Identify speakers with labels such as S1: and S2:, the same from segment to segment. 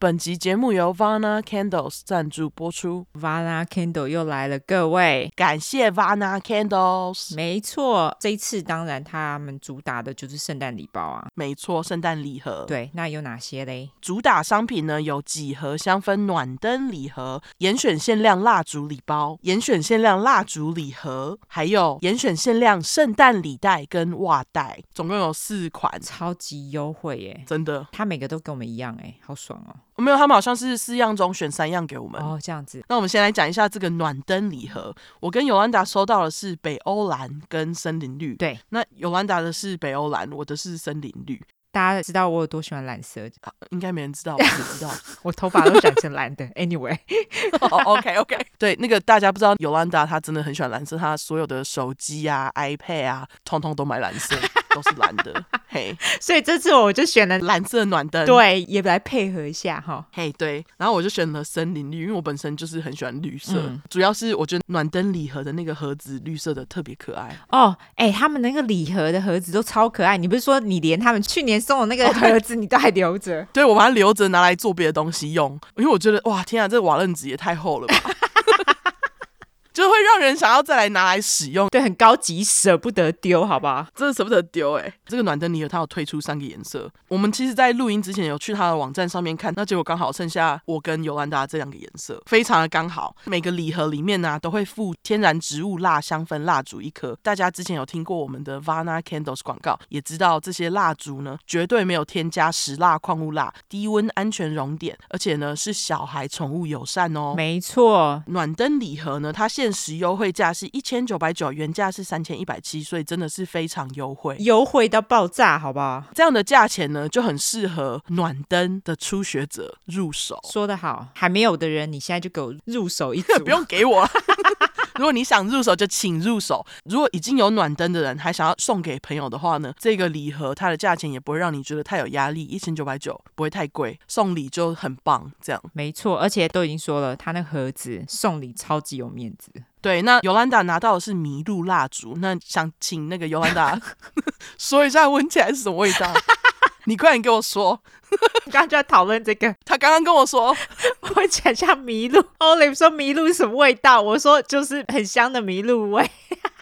S1: 本集节目由 Vana Candles 赞助播出，
S2: Vana Candle 又来了，各位。
S1: 感谢 Vana Candles。
S2: 没错，这一次当然他们主打的就是圣诞礼包啊。
S1: 没错，圣诞礼盒。，
S2: 对，那有哪些嘞？
S1: 主打商品呢有几何香氛暖灯礼盒、严选限量蜡烛礼包、严选限量蜡烛礼盒，还有严选限量圣诞礼袋跟袜袋，总共有四款。
S2: 超级优惠耶！
S1: 真的
S2: 他每个都跟我们一样哎，好爽哦。
S1: 没有，他们好像是四样中选三样给我们。
S2: 哦，这样子，
S1: 那我们先来讲一下这个暖灯礼盒。我跟尤兰达收到的是北欧蓝跟森林绿。
S2: 对，
S1: 那尤兰达的是北欧蓝，我的是森林绿，
S2: 大家知道我有多喜欢蓝色，
S1: 啊、应该没人知道，我只知道。
S2: 我头发都染成蓝的。Anyway，
S1: 哦、o k OK，对， 那个大家不知道，尤兰达她真的很喜欢蓝色，她所有的手机啊、iPad 啊，通通都买蓝色，都是蓝的。嘿，
S2: 所以这次我就选了蓝，
S1: 蓝色暖灯。。
S2: 对，也来配合一下哈。
S1: 嘿对，然后我就选了森林绿，因为我本身就是很喜欢绿色，
S2: 嗯
S1: 主要是我觉得暖灯礼盒的那个盒子绿色的特别可爱。
S2: 哦，哎，他们那个礼盒的盒子都超可爱。你不是说你连他们去年送的那个盒子你都还留着？
S1: 对，我把它留着拿来做别的东西用，因为我觉得哇，天啊，这瓦楞纸也太厚了吧， 就会让人想要再来拿来使用，
S2: 对，很高级，舍不得丢，好不好？
S1: 真的舍不得丢哎、这个暖灯礼盒它有推出三个颜色，我们其实，在录音之前有去它的网站上面看，那结果刚好剩下我跟尤兰达这两个颜色，非常的刚好。每个礼盒里面呢、都会附天然植物蜡香氛蜡烛一颗。大家之前有听过我们的 Vana Candles 广告，也知道这些蜡烛呢绝对没有添加石蜡、矿物蜡，低温安全熔点，而且呢是小孩宠物友善哦。
S2: 没错，
S1: 暖灯礼盒呢，它限时优惠价是一千九百九，原价是三千一百七，所以真的是非常优惠。
S2: 优惠到爆炸，好不好？
S1: 这样的价钱呢，就很适合暖灯的初学者入手。
S2: 说得好，还没有的人，你现在就给我入手 一组，
S1: 不用给我了。 如果你想入手，就请入手。如果已经有暖灯的人还想要送给朋友的话呢，这个礼盒它的价钱也不会让你觉得太有压力，一千九百九不会太贵，送礼就很棒。这样
S2: 没错，而且都已经说了，他那盒子送礼超级有面子。
S1: 对。那尤兰达拿到的是麋鹿蜡烛，那想请那个尤兰达说一下闻起来是什么味道？你快点给我说。
S2: 刚刚就在讨论这个，
S1: 他刚刚跟我说，
S2: 我讲一下麋鹿。Olive 说麋鹿是什么味道？我说就是很香的麋鹿味。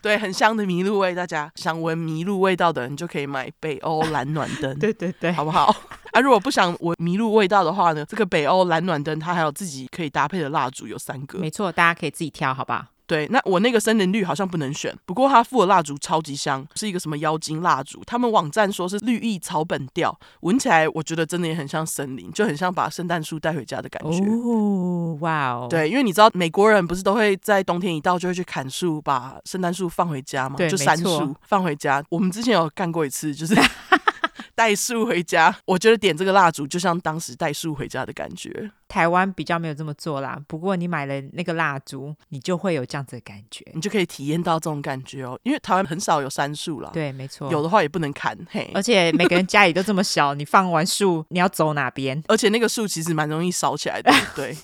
S1: 对，很香的麋鹿味，大家想闻麋鹿味道的人就可以买北欧蓝暖灯，
S2: 对对对，
S1: 好不好？ 啊，如果不想闻麋鹿味道的话呢，这个北欧蓝暖灯它还有自己可以搭配的蜡烛，有三个。
S2: 没错，大家可以自己挑，好不好？
S1: 对，那我那个森林绿好像不能选，不过它附的蜡烛超级香，是一个什么妖精蜡烛，他们网站说是绿意草本调，闻起来我觉得真的也很像森林，就很像把圣诞树带回家的感
S2: 呃
S1: 觉。
S2: 哦，哇哦，
S1: 对，因为你知道美国人不是都会在冬天一到就会去砍树，把圣诞树放回家嘛，
S2: 对
S1: 就
S2: 没
S1: 杉
S2: 错
S1: 树放回家。我们之前有干过一次，就是 带树回家。我觉得点这个蜡烛就像当时带树回家的感觉。
S2: 台湾比较没有这么做啦。不过你买了那个蜡烛，你就会有这样子的感觉。
S1: 你就可以体验到这种感觉哦。因为台湾很少有杉树啦，
S2: 对，没错，
S1: 有的话也不能砍，嘿。
S2: 而且每个人家里都这么小，你放完树，你要走哪边
S1: 而且那个树其实蛮容易烧起来 的，对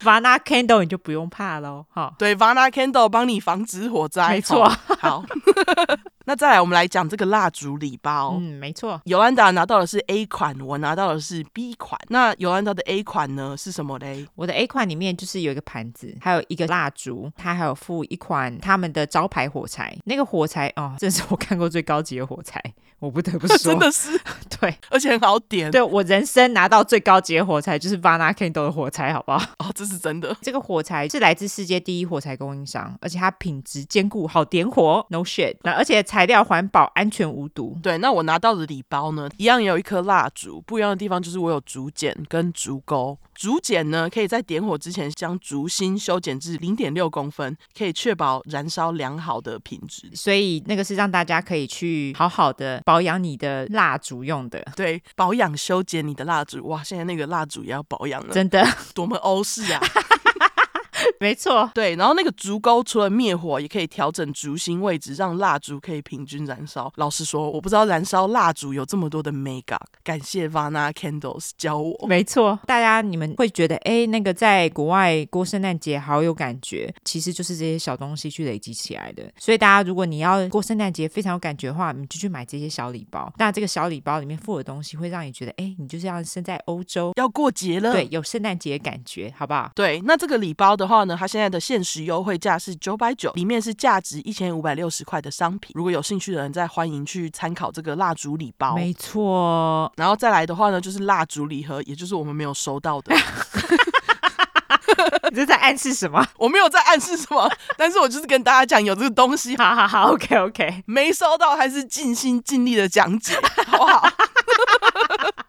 S2: ？Vana Candle 你就不用怕喽，哈。
S1: 对。Vana Candle 帮你防止火灾，
S2: 没错
S1: 哦好， 那再来我们来讲这个蜡烛礼 包。哦
S2: 嗯，没错，
S1: 尤兰达拿到的是 A 款，我拿到的是 B 款。那尤兰达的 A 款呢是什么 嘞？
S2: 我的 A 款里面就是有一个盘子，还有一个蜡烛，它还有附一款他们的招牌火柴。那个火柴哦，这是我看过最高级的火柴，我 不得不说，
S1: 真的是，
S2: 对
S1: 而且很好点
S2: 对，我人生拿到最高级的火柴就是 Vana Candle 的火柴，好不好？
S1: 哦，这是真的。
S2: 这个火柴是来自世界第一火柴供应商，而且它品质坚固，好点火，no 哦 shit。那而且材料环保、安全无毒，
S1: 对，那我拿到的礼包呢，一样也有一颗蜡烛，不一样的地方就是我有竹简跟竹钩。竹简呢，可以在点火之前将竹芯修剪至零点六公分，可以确保燃烧良好的品质。
S2: 所以那个是让大家可以去好好的保养你的蜡烛用的，
S1: 对，保养修剪你的蜡烛，哇，现在那个蜡烛也要保养了，
S2: 真的
S1: 多么欧式啊！
S2: 没错，
S1: 对，然后那个竹钩除了灭火，也可以调整烛芯位置，让蜡烛可以平均燃烧。老实说，我不知道燃烧蜡烛有这么多的 mega。感谢 Vana Candles 教我。
S2: 没错。大家你们会觉得，哎，那个在国外过圣诞节好有感觉，其实就是这些小东西去累积起来的。所以大家如果你要过圣诞节非常有感觉的话，你就去买这些小礼包。那这个小礼包里面附的东西，会让你觉得，哎，你就是要身在欧洲，
S1: 要过节了，
S2: 对，有圣诞节的感觉，好不好？
S1: 对，那这个礼包的话呢，它现在的限时优惠价是九百九，里面是价值一千五百六十块的商品。如果有兴趣的人，再欢迎去参考这个蜡烛礼包。
S2: 没错，
S1: 然后再来的话呢，就是蜡烛礼盒，也就是我们没有收到的。
S2: 你这在暗示什么？
S1: 我没有在暗示什么，但是我就是跟大家讲有这个东西，
S2: 好好好，OK OK，
S1: 没收到还是尽心尽力的讲解， 好不好？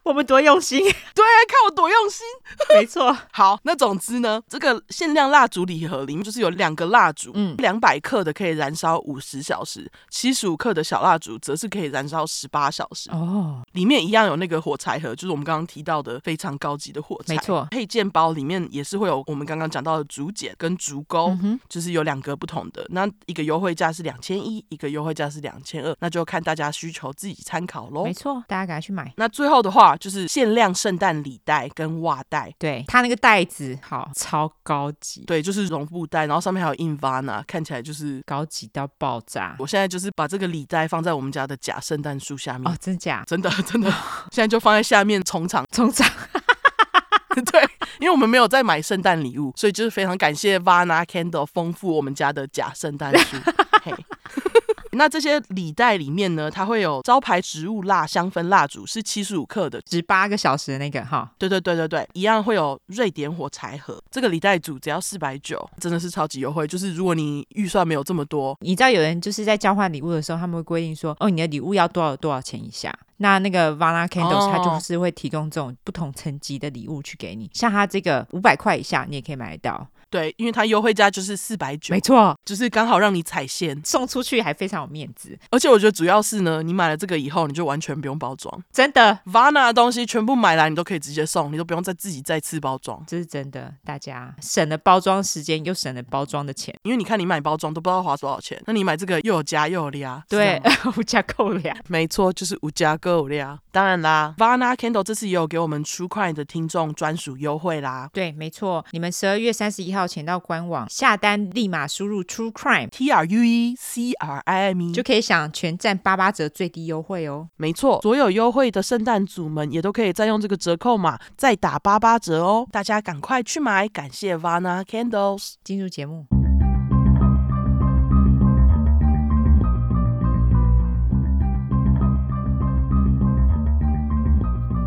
S2: 我们多用心，
S1: 对啊，看我多用心。
S2: 没错，
S1: 好，那总之呢，这个限量蜡烛礼盒里面就是有两个蜡烛，嗯，两百克的可以燃烧五十小时，七十五克的小蜡烛则是可以燃烧十八小时。
S2: 哦，
S1: 里面一样有那个火柴盒，就是我们刚刚提到的非常高级的火柴。
S2: 没错
S1: 配件包里面也是会有我们刚刚讲到的竹简跟竹钩，
S2: 嗯
S1: 就是有两个不同的。那一个优惠价是两千一，一个优惠价是两千二，那就看大家需求自己参考喽
S2: 没。错，大家赶快去买。
S1: 那最后的话就是限量圣诞礼袋跟袜带。
S2: 对，它那个袋子好超高级，
S1: 对，就是绒布袋，然后上面还有印 Vana，看起来就是
S2: 高级到爆炸
S1: 我现在就是把这个礼袋放在我们家的假圣诞树下面，
S2: 哦，真假？
S1: 真的真的，现在就放在下面充场。
S2: 从长
S1: 对，因为我们没有在买圣诞礼物，所以就是非常感谢 Vana Candle 丰富我们家的假圣诞树。嘿那这些礼袋里面呢，它会有招牌植物蜡、香氛蜡烛，是七十五克的，
S2: 十八个小时的那个哈，
S1: 对对对对对，一样会有瑞典火柴盒，这个礼袋组只要四百九，真的是超级优惠。就是如果你预算没有这么多，
S2: 你知道有人就是在交换礼物的时候，他们会规定说，哦，你的礼物要多少多少钱以下。那那个 Vana Candles
S1: 哦
S2: 它就是会提供这种不同层级的礼物去给你，像它这个五百块以下你也可以买得到，
S1: 对，因为它优惠价就是四百九
S2: 没，错，
S1: 就是刚好让你踩线。
S2: 送出去还非常有面子，
S1: 而且我觉得主要是呢，你买了这个以后，你就完全不用包装
S2: 真的，
S1: ，Vana 的东西全部买来你都可以直接送，你都不用再自己再次包装。
S2: 这是真的，大家省了包装时间，又省了包装的钱，
S1: 因为你看你买包装都不知道花多少钱，那你买这个又有加又有量，是这
S2: 对
S1: 样吗，
S2: 物价够了，
S1: 没错，就是无加购量。当然啦，Vana Candle 这次也有给我们出块的听众专属优惠啦。
S2: 对，没错，你们十二月三十一号前到官网下单，立马输入 True Crime。
S1: T R U E C R I M E，
S2: 就可以享全站八八折最低优惠哦！
S1: 没错，所有优惠的圣诞组们也都可以再用这个折扣码再打八八折哦，大家赶快去买，感谢 Vana Candles。
S2: 进入节目，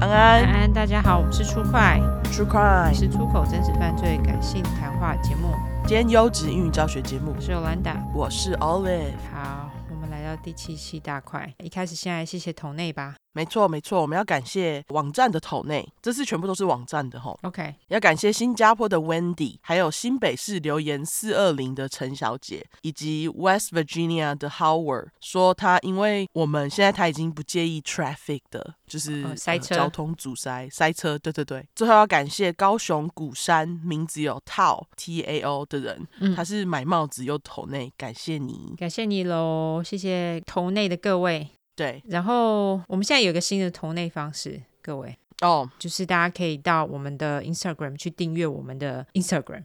S1: 安
S2: 安
S1: 安
S2: 安，大家好，我们是出快，
S1: ，True Crime，
S2: 是出口真实犯罪感性谈话节目，
S1: 今天优质英语教学节目
S2: 我，是 Yolanda。
S1: 我是 Olive。
S2: 好，我们来到第七期大块，一开始先来谢谢同内吧。
S1: 没错，没错，我们要感谢网站的头内，这次全部都是网站的吼，
S2: OK，
S1: 要感谢新加坡的 Wendy，还有新北市留言四二零的陈小姐，以及 West Virginia 的 Howard，说他因为我们现在他已经不介意 traffic 的，就是、呃
S2: 哦塞车
S1: 交通阻塞、塞车，对对对。最后要感谢高雄鼓山名字有 Tao T A O 的人，
S2: 嗯
S1: 他是买帽子又头内，感谢你。
S2: 感谢你喽，谢谢同内的各位。
S1: 对
S2: 然后我们现在有一个新的同内方式，各位
S1: 哦，
S2: 就是大家可以到我们的 Instagram 去订阅我们的 Instagram。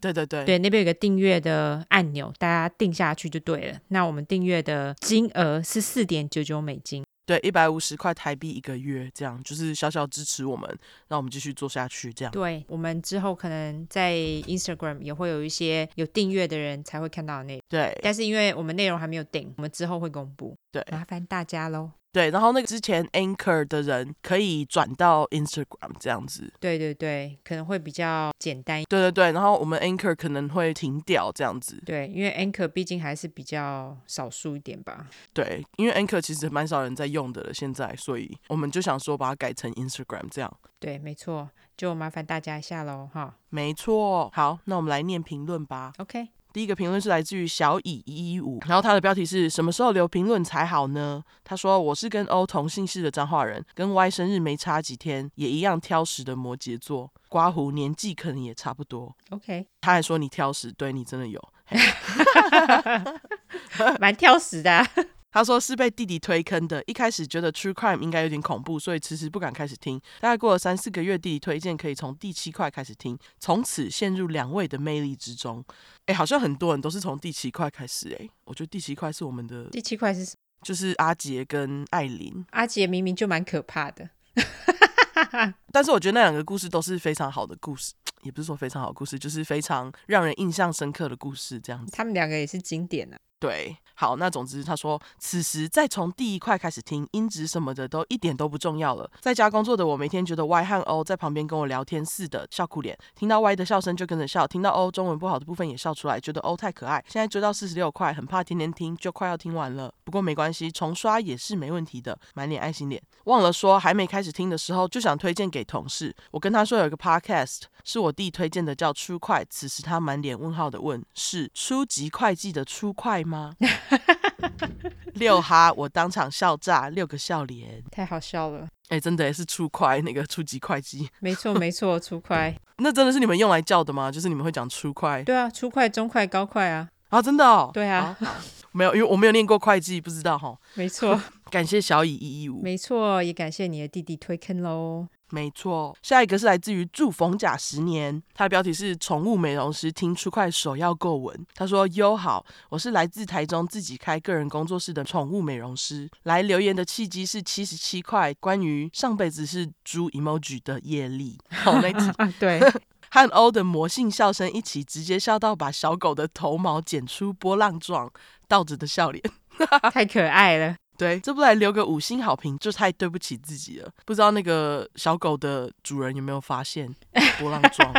S1: 对对对，
S2: 对，那边有个订阅的按钮，大家订下去就对了。那我们订阅的金额是四点九九美金，
S1: 对，一百五十块台币一个月，这样就是小小支持我们，让我们继续做下去，这样。
S2: 对我们之后可能在 Instagram 也会有一些有订阅的人才会看到的内容，
S1: 对
S2: 但是因为我们内容还没有定，我们之后会公布，
S1: 对
S2: 麻烦大家喽。
S1: 对，然后那个之前 Anchor 的人可以转到 Instagram 这样子。
S2: 对对对，可能会比较简单，
S1: 对对对，然后我们 Anchor 可能会停掉这样子。
S2: 对，因为 Anchor 毕竟还是比较少数一点吧。
S1: 对，因为 Anchor 其实蛮少人在用的了，现在，所以我们就想说把它改成 Instagram 这样。
S2: 对，没错，就麻烦大家一下喽哈。
S1: 没错，好，那我们来念评论吧。
S2: OK，
S1: 第一个评论是来自于小乙一一五，然后他的标题是什么时候留评论才好呢？他说我是跟 O 同姓氏的彰化人，跟 Y 生日没差几天，也一样挑食的摩羯座，刮胡年纪可能也差不多。
S2: OK，
S1: 他还说你挑食，对你真的有。
S2: 蛮挑食的、啊。
S1: 他说是被弟弟推坑的，一开始觉得 True Crime 应该有点恐怖，所以迟迟不敢开始听。大概过了三四个月，弟弟推荐可以从第七块开始听，从此陷入两位的魅力之中。哎，好像很多人都是从第七块开始。哎，我觉得第七块是我们的，
S2: 第七块是什么？
S1: 就是阿杰跟艾琳。
S2: 阿杰明明就蛮可怕的。
S1: 但是我觉得那两个故事都是非常好的故事，也不是说非常好的故事，就是非常让人印象深刻的故事这样子。
S2: 他们两个也是经典啊。
S1: 对，好，那总之他说，此时再从第一块开始听，音质什么的都一点都不重要了。在家工作的我，每天觉得 Y 和 O 在旁边跟我聊天似的，笑哭脸。听到 Y 的笑声就跟着笑，听到 O 中文不好的部分也笑出来，觉得 O 太可爱。现在追到四十六块，很怕天天听，就快要听完了。不过没关系，重刷也是没问题的，满脸爱心脸。忘了说，还没开始听的时候就想推荐给同事，我跟他说有一个 podcast 是我弟推荐的，叫《出快》。此时他满脸问号的问：“是初级会计的出快吗？”六哈，我当场笑炸，六个笑脸。
S2: 太好笑了，
S1: 哎、真的耶是出快那个初级会计，
S2: 没 错没错，粗快，
S1: 那真的是你们用来叫的吗？就是你们会讲出快
S2: 对啊，粗快、中快、高快啊，
S1: 啊？真的哦？
S2: 对啊，
S1: 好，好没有，因为我没有念过会计，不知道哈。
S2: 没错
S1: 感谢小乙一一五。
S2: 没错，也感谢你的弟弟推坑喽。
S1: 没错，下一个是来自于祝逢甲十年，它的标题是“宠物美容师听出块手要够稳”。他说：“优好，我是来自台中自己开个人工作室的宠物美容师。来留言的契机是七十七块关于上辈子是猪 emoji 的业力。好，那一集
S2: 啊，对，
S1: 和 欧的魔性笑声一起，直接笑到把小狗的头毛剪出波浪状倒着的笑脸。”
S2: 太可爱了。
S1: 对，这不来留个五星好评，就太对不起自己了。不知道那个小狗的主人有没有发现波浪状？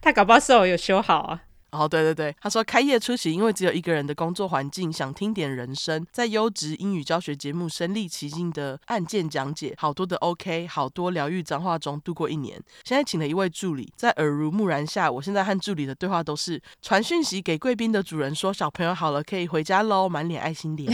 S2: 他搞不好是我有修好啊。
S1: 哦，对对对，他说开业初期因为只有一个人的工作环境，想听点人声，在优质英语教学节目身临其境的案件讲解，好多的 OK，好多疗愈脏话中度过一年。现在请了一位助理，在耳濡目染下，我现在和助理的对话都是传讯息给贵宾的主人说小朋友好了，可以回家喽，满脸爱心脸。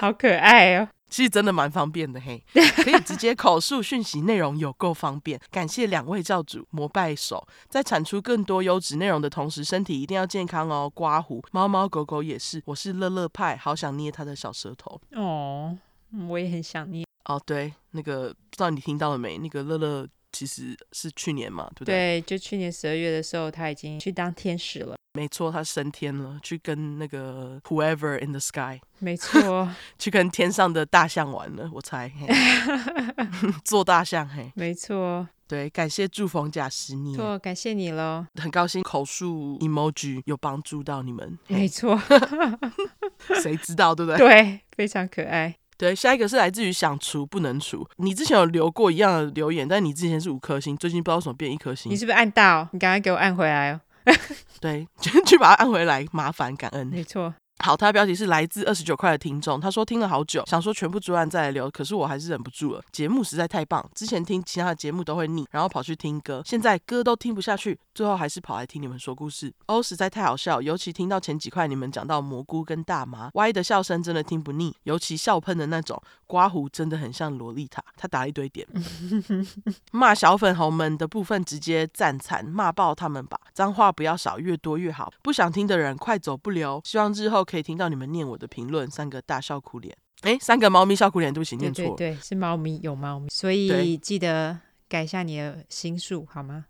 S2: 好可爱哦！
S1: 其实真的蛮方便的嘿，可以直接口述讯息，内容有够方便。感谢两位教主膜拜手，在产出更多优质内容的同时，身体一定要健康哦。刮胡，猫猫狗狗也是，我是乐乐派，好想捏它的小舌头。
S2: 哦，嗯我也很想念。
S1: 哦，对，那个不知道你听到了没？那个乐乐其实是去年嘛，对不对？
S2: 对，就去年十二月的时候，他已经去当天使了。
S1: 没错，他升天了，去跟那个 whoever in the sky，
S2: 没错，
S1: 去跟天上的大象玩了，我猜。嘿做大象嘿，
S2: 没错，
S1: 对，感谢祝逢甲十年。
S2: 错，感谢你喽。
S1: 很高兴口述 emoji 有帮助到你们，
S2: 没 错，
S1: 谁知道对不对？
S2: 哎对，非常可爱。
S1: 对，下一个是来自于想除不能除。你之前有留过一样的留言，但你之前是五颗星，最近不知道为什么变一颗
S2: 你
S1: 星。
S2: 是不是按到？你赶快给我按回来哦。
S1: 对， 去去把它按回来，麻烦感恩。
S2: 没错，
S1: 好，他的标题是来自二十九块的听众，他说听了好久，想说全部追完再来留，可是我还是忍不住了。节目实在太棒，之前听其他的节目都会腻，然后跑去听歌，现在歌都听不下去，最后还是跑来听你们说故事。哦，实在太好笑，尤其听到前几块你们讲到蘑菇跟大麻歪的笑声，真的听不腻，尤其笑喷的那种，刮胡真的很像萝莉塔。他打了一堆 点，骂小粉红们的部分直接赞惨，骂爆他们吧！脏话不要少，越多越好。不想听的人快走不留。希望日后可以听到你们念我的评论，三个大笑苦脸。诶，三个猫咪笑苦脸，对不起，
S2: 对
S1: 念错
S2: 对
S1: 了。
S2: 对，是猫咪有猫咪，所
S1: 对
S2: 以记得改一下你的心数好吗？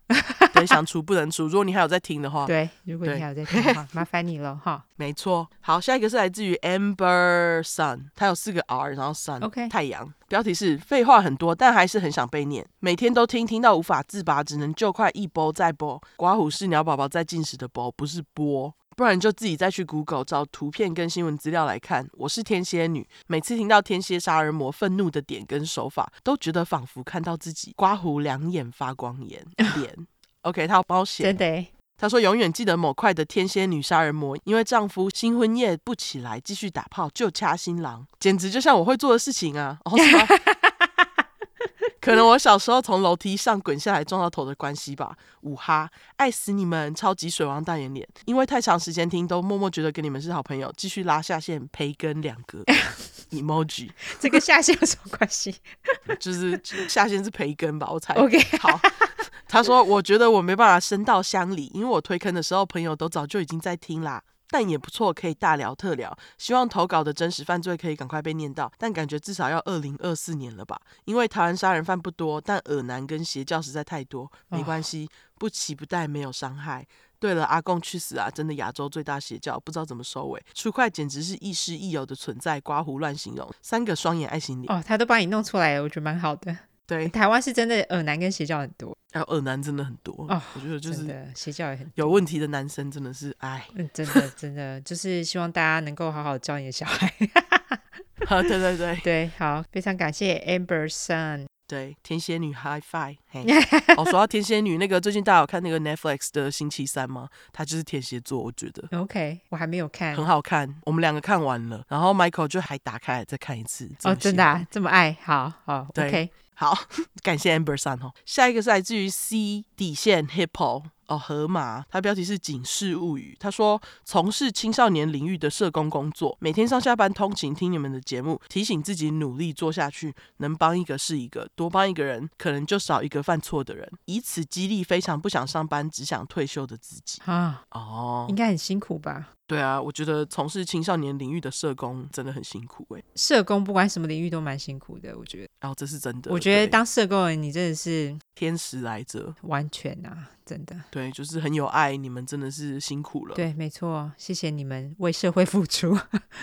S1: 对，想出不能出。如果你还有在听的话，
S2: 对，如果
S1: 对
S2: 你还有在听 的话，麻烦你了哈。
S1: 没错。好，下一个是来自于 Amber Sun，它有四个 R，然后 Sun
S2: OK
S1: 太阳。标题是废话很多，但还是很想被念，每天都听，听到无法自拔，只能就快一波再波。刮胡是鸟宝宝在进食的波，不是波。不然你就自己再去 Google 找图片跟新闻资料来看。我是天蝎女，每次听到天蝎杀人魔愤怒的点跟手法，都觉得仿佛看到自己刮胡两眼发光眼脸。OK，他有帮我写
S2: 真的欸，
S1: 她说：“永远记得某块的天蝎女杀人魔，因为丈夫新婚夜不起来，继续打炮就掐新郎，简直就像我会做的事情啊！”哦，是吗？ 可能我小时候从楼梯上滚下来撞到头的关系吧。五哈，爱死你们！超级水王大眼脸，因为太长时间听，都默默觉得跟你们是好朋友，继续拉下线，培根两个 emoji，
S2: 这跟下线有什么关系
S1: 就是下线是培根吧，我猜。
S2: ？OK，
S1: 好。他说：“我觉得我没办法升到乡里，因为我推坑的时候，朋友都早就已经在听啦。但也不错，可以大聊特聊。希望投稿的真实犯罪可以赶快被念到，但感觉至少要二零二四年了吧？因为台湾杀人犯不多，但恶男跟邪教实在太多。没
S2: 啊
S1: 关系，不期不待，没有伤害。对了，阿贡去死啊！真的亚洲最大邪教，不知道怎么收尾。出快简直是亦师亦友的存在，刮胡乱形容。三个双眼爱心脸，
S2: 哦，他都帮你弄出来了，我觉得蛮好的。
S1: 对，
S2: 台湾是真的耳男跟邪教很多，
S1: 还有恶男真的很多。
S2: 哦
S1: 我觉得就
S2: 真
S1: 是
S2: 的邪教也很。
S1: 有问题的男生真的是，哎，
S2: 嗯，真的，真的，就是希望大家能够好好教你的小孩。
S1: 对对对
S2: 对，好，非常感谢 Amber Sun。
S1: 对，天蝎女 High Five。嘿 哦，说到天蝎女，那个最近大家有看那个 Netflix 的星期三吗？她就是天蝎座，我觉得
S2: OK，我还没有看。
S1: 很好看。我们两个看完了，然后 Michael 就还打开来再看一次。
S2: 哦，真的、
S1: 啊、
S2: 啊、这么爱，好好
S1: 对
S2: ，OK，
S1: 好， 感谢 Amber 三哦。下一个是来自于 C 底线 Hippo 哦，河马。它标题是《警示物语》。他说从事青少年领域的社工工作，每天上下班通勤听你们的节目，提醒自己努力做下去，能帮一个是一个，多帮一个人可能就少一个犯错的人，以此激励非常不想上班只想退休的自己。
S2: 啊，
S1: 哦
S2: 应，该很辛苦吧？
S1: 对啊，我觉得从事青少年领域的社工真的很辛苦欸诶、
S2: 社工不管什么领域都蛮辛苦的，我觉得。
S1: 哦然后这是真的，
S2: 我觉得
S1: 对
S2: 当社工人，你真的是
S1: 天使来着，
S2: 完全啊，真的。
S1: 对，就是很有爱，你们真的是辛苦了。
S2: 对，没错，谢谢你们为社会付出。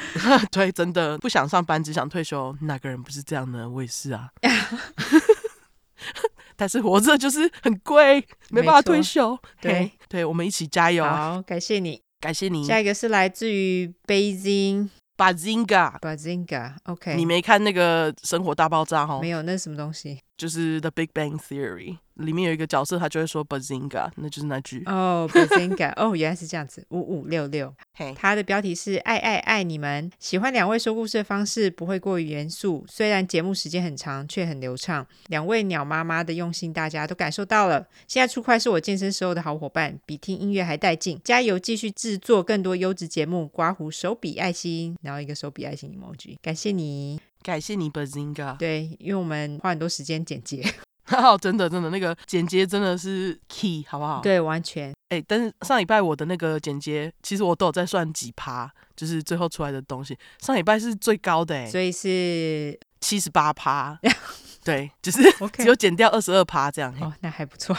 S1: 对，真的不想上班，只想退休，哪个人不是这样呢？我也是 啊。但是活着就是很贵，没办法
S2: 没错
S1: 退休。
S2: 对
S1: 嘿，对，我们一起加油啊！
S2: 好，感谢你。
S1: 感谢你，
S2: 下一个是来自于 Beijing
S1: 把 Zinga。
S2: Bazinga，OK，、
S1: 你没看那个《生活大爆炸》哦
S2: 没，有那是什么东西？
S1: 就是《The Big Bang Theory》里面有一个角色，他就会说 “Bazinga”，那就是那句。
S2: 哦，Bazinga，哦，原来是这样子，五五六六。
S1: 嘿，
S2: 它的标题是“爱爱爱你们”，喜欢两位说故事的方式不会过于严肃，虽然节目时间很长，却很流畅。两位鸟妈妈的用心，大家都感受到了。现在出快是我健身时候的好伙伴，比听音乐还带劲。加油，继续制作更多优质节目。刮胡手比爱心，然后一个手比爱心 emoji，感谢你。
S1: 感谢你，Bazinga。
S2: 对，因为我们花很多时间剪接，
S1: 真的，真的，那个剪接真的是 key，好不好？
S2: 对，完全
S1: 哎、但是上礼拜我的那个剪接，其实我都有在算几趴，就是最后出来的东西。上礼拜是最高的、欸，
S2: 所以是
S1: 七十八 趴，对，就是
S2: OK
S1: 只有减掉二十二趴这样。嘿
S2: 哦，那还不错，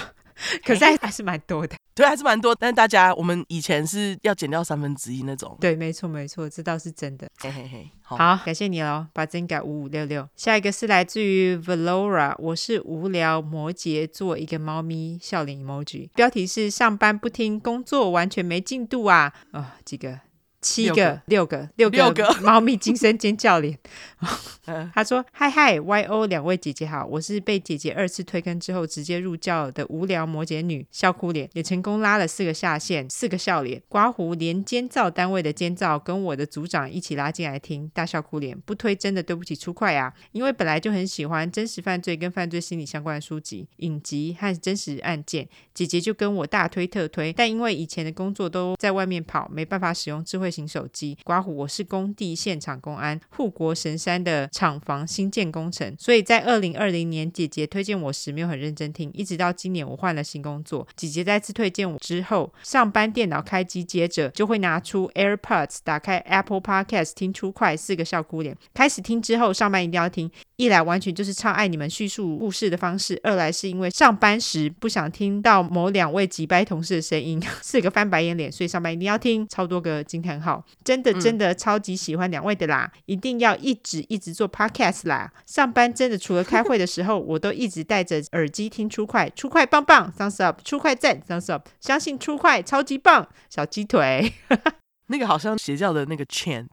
S2: 可是还还是蛮多的。
S1: 对，还是蛮多。但是大家，我们以前是要减掉三分之一那种。
S2: 对，没错，没错，这倒是真的。
S1: 嘿嘿嘿，好，
S2: 好，感谢你喽，把真改五五六六。下一个是来自于 Valora，我是无聊摩羯座一个猫咪笑脸 emoji，标题是上班不听，工作完全没进度啊啊、哦几个。七个，六个，六个，
S1: 六个
S2: 猫咪惊声尖叫脸。
S1: 嗯
S2: 他说：“嗨嗨，YO 两位姐姐好，我是被姐姐二次推坑之后直接入教的无聊摩羯女，笑哭脸也成功拉了四个下线，四个笑脸。刮胡连监造单位的监造跟我的组长一起拉进来听，大笑哭脸，不推真的对不起出快啊，因为本来就很喜欢真实犯罪跟犯罪心理相关的书籍、影集和真实案件，姐姐就跟我大推特推，但因为以前的工作都在外面跑，没办法使用智慧型手机。刮胡，我是工地现场公安，护国神山的厂房新建工程，所以在二零二零年姐姐推荐我时没有很认真听，一直到今年我换了新工作，姐姐再次推荐我之后，上班电脑开机，接着就会拿出 AirPods，打开 Apple Podcast 听出快四个笑哭脸，开始听之后上班一定要听，一来完全就是超爱你们叙述故事的方式，二来是因为上班时不想听到某两位几掰同事的声音， 四个翻白眼脸，所以上班一定要听，超多个惊叹号，真的真的超级喜欢两位的啦，一定要一直一直做 podcast 啦。上班真的除了开会的时候，我都一直戴着耳机听出快，出快棒棒，thumbs up，出快赞，thumbs up，相信出快超级棒，小鸡腿，
S1: 那个好像邪教的那个 chant 。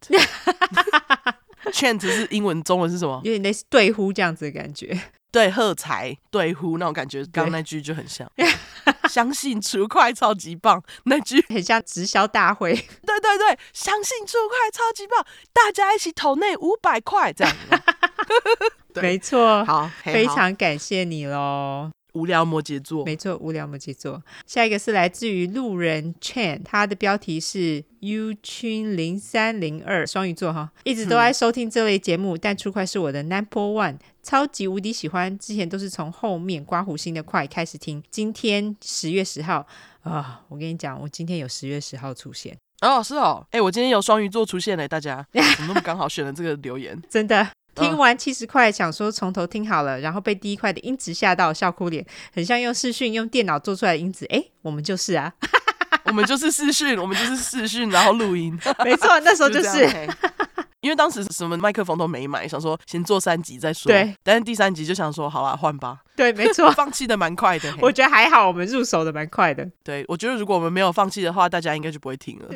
S1: Chant 是英文，中文是什么？
S2: 有点类似对呼这样子的感觉。
S1: 对，喝彩、对呼那种感觉，刚刚那句就很像。相信除快超级棒，那句
S2: 很像直销大会，
S1: 对对对， 相信出快超级棒，大家一起投内五百块这样子。对
S2: 没错，
S1: 好，嘿
S2: 非
S1: 好
S2: 常感谢你喽。
S1: 无聊摩羯座，
S2: 没错，无聊摩羯座。下一个是来自于路人 Chan，他的标题是 U 群零三零二，双鱼座哈，
S1: 嗯
S2: 一直都在收听这类节目，但初快是我的 Number One，超级无敌喜欢。之前都是从后面刮胡心的快开始听，今天十月十号啊、我跟你讲，我今天有十月十号出现，
S1: 哦，是哦，哎、我今天有双鱼座出现嘞，大 家怎么那么刚好选了这个留言？
S2: 真的。
S1: 嗯
S2: 听完七十块，想说从头听好了，然后被第一块的音质吓到，笑哭脸，很像用视讯用电脑做出来的音质。诶，我们就是 啊，
S1: 我们就是视讯，我们就是视讯，然后录音，
S2: 没错，那时候就
S1: 这
S2: 是
S1: 样。嘿因为当时什么麦克风都没买，想说先做三集再说。
S2: 对，
S1: 但是第三集就想说，好啦，换吧，
S2: 对，没 错，
S1: 放弃的蛮快的。嘿
S2: 我觉得还好，我们入手的蛮快的，
S1: 对，我觉得如果我们没有放弃的话，大家应该就不会听了。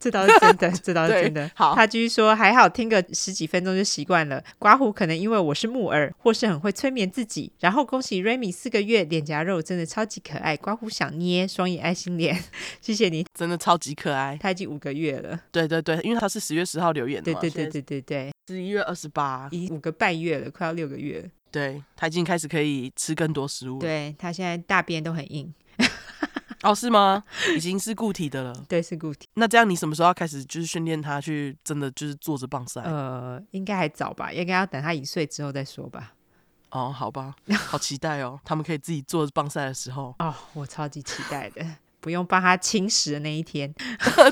S2: 这倒是真的，这倒是
S1: 对
S2: 真的。
S1: 好
S2: 他继续说，还好听个十几分钟就习惯了。刮胡可能因为我是木耳，或是很会催眠自己。然后恭喜 Remy 四个月脸颊肉真的超级可爱，刮胡想捏双眼爱心脸，谢谢你，
S1: 真的超级可爱。
S2: 他已经五个月了，
S1: 对对对，因为他是十月十号留言的
S2: 对
S1: 嘛，
S2: 对对，对对对，
S1: 十一月二十八，
S2: 已经五个半月了，快要六个月了。
S1: 对他已经开始可以吃更多食物了。
S2: 对他现在大便都很硬，
S1: 哦，是吗？已经是固体的了。
S2: 对是固体，
S1: 那这样你什么时候要开始就是训练他去真的就是坐着棒赛？
S2: 呃，应该还早吧，应该要等他一岁之后再说吧。。
S1: 哦，好吧，好期待哦，他们可以自己坐着棒赛的时候
S2: 哦，我超级期待的，不用帮他侵蚀的那一天。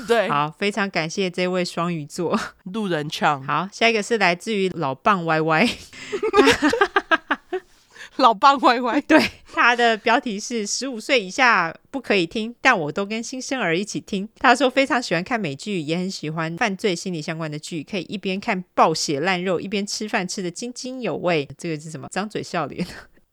S1: 对，
S2: 好，非常感谢这位双鱼座。
S1: 路人呛，
S2: 好，下一个是来自于老棒 YY，
S1: 老棒歪歪，
S2: 对， 他的标题是十五岁以下不可以听，但我都跟新生儿一起听。他说非常喜欢看美剧，也很喜欢犯罪心理相关的剧，可以一边看暴血烂肉，一边吃饭吃的津津有味。这个是什么？张嘴笑脸。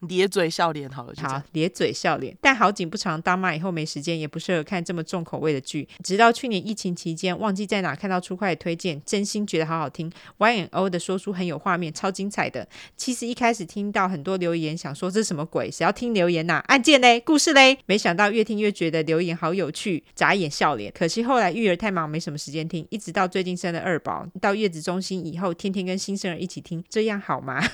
S1: 咧嘴笑脸好了，就这
S2: 好
S1: 样。，
S2: 咧嘴笑脸。但好景不长，当妈以后没时间，也不适合看这么重口味的剧。直到去年疫情期间，忘记在哪看到出快的推荐，真心觉得好好听。Y N O 的说书很有画面，超精彩的。其实一开始听到很多留言，想说这什么鬼？谁要听留言呐、案件嘞，故事嘞？没想到越听越觉得留言好有趣，眨眼笑脸。可惜后来育儿太忙，没什么时间听，一直到最近生了二宝，到月子中心以后，天天跟新生儿一起听，这样好吗？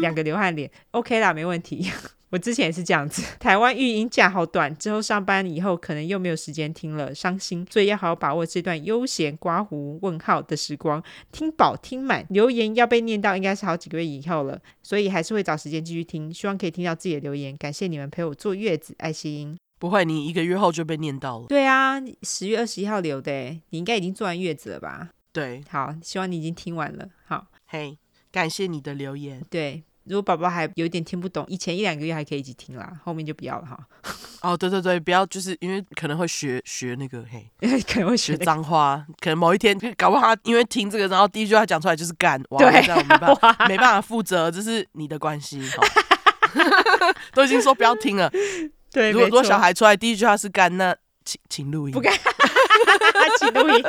S2: 两个流汗脸，OK 啦，没问题。我之前也是这样子， 台湾育婴假好短，之后上班以后可能又没有时间听了，伤心，所以要好好把握这段悠闲刮胡问号的时光，听饱听满。留言要被念到应该是好几个月以后了，所以还是会找时间继续听，希望可以听到自己的留言。感谢你们陪我坐月子，爱心。
S1: 不会，你一个月后就被念到了。
S2: 对啊，十月二十一号留的欸，你应该已经坐完月子了吧？
S1: 对，
S2: 好，希望你已经听完了。好，
S1: 嘿，感谢你的留言
S2: 对。如果宝宝还有一点听不懂，以前一两个月还可以一起听啦，后面就不要了哈，
S1: 哦。对对对，不要就是因为可能会学学那个嘿，
S2: 因为可能会学
S1: 学
S2: 得
S1: 脏话，可能某一天 搞不好他因为听这个，然后第一句话讲出来就是干，哇，
S2: 对
S1: 那这样我没办法，没办法负责，这是你的关系。好 都已经说不要听了，
S2: 对，
S1: 如果如果
S2: 没错
S1: 小孩出来第一句话是干，那请请录音，
S2: 不干他起录音，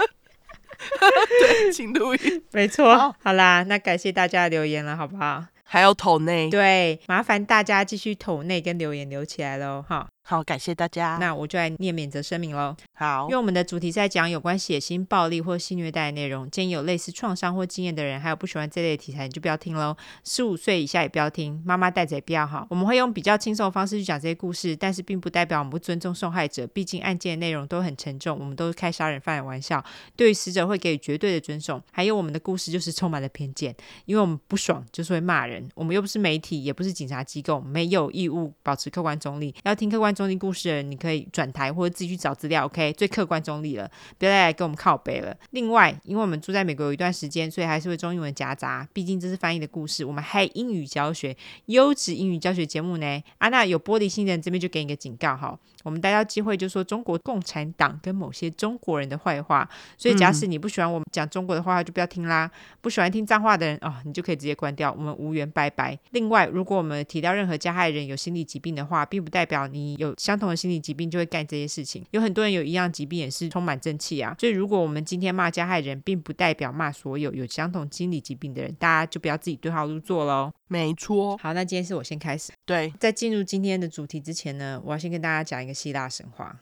S1: 请录音，
S2: 没错。
S1: 好
S2: 好啦，那感谢大家的留言了，好不好？
S1: 还有头内，
S2: 对，麻烦大家继续投内跟留言留起来喽，哈。
S1: 好，感谢大家，
S2: 那我就来念免责声明喽。
S1: 好
S2: 因为，我们的主题在讲有关血腥、暴力或性虐待的内容，建议有类似创伤或经验的人，还有不喜欢这类题材，你就不要听喽。十五岁以下也不要听，妈妈带着也不要哈。我们会用比较轻松的方式去讲这些故事，但是并不代表我们不尊重受害者，毕竟案件的内容都很沉重，我们都是开杀人犯的玩笑，对于死者会给予绝对的尊重。还有我们的故事就是充满了偏见，因为我们不爽就是会骂人，我们又不是媒体，也不是警察机构，没有义务保持客观中立。要听客观中立故事的人，你可以转台或者自己去找资料，OK，最客观中立了，不要再来跟我们靠背了。另外，因为我们住在美国有一段时间，所以还是会中英文夹杂，毕竟这是翻译的故事，我们还有英语教学，优质英语教学节目呢。啊，那有玻璃心的人这边就给你一个警告哈，我们逮到机会就说中国共产党跟某些中国人的坏话，所以假使你不喜欢我们讲中国的坏话，就不要听啦。不喜欢听脏话的人哦，你就可以直接关掉，我们无缘拜拜。另外，如果我们提到任何加害人有心理疾病的话，并不代表你有相同的心理疾病就会干这些事情。有很多人有一样疾病也是充满正气啊，所以如果我们今天骂加害人，并不代表骂所有有相同心理疾病的人，大家就不要自己对号入座喽。
S1: 没 错，
S2: 好，那今天是我先开始。
S1: 对
S2: 在进入今天的主题之前呢，我要先跟大家讲一个希腊神话。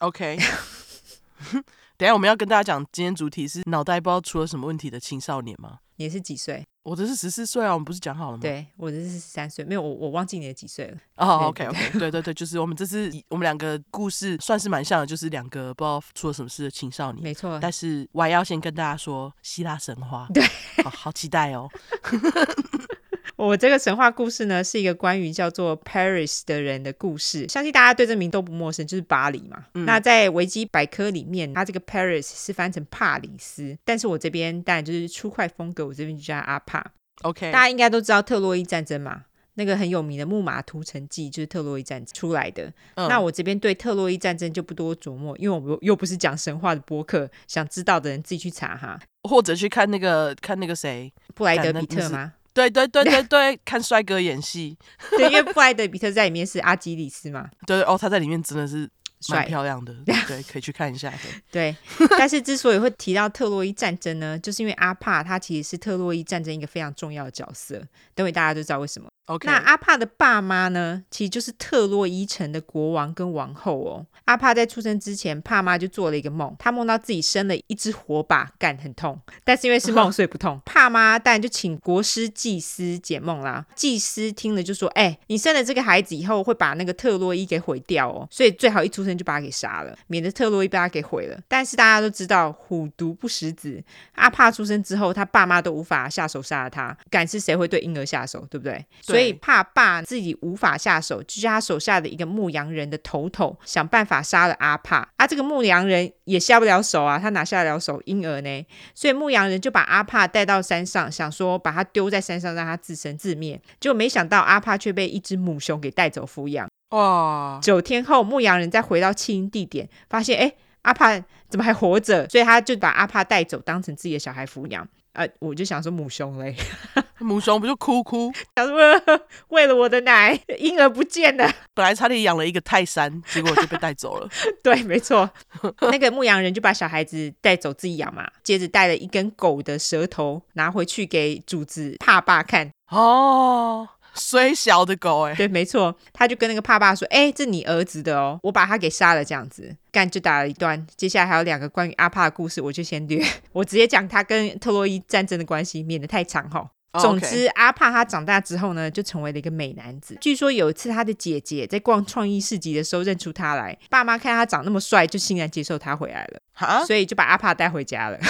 S1: ，OK。等一下我们要跟大家讲，今天主题是脑袋不知道出了什么问题的青少年吗？
S2: 你是几岁？
S1: 我这是十四岁啊，我们不是讲好了吗？
S2: 对，我这是三岁，没有我我忘记你的几岁了。
S1: 哦、o
S2: 对
S1: k OK，对对对，就是我们这次以我们两个故事算是蛮像的，就是两个不知道出了什么事的青少年。
S2: 没错，
S1: 但是我还要先跟大家说希腊神话，
S2: 对
S1: 好，好期待 哦。
S2: 我这个神话故事呢，是一个关于叫做 Paris 的人的故事，相信大家对这名都不陌生，就是巴黎嘛。那在维基百科里面，它这个 Paris 是翻成帕里斯，但是我这边当然就是粗快风格，我这边就叫它阿帕。
S1: OK，
S2: 大家应该都知道特洛伊战争嘛，那个很有名的木马屠城记就是特洛伊战争出来的。
S1: 嗯
S2: 那我这边对特洛伊战争就不多琢磨，因为我们又不是讲神话的播客，想知道的人自己去查哈。
S1: 或者去看那个看那个谁，
S2: 布莱德
S1: 干那
S2: 比
S1: 那
S2: 特
S1: 是
S2: 吗？
S1: 对对对 对对，看帅哥演戏，
S2: 对，因为布莱德比特在里面是阿基里斯嘛，
S1: 对哦，他在里面真的是蛮
S2: 帅。
S1: 漂亮 的，对，可以去看一下。对
S2: 对，但是之所以会提到特洛伊战争呢，就是因为阿帕他其实是特洛伊战争一个非常重要的角色，等会大家就知道为什么。
S1: OK，
S2: 那啊阿帕的爸妈呢，其实就是特洛伊城的国王跟王后哦。阿帕在出生之前，帕妈就做了一个梦，她梦到自己生了一只火把，干很痛，但是因为是 梦，所以不痛。帕妈当然就请国师祭司解梦啦。祭司听了就说：“哎、你生了这个孩子以后，会把那个特洛伊给毁掉哦，所以最好一出生就把他给杀了，免得特洛伊被他给毁了。”但是大家都知道，虎毒不食子。阿帕啊出生之后，他爸妈都无法下手杀了他，敢是谁会对婴儿下手，对不对？所以怕爸自己无法下手，就叫他手下的一个牧羊人的头头想办法杀了阿帕。啊，这个牧羊人也下不了手啊，他哪下得了手婴儿呢？所以牧羊人就把阿帕带到山上，想说把他丢在山上让他自生自灭。结果没想到阿帕却被一只母熊给带走抚养。
S1: 哇，
S2: 九天后，牧羊人再回到弃婴地点，发现哎，阿帕怎么还活着？所以他就把阿帕带走，当成自己的小孩抚养。呃，我就想说母熊嘞，
S1: 母熊不就哭哭，
S2: 想说呃为了我的奶，婴儿不见了。
S1: 本来差点养了一个泰山，结果就被带走了。
S2: 对，没错，那个牧羊人就把小孩子带走自己养嘛，接着带了一根狗的舌头拿回去给主子帕爸看。
S1: 哦，虽小的狗哎、
S2: 对，没错，他就跟那个帕爸说：“哎、这你儿子的哦，我把他给杀了。”这样子，干就打了一段。接下来还有两个关于阿帕的故事，我就先略， 我直接讲他跟特洛伊战争的关系，免得太长哈。
S1: 哦
S2: 总
S1: OK
S2: 之，阿帕他长大之后呢，就成为了一个美男子。据说有一次，他的姐姐在逛创意市集的时候认出他来，爸妈看他长那么帅，就欣然接受他回来了，
S1: 哈，
S2: 所以就把阿帕带回家了。
S1: 啊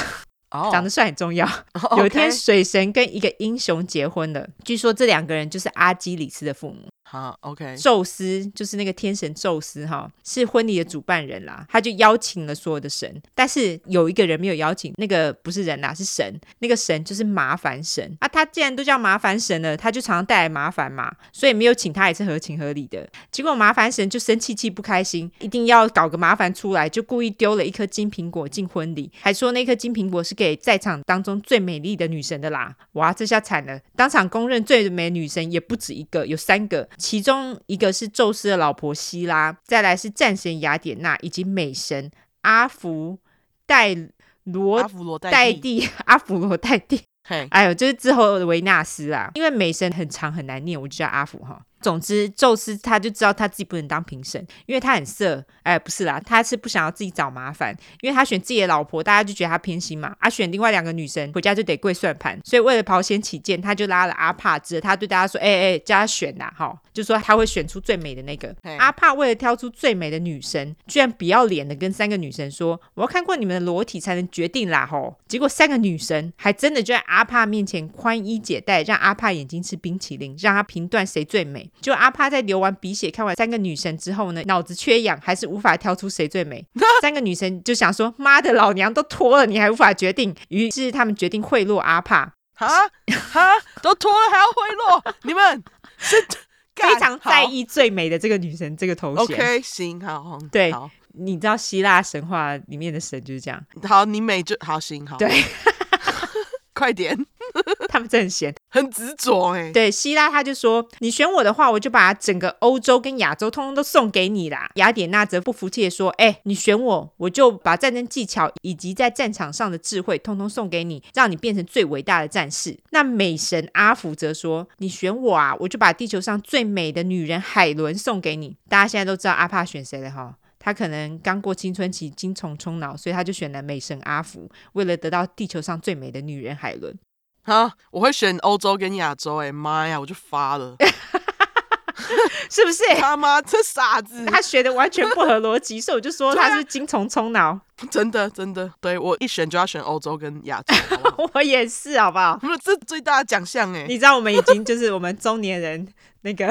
S1: 哦
S2: 长得帅很重要。
S1: OK
S2: 有一天，水神跟一个英雄结婚了，据说这两个人就是阿基里斯的父母。
S1: 好 OK，
S2: 宙斯就是那个天神宙斯哈，是婚礼的主办人啦，他就邀请了所有的神，但是有一个人没有邀请，那个不是人啦，是神，那个神就是麻烦神啊。他既然都叫麻烦神了，他就常常带来麻烦嘛，所以没有请他也是合情合理的。结果麻烦神就生气气不开心，一定要搞个麻烦出来，就故意丢了一颗金苹果进婚礼，还说那颗金苹果是给在场当中最美丽的女神的啦。哇，这下惨了！当场公认最美女神也不止一个，有三个，其中一个是宙斯的老婆希拉，再来是战神雅典娜以及美神阿芙戴
S1: 阿
S2: 罗
S1: 芙罗
S2: 戴
S1: 代替，
S2: 蒂 阿芙罗戴蒂。
S1: 嘿，
S2: 哎呦，就是之后的维纳斯啦，因为美声很长很难念，我就叫阿福哈。总之，宙斯他就知道他自己不能当评审，因为他很色。哎，不是啦，他是不想要自己找麻烦，因为他选自己的老婆，大家就觉得他偏心嘛。啊，选另外两个女生，回家就得跪算盘。所以为了保险起见，他就拉了阿帕，指着他对大家说：“哎、哎、叫他选啦，哈，就说他会选出最美的那个。
S1: 嘿”
S2: 阿帕为了挑出最美的女神，居然不要脸的跟三个女生说：“我要看过你们的裸体才能决定啦吼！”结果三个女神还真的就在阿帕面前宽衣解带，让阿帕眼睛吃冰淇淋，让他评断谁最美。就阿帕在流完鼻血、看完三个女神之后呢，脑子缺氧，还是无法挑出谁最美。三个女神就想说：“妈的，老娘都脱了，你还无法决定？”于是他们决定贿赂阿帕，
S1: 哈哈，都脱了还要贿赂，你 们是
S2: 非常在。意最美的这个女神这个头
S1: 干好
S2: 衔。
S1: OK，行，好，
S2: 对
S1: 好，
S2: 你知道希腊神话里面的神就是这样。
S1: 好，你美就好，行，好，
S2: 对，
S1: 快点，
S2: 他们真的很闲。
S1: 很执着哎，
S2: 对，希拉他就说：“你选我的话，我就把整个欧洲跟亚洲通通都送给你啦。”雅典娜则不服气的说：“哎、你选我，我就把战争技巧以及在战场上的智慧通通送给你，让你变成最伟大的战士。”那美神阿芙则说：“你选我啊，我就把地球上最美的女人海伦送给你。”大家现在都知道阿帕选谁了哈。他可能刚过青春期，精虫充脑，所以他就选了美神阿芙，为了得到地球上最美的女人海伦。
S1: 啊，我会选欧洲跟亚洲、哎妈呀，我就发了，
S2: 是不是？
S1: 他妈这傻子，
S2: 他学的完全不合逻辑，所以我就说他是精虫充脑。
S1: 真的真的，对我一选就要选欧洲跟亚洲，好不 好
S2: 我也是，好不好？
S1: 不是这最大的奖项哎，
S2: 你知道我们已经就是我们中年人那个，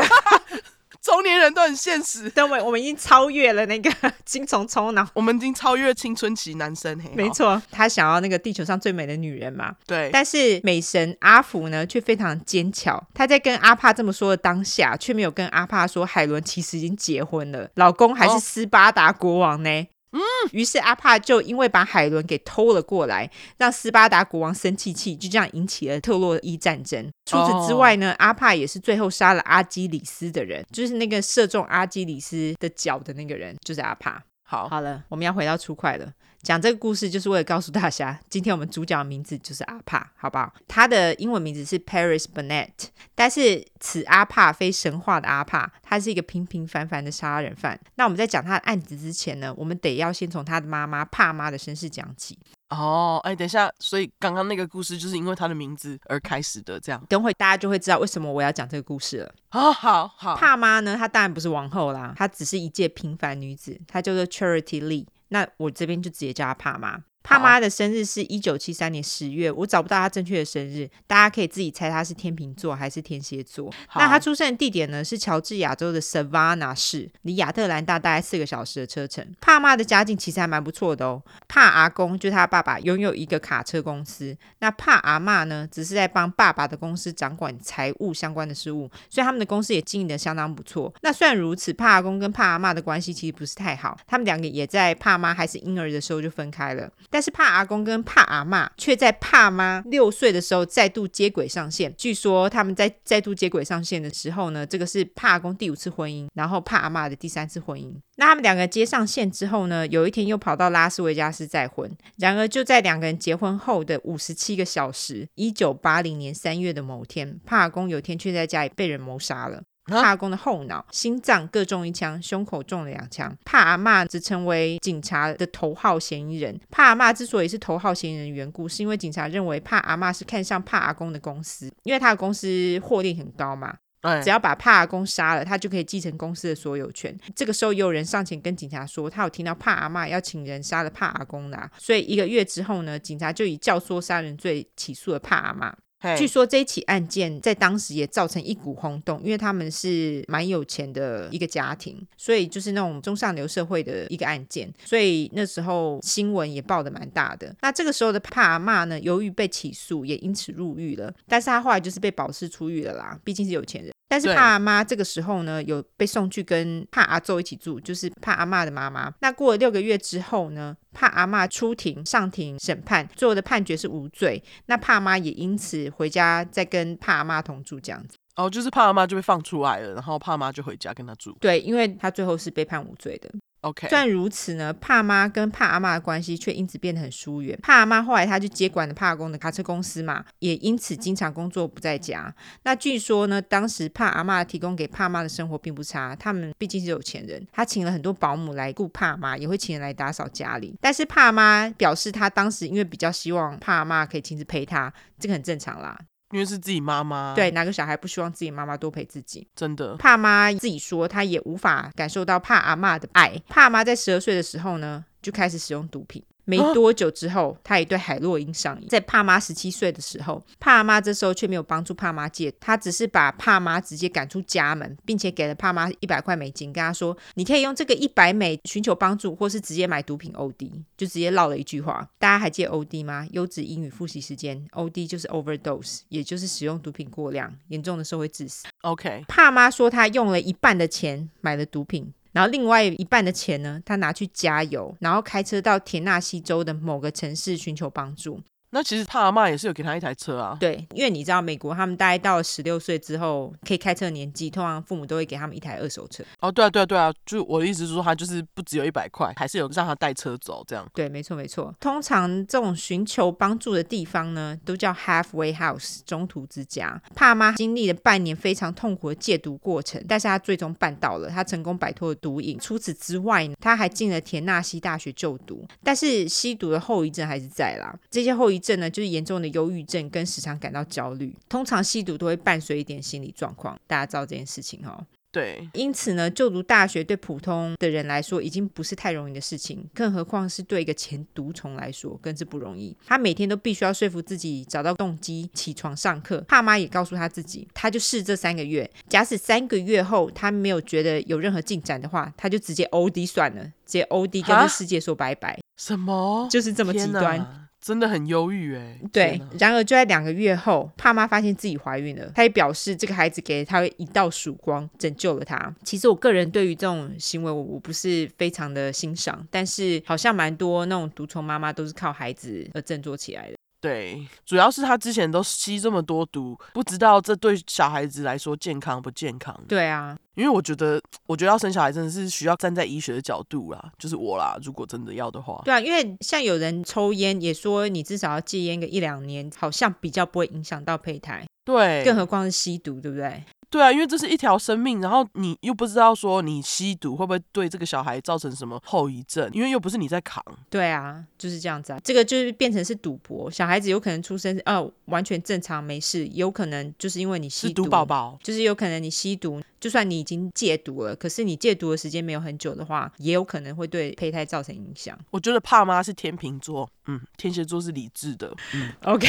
S1: 中年人都很现实，
S2: 等我我们已经超越了那个 精虫充脑。
S1: 我们已经超越青春期男生嘿，
S2: 没
S1: 好，
S2: 错，他想要那个地球上最美的女人嘛，
S1: 对，
S2: 但是美神阿福呢，却非常坚强。他在跟阿帕这么说的当下，却没有跟阿帕说海伦其实已经结婚了，老公还是
S1: 哦
S2: 斯巴达国王呢。嗯，于是阿帕就因为把海伦给偷了过来，让斯巴达国王生气气，就这样引起了特洛伊战争。除此之外
S1: 哦
S2: 呢，阿帕也是最后杀了阿基里斯的人，就是那个射中阿基里斯的脚的那个人，就是阿帕。
S1: 好，
S2: 好了，我们要回到初快了。讲这个故事就是为了告诉大家，今天我们主角的名字就是阿帕，好不好？他的英文名字是 Paris Bennett，但是此阿帕非神话的阿帕，他是一个平平凡凡的杀人犯。那我们在讲他的案子之前呢，我们得要先从他的妈妈帕妈的身世讲起。
S1: 哦，哎、等一下，所以刚刚那个故事就是因为他的名字而开始的，这样
S2: 等会大家就会知道为什么我要讲这个故事了。
S1: 哦，好好，
S2: 帕妈呢，她当然不是王后啦，她只是一介平凡女子，她叫做 Charity Lee。那我这边就直接叫她帕妈。帕妈的生日是一九七三年十月，我找不到她正确的生日，大家可以自己猜她是天秤座还是天蝎座。
S1: 好
S2: 那她出生的地点呢是乔治亚州的 Savannah 市，离亚特兰大大概四个小时的车程。帕妈的家境其实还蛮不错的哦，帕阿公就是他爸爸，拥有一个卡车公司。那帕阿嬷呢，只是在帮爸爸的公司掌管财务相关的事务，所以他们的公司也经营的相当不错。那虽然如此，帕阿公跟帕阿嬷的关系其实不是太好，他们两个也在帕妈还是婴儿的时候就分开了。但是帕阿公跟帕阿嬷却在帕妈六岁的时候再度接轨上线。据说他们在再度接轨上线的时候呢，这个是帕阿公第五次婚姻，然后帕阿嬷的第三次婚姻。那他们两个接上线之后呢，有一天又跑到拉斯维加斯再婚。然而就在两个人结婚后的五十七个小时，一九八零年三月的某天，帕阿公有天却在家里被人谋杀了。
S1: 啊
S2: 帕阿公的后脑、心脏各中一枪，胸口中了两枪。帕阿嬷则成为警察的头号嫌疑人。帕阿嬷之所以是头号嫌疑人的缘故，是因为警察认为帕阿嬷是看上帕阿公的公司，因为他的公司获利很高嘛，
S1: 哎、
S2: 只要把帕阿公杀了，他就可以继承公司的所有权。这个时候，也有人上前跟警察说，他有听到帕阿嬷要请人杀了帕阿公啦。所以一个月之后呢，警察就以教唆杀人罪起诉了帕阿嬷。
S1: 嘿
S2: 据说这一起案件在当时也造成一股轰动，因为他们是蛮有钱的一个家庭，所以就是那种中上流社会的一个案件，所以那时候新闻也报的蛮大的。那这个时候的帕阿嬷呢，由于被起诉，也因此入狱了，但是他后来就是被保释出狱了啦，毕竟是有钱人。但是
S1: 对
S2: 帕阿妈这个时候呢，有被送去跟帕阿周一起住，就是帕阿妈的妈妈。那过了六个月之后呢，帕阿妈出庭上庭审判，最后的判决是无罪。那帕妈也因此回家，再跟帕阿妈同住这样子。
S1: 哦，就是帕妈就被放出来了，然后帕妈就回家跟他住。
S2: 对，因为他最后是被判无罪的。
S1: OK，
S2: 虽然如此呢，帕妈跟帕阿妈的关系却因此变得很疏远。帕阿妈后来她就接管了帕阿公的卡车公司嘛，也因此经常工作不在家。那据说呢，当时帕阿妈提供给帕妈的生活并不差，他们毕竟是有钱人，她请了很多保姆来雇帕妈，也会请人来打扫家里。但是帕妈表示，她当时因为比较希望帕妈可以亲自陪她，这个很正常啦。
S1: 因为是自己妈妈，
S2: 对，，哪个小孩不希望自己妈妈多陪自己？
S1: 真的
S2: 帕妈自己说，她也无法感受到帕阿妈的爱。帕妈在十二岁的时候呢，就开始使用毒品。没多久之后，她也对海洛因上瘾。在帕妈十七岁的时候，帕阿妈这时候却没有帮助帕妈戒，她只是把帕妈直接赶出家门，并且给了帕妈一百块美金，跟她说：“你可以用这个一百美寻求帮助，或是直接买毒品 OD。”就直接唠了一句话。大家还记得 OD 吗？优质英语复习时间，OD 就是 overdose，也就是使用毒品过量，严重的时候会致死。
S1: OK，
S2: 帕妈说她用了一半的钱买了毒品，然后另外一半的钱呢，她拿去加油，然后开车到田纳西州的某个城市寻求帮助。
S1: 那其实帕妈也是有给他一台车啊，
S2: 对，因为你知道美国他们大概到了十六岁之后可以开车的年纪，通常父母都会给他们一台二手车。
S1: 哦，对啊，对啊，对啊，就我的意思是说，他就是不只有一百块，还是有让他带车走这样。
S2: 对，没错没错。通常这种寻求帮助的地方呢，都叫 halfway house 中途之家。帕妈经历了半年非常痛苦的戒毒过程，但是她最终办到了，她成功摆脱了毒瘾。除此之外呢，她还进了田纳西大学就读，但是吸毒的后遗症还是在啦。这些后遗郁症呢，就是严重的忧郁症跟时常感到焦虑，通常吸毒都会伴随一点心理状况，大家知道这件事情哈、哦。
S1: 对，
S2: 因此呢，就读大学对普通的人来说已经不是太容易的事情，更何况是对一个前毒虫来说更是不容易。他每天都必须要说服自己找到动机起床上课。爸妈也告诉他自己，他就试这三个月，假使三个月后他没有觉得有任何进展的话，他就直接 OD 算了，直接 OD 跟
S1: 哈
S2: 这世界说拜 拜，
S1: 什么？
S2: 就是这么极
S1: 天哪
S2: 端。，
S1: 真的很忧郁哎。
S2: 对
S1: 天哪，
S2: 然而就在两个月后，帕妈发现自己怀孕了，她也表示这个孩子给她一道曙光，拯救了她。其实我个人对于这种行为，我我不是非常的欣赏，但是好像蛮多那种毒虫妈妈都是靠孩子而振作起来的。
S1: 对，主要是他之前都吸这么多毒，不知道这对小孩子来说健康不健康。
S2: 对啊，
S1: 因为我觉得，我觉得要生小孩真的是需要站在医学的角度啦，就是我啦，如果真的要的话，
S2: 对啊，因为像有人抽烟也说，你至少要戒烟个一两年，好像比较不会影响到胚胎，
S1: 对，
S2: 更何况是吸毒，对不对？
S1: 对啊，因为这是一条生命，然后你又不知道说你吸毒会不会对这个小孩造成什么后遗症，因为又不是你在扛，
S2: 对啊，就是这样子啊，这个就是变成是赌博。小孩子有可能出生呃完全正常没事，有可能就是因为你吸
S1: 是
S2: 毒
S1: 毒宝，宝。
S2: 就是有可能你吸毒，就算你已经戒毒了，可是你戒毒的时间没有很久的话，也有可能会对胚胎造成影响。
S1: 我觉得帕妈是天秤座，嗯，天蝎座是理智 的，嗯，
S2: OK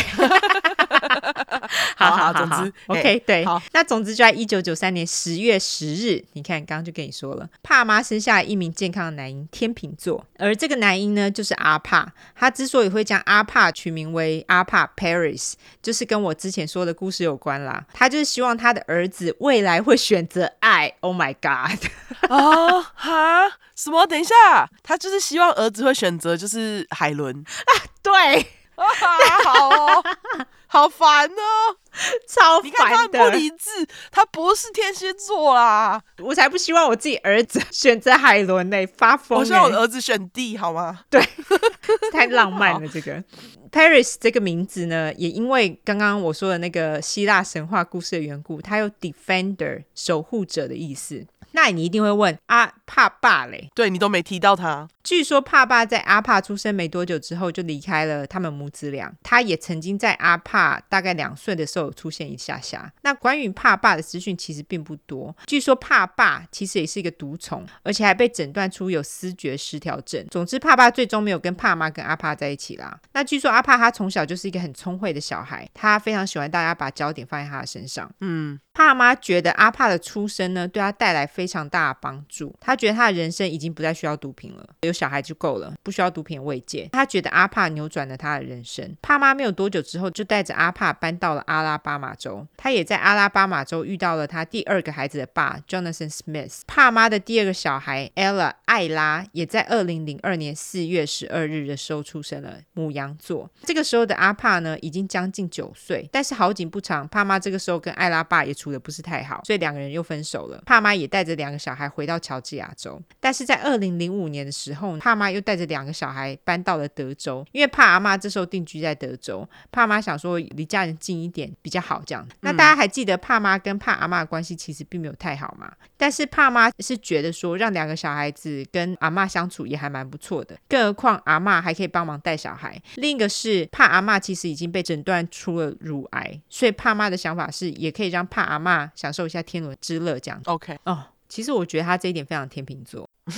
S1: 好好
S2: 好
S1: 总之嘿
S2: OK，对，
S1: 好
S2: 那总之就在一九九三年十月十日，你看刚刚就跟你说了，帕妈生下一名健康的男婴，天秤座，而这个男婴呢就是阿帕，他之所以会将阿帕取名为阿帕 Paris，就是跟我之前说的故事有关啦，他就是希望他的儿子未来会选择爱，Oh my God，
S1: 啊哈什么？等一下，他就是希望儿子会选择就是海伦，
S2: 对，
S1: 啊，好 哦，好烦哦，
S2: 超
S1: 你看他
S2: 烦
S1: 很不
S2: 的，
S1: 理智，他不是天蝎座啊啦，
S2: 我才不希望我自己儿子 选择海伦呢、发疯、欸，
S1: 我希望我的儿子选 D 好吗？
S2: 太浪漫了，这个 Paris 这个名字呢，也因为刚刚我说的那个希腊神话故事的缘故，它有 defender 守护者的意思。那你一定会问啊，帕爸嘞？
S1: 对你都没提到他，
S2: 据说帕爸在阿帕出生没多久之后就离开了他们母子俩。他也曾经在阿帕大概两岁的时候有出现一下下。那关于帕爸的资讯其实并不多。据说帕爸其实也是一个毒虫，而且还被诊断出有思觉失调症。总之，帕爸最终没有跟帕妈跟阿帕在一起啦。那据说阿帕他从小就是一个很聪慧的小孩，他非常喜欢大家把焦点放在他的身上。
S1: 嗯，
S2: 帕妈觉得阿帕的出生呢，对他带来非常大的帮助。他觉得他的人生已经不再需要毒品了，有小孩就够了，不需要毒品慰藉。他觉得阿帕扭转了他的人生。帕妈没有多久之后，就带着阿帕搬到了阿拉巴马州。他也在阿拉巴马州遇到了他第二个孩子的爸 Jonathan Smith。帕妈的第二个小孩 Ella 艾拉也在二零零二年四月十二日的时候出生了，母羊座。这个时候的阿帕呢，已经将近九岁，但是好景不长，帕妈这个时候跟艾拉爸也处的不是太好，所以两个人又分手了。帕妈也带着两个小孩回到乔治亚州，但是在二零零五年的时候，帕妈又带着两个小孩搬到了德州，因为帕阿妈这时候定居在德州，帕妈想说离家人近一点比较好，这样。那大家还记得帕妈跟帕阿妈的关系其实并没有太好嘛？但是帕妈是觉得说，让两个小孩子跟阿嬷相处也还蛮不错的，更何况阿嬷还可以帮忙带小孩。另一个是帕阿嬷其实已经被诊断出了乳癌，所以帕妈的想法是，也可以让帕阿嬷享受一下天伦之乐这样子。
S1: OK，
S2: 哦，其实我觉得他这一点非常天秤座。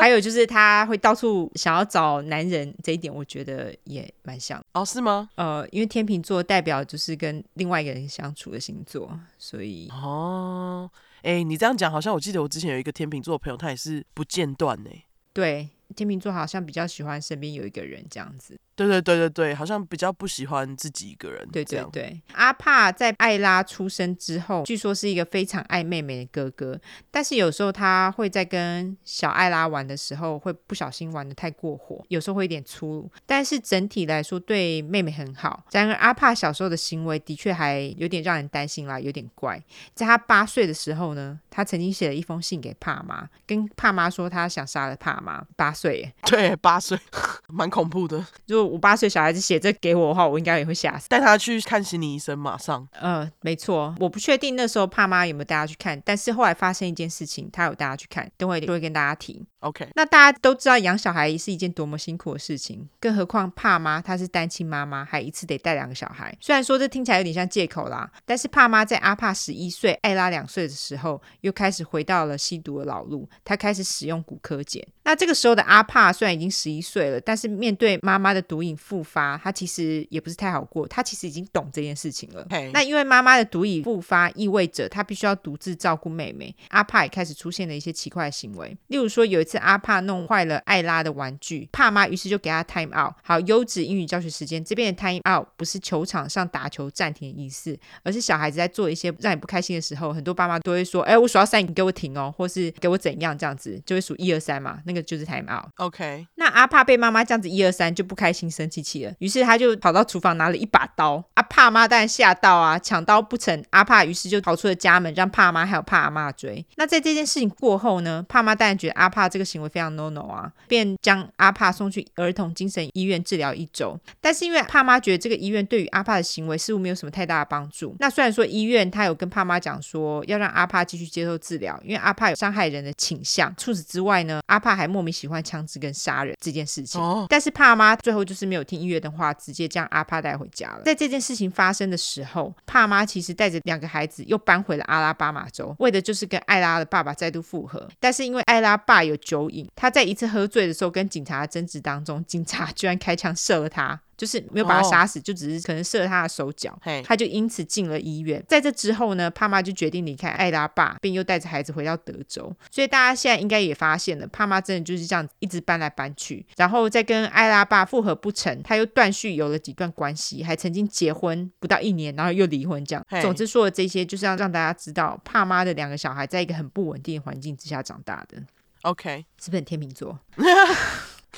S2: 还有就是他会到处想要找男人，这一点我觉得也蛮像。
S1: 哦，是吗？
S2: 呃，因为天秤座代表就是跟另外一个人相处的星座，所以
S1: 哦，哎、你这样讲，好像我记得我之前有一个天秤座的朋友，他也是不间断欸呢。
S2: 对天秤座好像比较喜欢身边有一个人这样子。
S1: 对对对对对，好像比较不喜欢自己一个人，
S2: 对
S1: 这
S2: 对
S1: 样
S2: 对，阿帕在艾拉出生之后，据说是一个非常爱妹妹的哥哥，但是有时候他会在跟小艾拉玩的时候，会不小心玩的太过火，有时候会有点粗鲁，但是整体来说对妹妹很好。然而阿帕小时候的行为的确还有点让人担心啦，有点怪。在他八岁的时候呢，他曾经写了一封信给帕妈，跟帕妈说他想杀了帕妈。八岁耶，
S1: 对，八岁， 蛮恐怖的。
S2: 如果我八岁小孩子写这给我的话，我应该也会吓死。
S1: 带他去看心理医生，马上。
S2: 呃，没错，我不确定那时候帕妈有没有带他去看，但是后来发生一件事情，他有带他去看，等会就会跟大家提。
S1: OK，
S2: 那大家都知道养小孩是一件多么辛苦的事情，更何况帕妈她是单亲妈妈，还一次得带两个小孩。虽然说这听起来有点像借口啦，但是帕妈在阿帕十一岁、艾拉两岁的时候，又开始回到了吸毒的老路，她开始使用骨科碱。那这个时候的阿帕虽然已经十一岁了，但是面对妈妈的毒瘾复发，她其实也不是太好过。她其实已经懂这件事情了。
S1: 嘿
S2: 那因为妈妈的毒瘾复发，意味着她必须要独自照顾妹妹。阿帕也开始出现了一些奇怪的行为，例如说有一次阿帕弄坏了艾拉的玩具，帕妈于是就给她 time out。好，优质英语教学时间这边的 time out 不是球场上打球暂停的意思，而是小孩子在做一些让你不开心的时候，很多爸妈都会说：“哎、我数到三，你给我停哦，或是给我怎样这样子，就会数一二三嘛，那个就是 time out。”
S1: OK，
S2: 那阿帕被妈妈这样子一二三就不开心生气气了，于是他就跑到厨房拿了一把刀。阿帕妈当然吓到啊，抢刀不成，阿帕于是就逃出了家门，让帕妈还有帕阿妈追。那在这件事情过后呢，帕妈当然觉得阿帕这个行为非常 no no 啊，便将阿帕送去儿童精神医院治疗一周。但是因为帕妈觉得这个医院对于阿帕的行为似乎没有什么太大的帮助。那虽然说医院他有跟帕妈讲说要让阿帕继续接受治疗，因为阿帕有伤害人的倾向。除此之外呢，阿帕还莫名喜欢枪支跟杀人这件事情。
S1: 哦，
S2: 但是帕妈最后就是没有听医院的话，直接将阿帕带回家了。在这件事情发生的时候，帕妈其实带着两个孩子又搬回了阿拉巴马州，为的就是跟艾拉的爸爸再度复合。但是因为艾拉爸有酒瘾，他在一次喝醉的时候跟警察争执当中，警察居然开枪射了他。就是没有把他杀死就只是可能射了他的手脚
S1: 嘿
S2: 他就因此进了医院。在这之后呢，帕妈就决定离开艾拉爸，并又带着孩子回到德州。所以大家现在应该也发现了，帕妈真的就是这样一直搬来搬去，然后再跟艾拉爸复合不成，他又断续有了几段关系，还曾经结婚不到一年，然后又离婚这样
S1: 嘿。
S2: 总之说的这些，就是要让大家知道，帕妈的两个小孩在一个很不稳定的环境之下长大的，
S1: OK，
S2: 是不是很天秤座？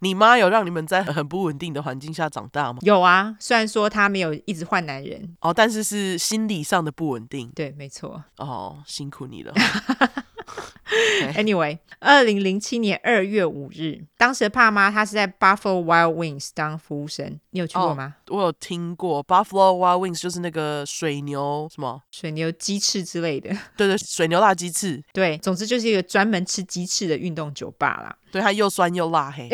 S1: 你妈有让你们在很不稳定的环境下长大吗？
S2: 有啊，虽然说他没有一直换男人，
S1: 哦，但是是心理上的不稳定
S2: 对，没错。
S1: 哦，辛苦你了。
S2: Anyway，二零零七年二月五日，当时的帕妈她是在 Buffalo Wild Wings 当服务生，你有去过吗
S1: 我有听过 Buffalo Wild Wings，就是那个水牛什么？
S2: 水牛鸡翅之类的，
S1: 对对，水牛辣鸡翅，
S2: 对，总之就是一个专门吃鸡翅的运动酒吧啦。
S1: 对它又酸又辣，嘿，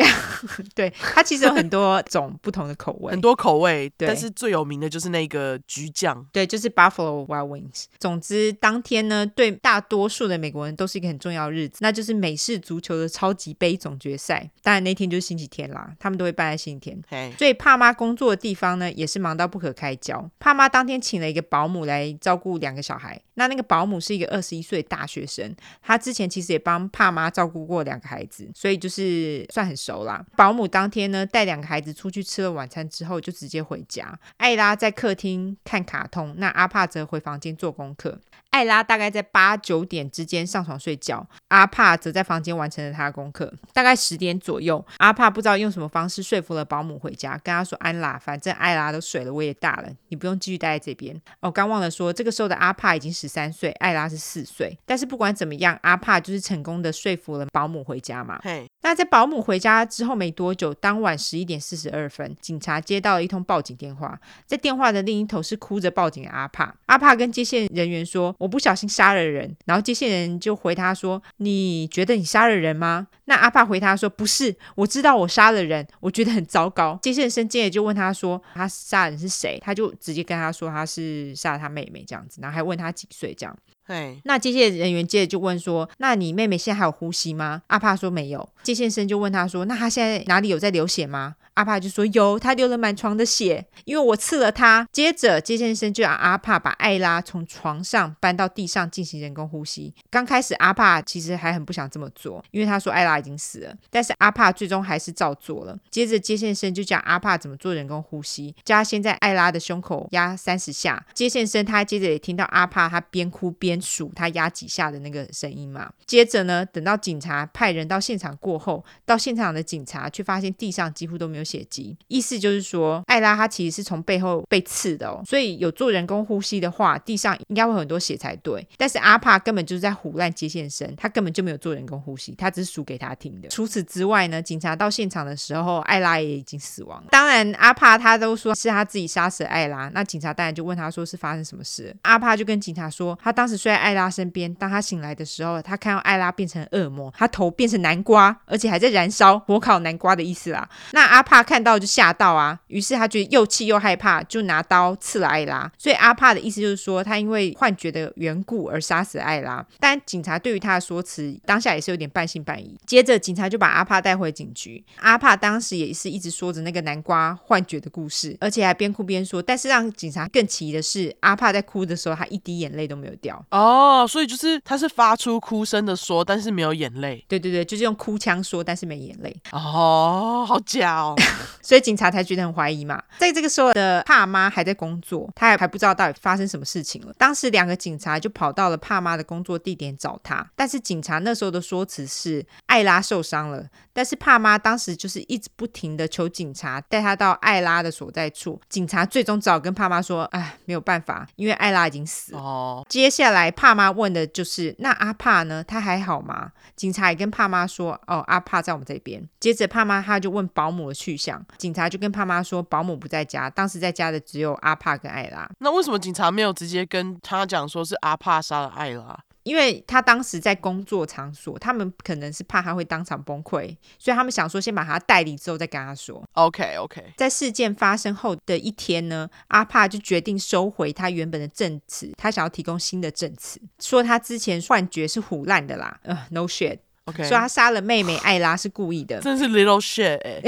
S2: 对，它其实有很多种不同的口味
S1: 很，多口味，
S2: 对
S1: 但是最有名的就是那个橘酱。
S2: 对，就是 Buffalo Wild Wings。总之，当天呢，对大多数的美国人都是一个很重要的日子，那就是美式足球的超级杯总决赛。当然，那天就是星期天啦，他们都会办在星期天。
S1: 嘿，
S2: 所以帕妈工作的地方呢，也是忙到不可开交。帕妈当天请了一个保姆来照顾两个小孩，那那个保姆是一个二十一岁的大学生，她之前其实也帮帕妈照顾过两个孩子，所以就是算很熟啦。保姆当天呢，带两个孩子出去吃了晚餐之后，就直接回家。艾拉在客厅看卡通，那阿帕则回房间做功课。艾拉大概在八九点之间上床睡觉，阿帕则在房间完成了他的功课。大概十点左右，阿帕不知道用什么方式说服了保姆回家，跟他说：“安啦，反正艾拉都睡了，我也大了，你不用继续待在这边。”哦，刚忘了说，这个时候的阿帕已经十三岁，艾拉是四岁。但是不管怎么样，阿帕就是成功的说服了保姆回家嘛。
S1: 嘿，
S2: 那在保姆回家之后没多久，当晚十一点四十二分，警察接到了一通报警电话，在电话的另一头是哭着报警的阿帕。阿帕跟接线人员说：“我不小心杀了人。”然后接线人就回他说：“你觉得你杀了人吗？”那阿帕回他说：“不是，我知道我杀了人，我觉得很糟糕。”接线生接着就问他说：“他杀人是谁？”他就直接跟他说他是杀了他妹妹这样子，然后还问他几岁这样。
S1: 嘿，
S2: 那接线人员接着就问说：“那你妹妹现在还有呼吸吗？”阿帕说没有。接线生就问他说：“那她现在哪里有在流血吗？”阿帕就说：“有，她流了满床的血，因为我刺了她。”接着接线生就让阿帕把艾拉从床上搬到地上进行人工呼吸。刚开始阿帕其实还很不想这么做，因为他说艾拉已经死了，但是阿帕最终还是照做了。接着接线生就教阿帕怎么做人工呼吸，叫他先在艾拉的胸口压三十下。接线生他接着也听到阿帕他边哭边数他压几下的那个声音嘛。接着呢，等到警察派人到现场过后，到现场的警察却发现地上几乎都没有血机，意思就是说，艾拉她其实是从背后被刺的哦，所以有做人工呼吸的话，地上应该会有很多血才对。但是阿帕根本就是在胡乱接线生，他根本就没有做人工呼吸，他只是数给他听的。除此之外呢，警察到现场的时候，艾拉也已经死亡了。当然，阿帕他都说是他自己杀死艾拉，那警察当然就问他说是发生什么事了。阿帕就跟警察说，他当时睡在艾拉身边，当他醒来的时候，他看到艾拉变成恶魔，他头变成南瓜，而且还在燃烧，火烤南瓜的意思啦。那阿帕看到就吓到啊，于是他觉得又气又害怕，就拿刀刺了艾拉。所以阿帕的意思就是说，他因为幻觉的缘故而杀死艾拉。但警察对于他的说辞，当下也是有点半信半疑。接着警察就把阿帕带回警局，阿帕当时也是一直说着那个南瓜幻觉的故事，而且还边哭边说。但是让警察更奇异的是，阿帕在哭的时候，他一滴眼泪都没有掉。
S1: 哦，所以就是他是发出哭声的说，但是没有眼泪。
S2: 对对对，就是用哭腔说，但是没眼泪。
S1: 哦，好假哦。
S2: 所以警察才觉得很怀疑嘛。在这个时候的帕妈还在工作，她也还不知道到底发生什么事情了。当时两个警察就跑到了帕妈的工作地点找她，但是警察那时候的说辞是艾拉受伤了，但是帕妈当时就是一直不停的求警察带她到艾拉的所在处。警察最终只好跟帕妈说：“哎，没有办法，因为艾拉已经死 了。”
S1: 哦，
S2: 接下来帕妈问的就是：“那阿帕呢？他还好吗？”警察也跟帕妈说：“哦，阿帕在我们这边。”接着帕妈她就问保姆的去向，警察就跟帕妈说保姆不在家，当时在家的只有阿帕跟艾拉，
S1: 那为什么警察没有直接跟他讲说是阿帕杀了艾拉？
S2: 因为他当时在工作场所，他们可能是怕他会当场崩溃，所以他们想说先把他带离之后再跟他说。
S1: OK OK，
S2: 在事件发生后的一天呢，阿帕就决定收回他原本的证词，他想要提供新的证词，说他之前幻觉是胡乱的啦，呃，no shit，
S1: OK，
S2: 说他杀了妹妹艾拉是故意 的，
S1: 真是 little shit 哎、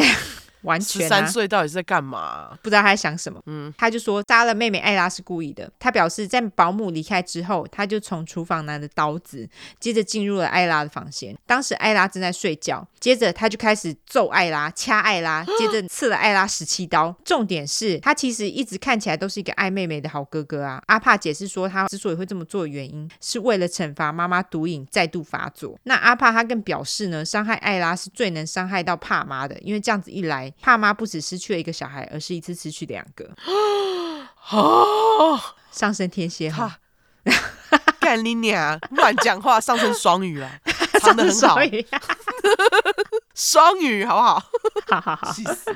S2: 完
S1: 十
S2: 全、
S1: 三
S2: 啊。
S1: 岁到底是在干嘛啊、
S2: 不知道他在想什么，嗯，他就说杀了妹妹艾拉是故意的。他表示，在保姆离开之后，他就从厨房拿着刀子，接着进入了艾拉的房间。当时艾拉正在睡觉，接着他就开始揍艾拉、掐艾拉，接着刺了艾拉十七刀。 重点是他其实一直看起来都是一个爱妹妹的好哥哥啊。阿帕解释说，他之所以会这么做的原因，是为了惩罚妈妈毒瘾再度发作。那阿帕他更表示呢，伤害艾拉是最能伤害到帕妈的，因为这样子一来，帕妈不止失去了一个小孩，而是一次失去两个，
S1: 哦，
S2: 上升天蝎哈。
S1: 他哎干你娘！乱讲话，上升双 语啊，藏的很好，
S2: sorry，
S1: 双语好不 好？
S2: 好好 好。
S1: 气死！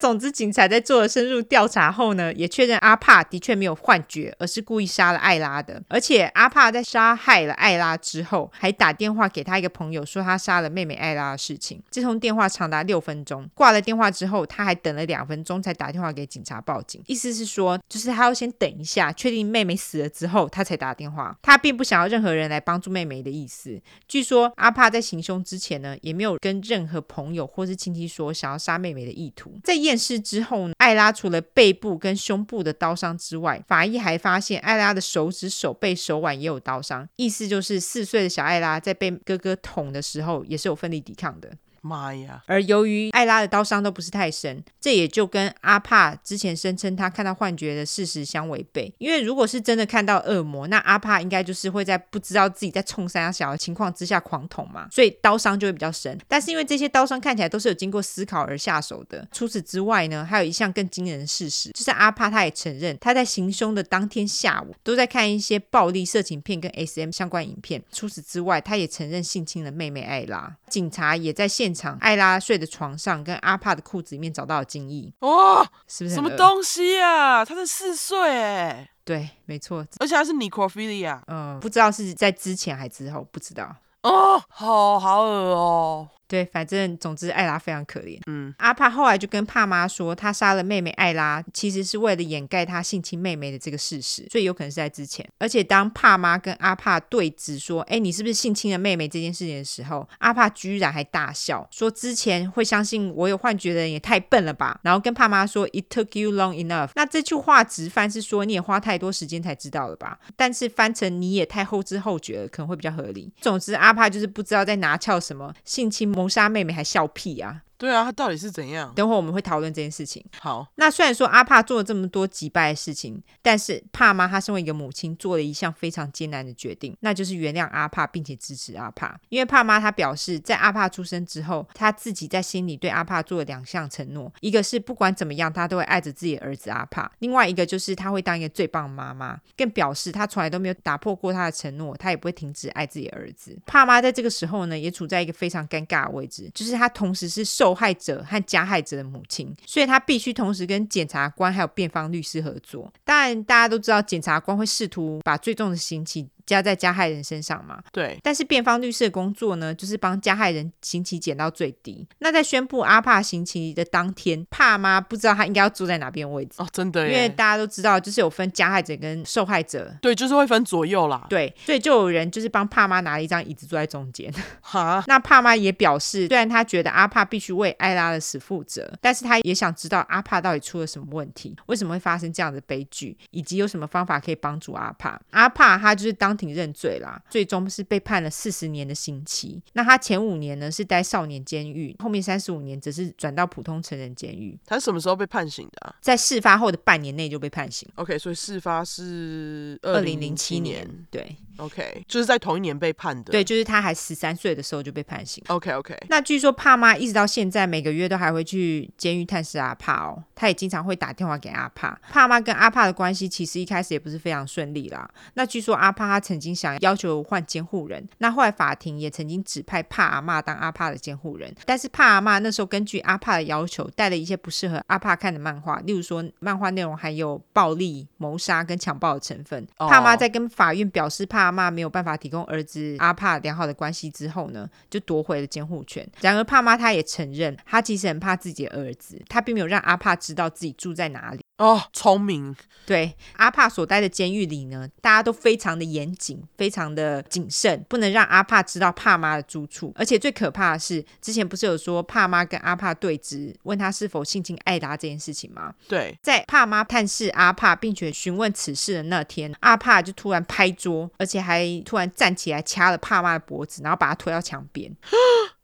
S2: 总之，警察在做了深入调查后呢，也确认阿帕的确没有幻觉，而是故意杀了艾拉的。而且阿帕在杀害了艾拉之后，还打电话给他一个朋友，说他杀了妹妹艾拉的事情。这通电话长达六分钟，挂了电话之后，他还等了两分钟才打电话给警察报警。意思是说，就是他要先等一下，确定妹妹死了之后，他才打电话。他并不想要任何人来帮助妹妹的意思。据说阿帕在行凶之前呢，也没有跟任何朋友或是亲戚说想要杀妹妹的意图。在验尸之后呢，艾拉除了背部跟胸部的刀伤之外，法医还发现艾拉的手指、手背、手腕也有刀伤，意思就是四岁的小艾拉在被哥哥捅的时候，也是有奋力抵抗的。
S1: 妈呀！
S2: 而由于艾拉的刀伤都不是太深，这也就跟阿帕之前声称他看到幻觉的事实相违背。因为如果是真的看到恶魔，那阿帕应该就是会在不知道自己在冲山啊小的情况之下狂捅嘛，所以刀伤就会比较深。但是因为这些刀伤看起来都是有经过思考而下手的。除此之外呢，还有一项更惊人的事实，就是阿帕他也承认他在行凶的当天下午都在看一些暴力色情片跟 SM 相关影片。除此之外，他也承认性侵了妹妹艾拉。警察也在现场艾拉睡的床上跟阿帕的裤子里面找到了精液，
S1: 哇，
S2: 是不
S1: 哦
S2: 是
S1: 什
S2: 很
S1: 么
S2: 恶？
S1: 东西啊？他才四岁哎，
S2: 对，没错。
S1: 而且他是 necrophilia。
S2: 嗯，不知道是在之前还之后，不知道。
S1: 哦，好好恶哦。
S2: 对，反正总之艾拉非常可怜。
S1: 嗯，
S2: 阿帕后来就跟帕妈说，他杀了妹妹艾拉，其实是为了掩盖他性侵妹妹的这个事实，所以有可能是在之前。而且当帕妈跟阿帕对峙说：“哎，你是不是性侵了妹妹这件事情”的时候，阿帕居然还大笑，说之前会相信我有幻觉的人也太笨了吧。然后跟帕妈说：“It took you long enough。”那这句话直翻是说你也花太多时间才知道了吧？但是翻成你也太后知后觉了，可能会比较合理。总之，阿帕就是不知道在拿翘什么，性侵谋杀妹妹还笑屁啊！
S1: 对啊，它到底是怎样？
S2: 等会我们会讨论这件事情。
S1: 好，
S2: 那虽然说阿帕做了这么多击败的事情，但是帕妈她身为一个母亲，做了一项非常艰难的决定，那就是原谅阿帕，并且支持阿帕。因为帕妈她表示，在阿帕出生之后，她自己在心里对阿帕做了两项承诺，一个是不管怎么样，她都会爱着自己的儿子阿帕；另外一个就是她会当一个最棒的妈妈，更表示她从来都没有打破过她的承诺，她也不会停止爱自己的儿子。帕妈在这个时候呢，也处在一个非常尴尬的位置，就是她同时是受害者和加害者的母亲，所以她必须同时跟检察官还有辩方律师合作。当然，大家都知道检察官会试图把最重的刑期加在加害人身上嘛，
S1: 对，
S2: 但是辩方律师的工作呢，就是帮加害人刑期减到最低。那在宣布阿帕刑期的当天，帕妈不知道她应该要坐在哪边的位置，
S1: 哦，真的
S2: 因
S1: 耶，
S2: 为大家都知道，就是有分加害者跟受害者。
S1: 对，就是会分左右啦。
S2: 对，所以就有人就是帮帕妈拿了一张椅子坐在中间。
S1: 哈，
S2: 那帕妈也表示，虽然她觉得阿帕必须为艾拉的死负责，但是她也想知道阿帕到底出了什么问题，为什么会发生这样的悲剧，以及有什么方法可以帮助阿帕。阿帕他就是当庭认罪啦，最终是被判了四十年的刑期。那他前五年呢是待少年监狱，后面三十五年则是转到普通成人监狱，
S1: 他是什么时候被判刑的、啊、
S2: 在事发后的半年内就被判刑。
S1: ？OK，所以事发是
S2: 二
S1: 二
S2: 零零七
S1: 七
S2: 年，对
S1: OK，就是在同一年被判的。
S2: 对，就是他还十三岁的时候就被判刑。
S1: ，OK OK，
S2: 那据说帕妈一直到现在每个月都还会去监狱探视阿帕哦，她也经常会打电话给阿帕。帕妈跟阿帕的关系其实一开始也不是非常顺利啦。那据说阿帕他曾经想要求换监护人，那后来法庭也曾经指派帕阿妈当阿帕的监护人，但是帕阿妈那时候根据阿帕的要求带了一些不适合阿帕看的漫画，例如说漫画内容含有暴力、谋杀跟强暴的成分。
S1: 哦
S2: 帕妈在跟法院表示帕阿妈没有办法提供儿子阿帕良好的关系之后呢，就夺回了监护权。然而帕妈她也承认，她其实很怕自己的儿子，她并没有让阿帕知道自己住在哪里。
S1: 哦，聪明，
S2: 对，阿帕所待的监狱里呢，大家都非常的严谨，非常的谨慎，不能让阿帕知道帕妈的住处。而且最可怕的是，之前不是有说帕妈跟阿帕对峙，问他是否性侵艾达这件事情吗？
S1: 对，
S2: 在帕妈探视阿帕，并且询问此事的那天，阿帕就突然拍桌，而且还突然站起来掐了帕妈的脖子，然后把她推到墙边。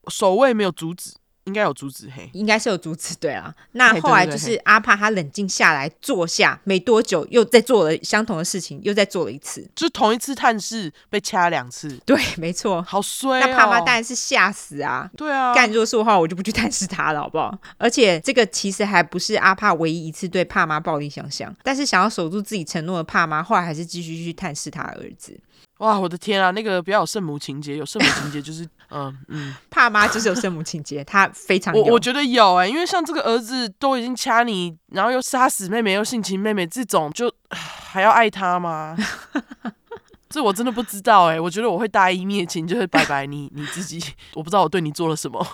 S1: 守卫没有阻止，应该有阻止嘿。
S2: 应该是有阻止对啊。那
S1: 嘿
S2: 后来
S1: 对
S2: 就
S1: 对
S2: 是阿帕他冷静下来坐下，没多久又再做了相同的事情，又再做了一次。
S1: 就是同一次探视被掐两次，
S2: 对，没错。
S1: 好衰、哦。
S2: 那帕妈当然是吓死啊！
S1: 对啊，
S2: 干若是我的话，我就不去探视他了，好不好？而且这个其实还不是阿帕唯一一次对帕妈暴力相向，但是想要守住自己承诺的帕妈，后来还是继续去探视他儿子。
S1: 哇，我的天啊，那个不要有圣母情节，有圣母情节 就是，嗯嗯，
S2: 帕妈就是有圣母情节， 她非常
S1: 我
S2: 嗯有。
S1: 我觉得有哎、因为像这个儿子都已经掐你，然后又杀死妹妹，又性侵妹妹，这种就唉还要爱他 吗？这我真的不知道哎、我觉得我会大义灭亲，就是拜拜你你自己，我不知道我对你做了什么。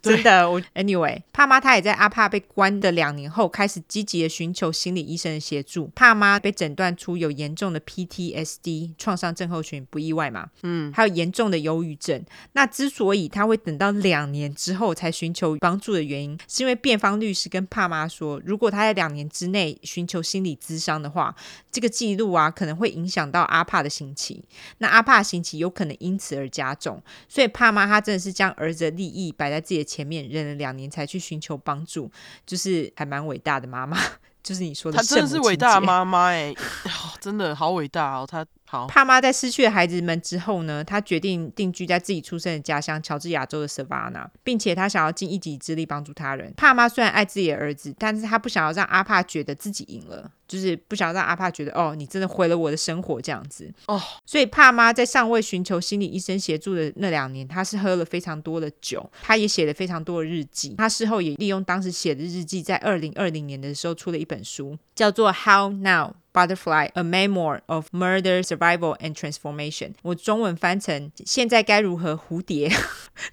S1: 对
S2: 真的，我 anyway，帕妈她也在阿帕被关的两年后，开始积极的寻求心理医生的协助。帕妈被诊断出有严重的 PTSD 创伤症候群，不意外嘛？嗯，还有严重的忧郁症。那之所以她会等到两年之后才寻求帮助的原因，是因为辩方律师跟帕妈说，如果她在两年之内寻求心理咨商的话，这个记录啊可能会影响到阿帕的刑期，那阿帕的刑期有可能因此而加重。所以帕妈她真的是将儿子的利益摆在自己的前面，忍了两年才去寻求帮助，就是还蛮伟大的妈妈，就是你说的，
S1: 她真的是伟大的？妈妈哎，哦真的好伟大哦！她好
S2: 帕妈在失去了孩子们之后呢，她决定定居在自己出生的家乡乔治亚州的 Savannah，并且她想要尽一己之力帮助他人。帕妈虽然爱自己的儿子，但是她不想要让阿帕觉得自己赢了，就是不想让阿帕觉得哦，你真的毁了我的生活这样子。
S1: 哦，
S2: 所以帕妈在尚未寻求心理医生协助的那两年，她是喝了非常多的酒，她也写了非常多的日记。她事后也利用当时写的日记，在二零二零年的时候出了一本书，叫做《How Now》。Butterfly: A Memoir of Murder, Survival and Transformation。我中文翻成“ 现在该如何蝴蝶”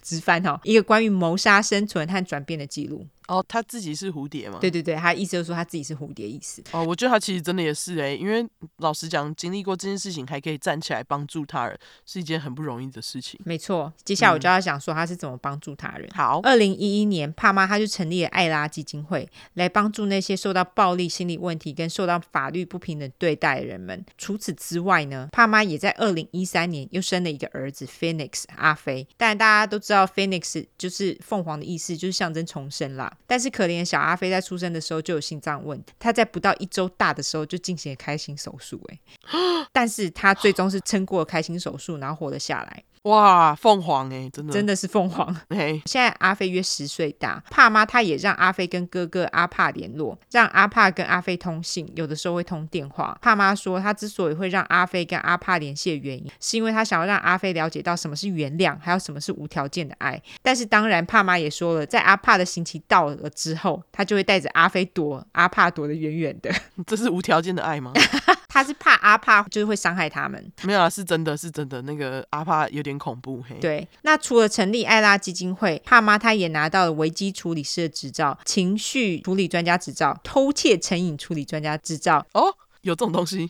S2: 直翻哈、哦，一个关于谋杀、生存和转变的记录。
S1: 哦，他自己是蝴蝶吗？
S2: 对对对，他意思就是说他自己是蝴蝶意思。
S1: 哦，我觉得他其实真的也是诶、因为老实讲，经历过这件事情还可以站起来帮助他人，是一件很不容易的事情。
S2: 没错，接下来我就要想说他是怎么帮助他人。
S1: 好，
S2: 二零一一年，帕妈他就成立了艾拉基金会，来帮助那些受到暴力心理问题跟受到法律不平等对待的人们。除此之外呢，帕妈也在二零一三年又生了一个儿子 Phoenix 阿飞。但大家都知道 Phoenix 就是凤凰的意思，就是象征重生啦。但是可怜的小阿飞在出生的时候就有心脏问题，他在不到一周大的时候就进行了开心手术、欸， 但是他最终是撑过了开心手术，然后活了下来，
S1: 哇，凤凰诶、真的
S2: 真的是凤凰。
S1: 诶、
S2: 现在阿飞约十岁大，帕妈她也让阿飞跟哥哥阿帕联络，让阿帕跟阿飞通信，有的时候会通电话。帕妈说，她之所以会让阿飞跟阿帕联系的原因，是因为她想要让阿飞了解到什么是原谅，还有什么是无条件的爱。但是当然，帕妈也说了，在阿帕的刑期到了之后，她就会带着阿飞躲阿帕躲得远远的，
S1: 这是无条件的爱吗？
S2: 她是怕阿帕就是会伤害他们。
S1: 没有啊，是真的是真的，那个阿帕有点恐怖嘿。
S2: 对，那除了成立艾拉基金会，帕妈她也拿到了危机处理师的执照、情绪处理专家执照、偷窃成瘾处理专家执照，
S1: 哦，有这种东西，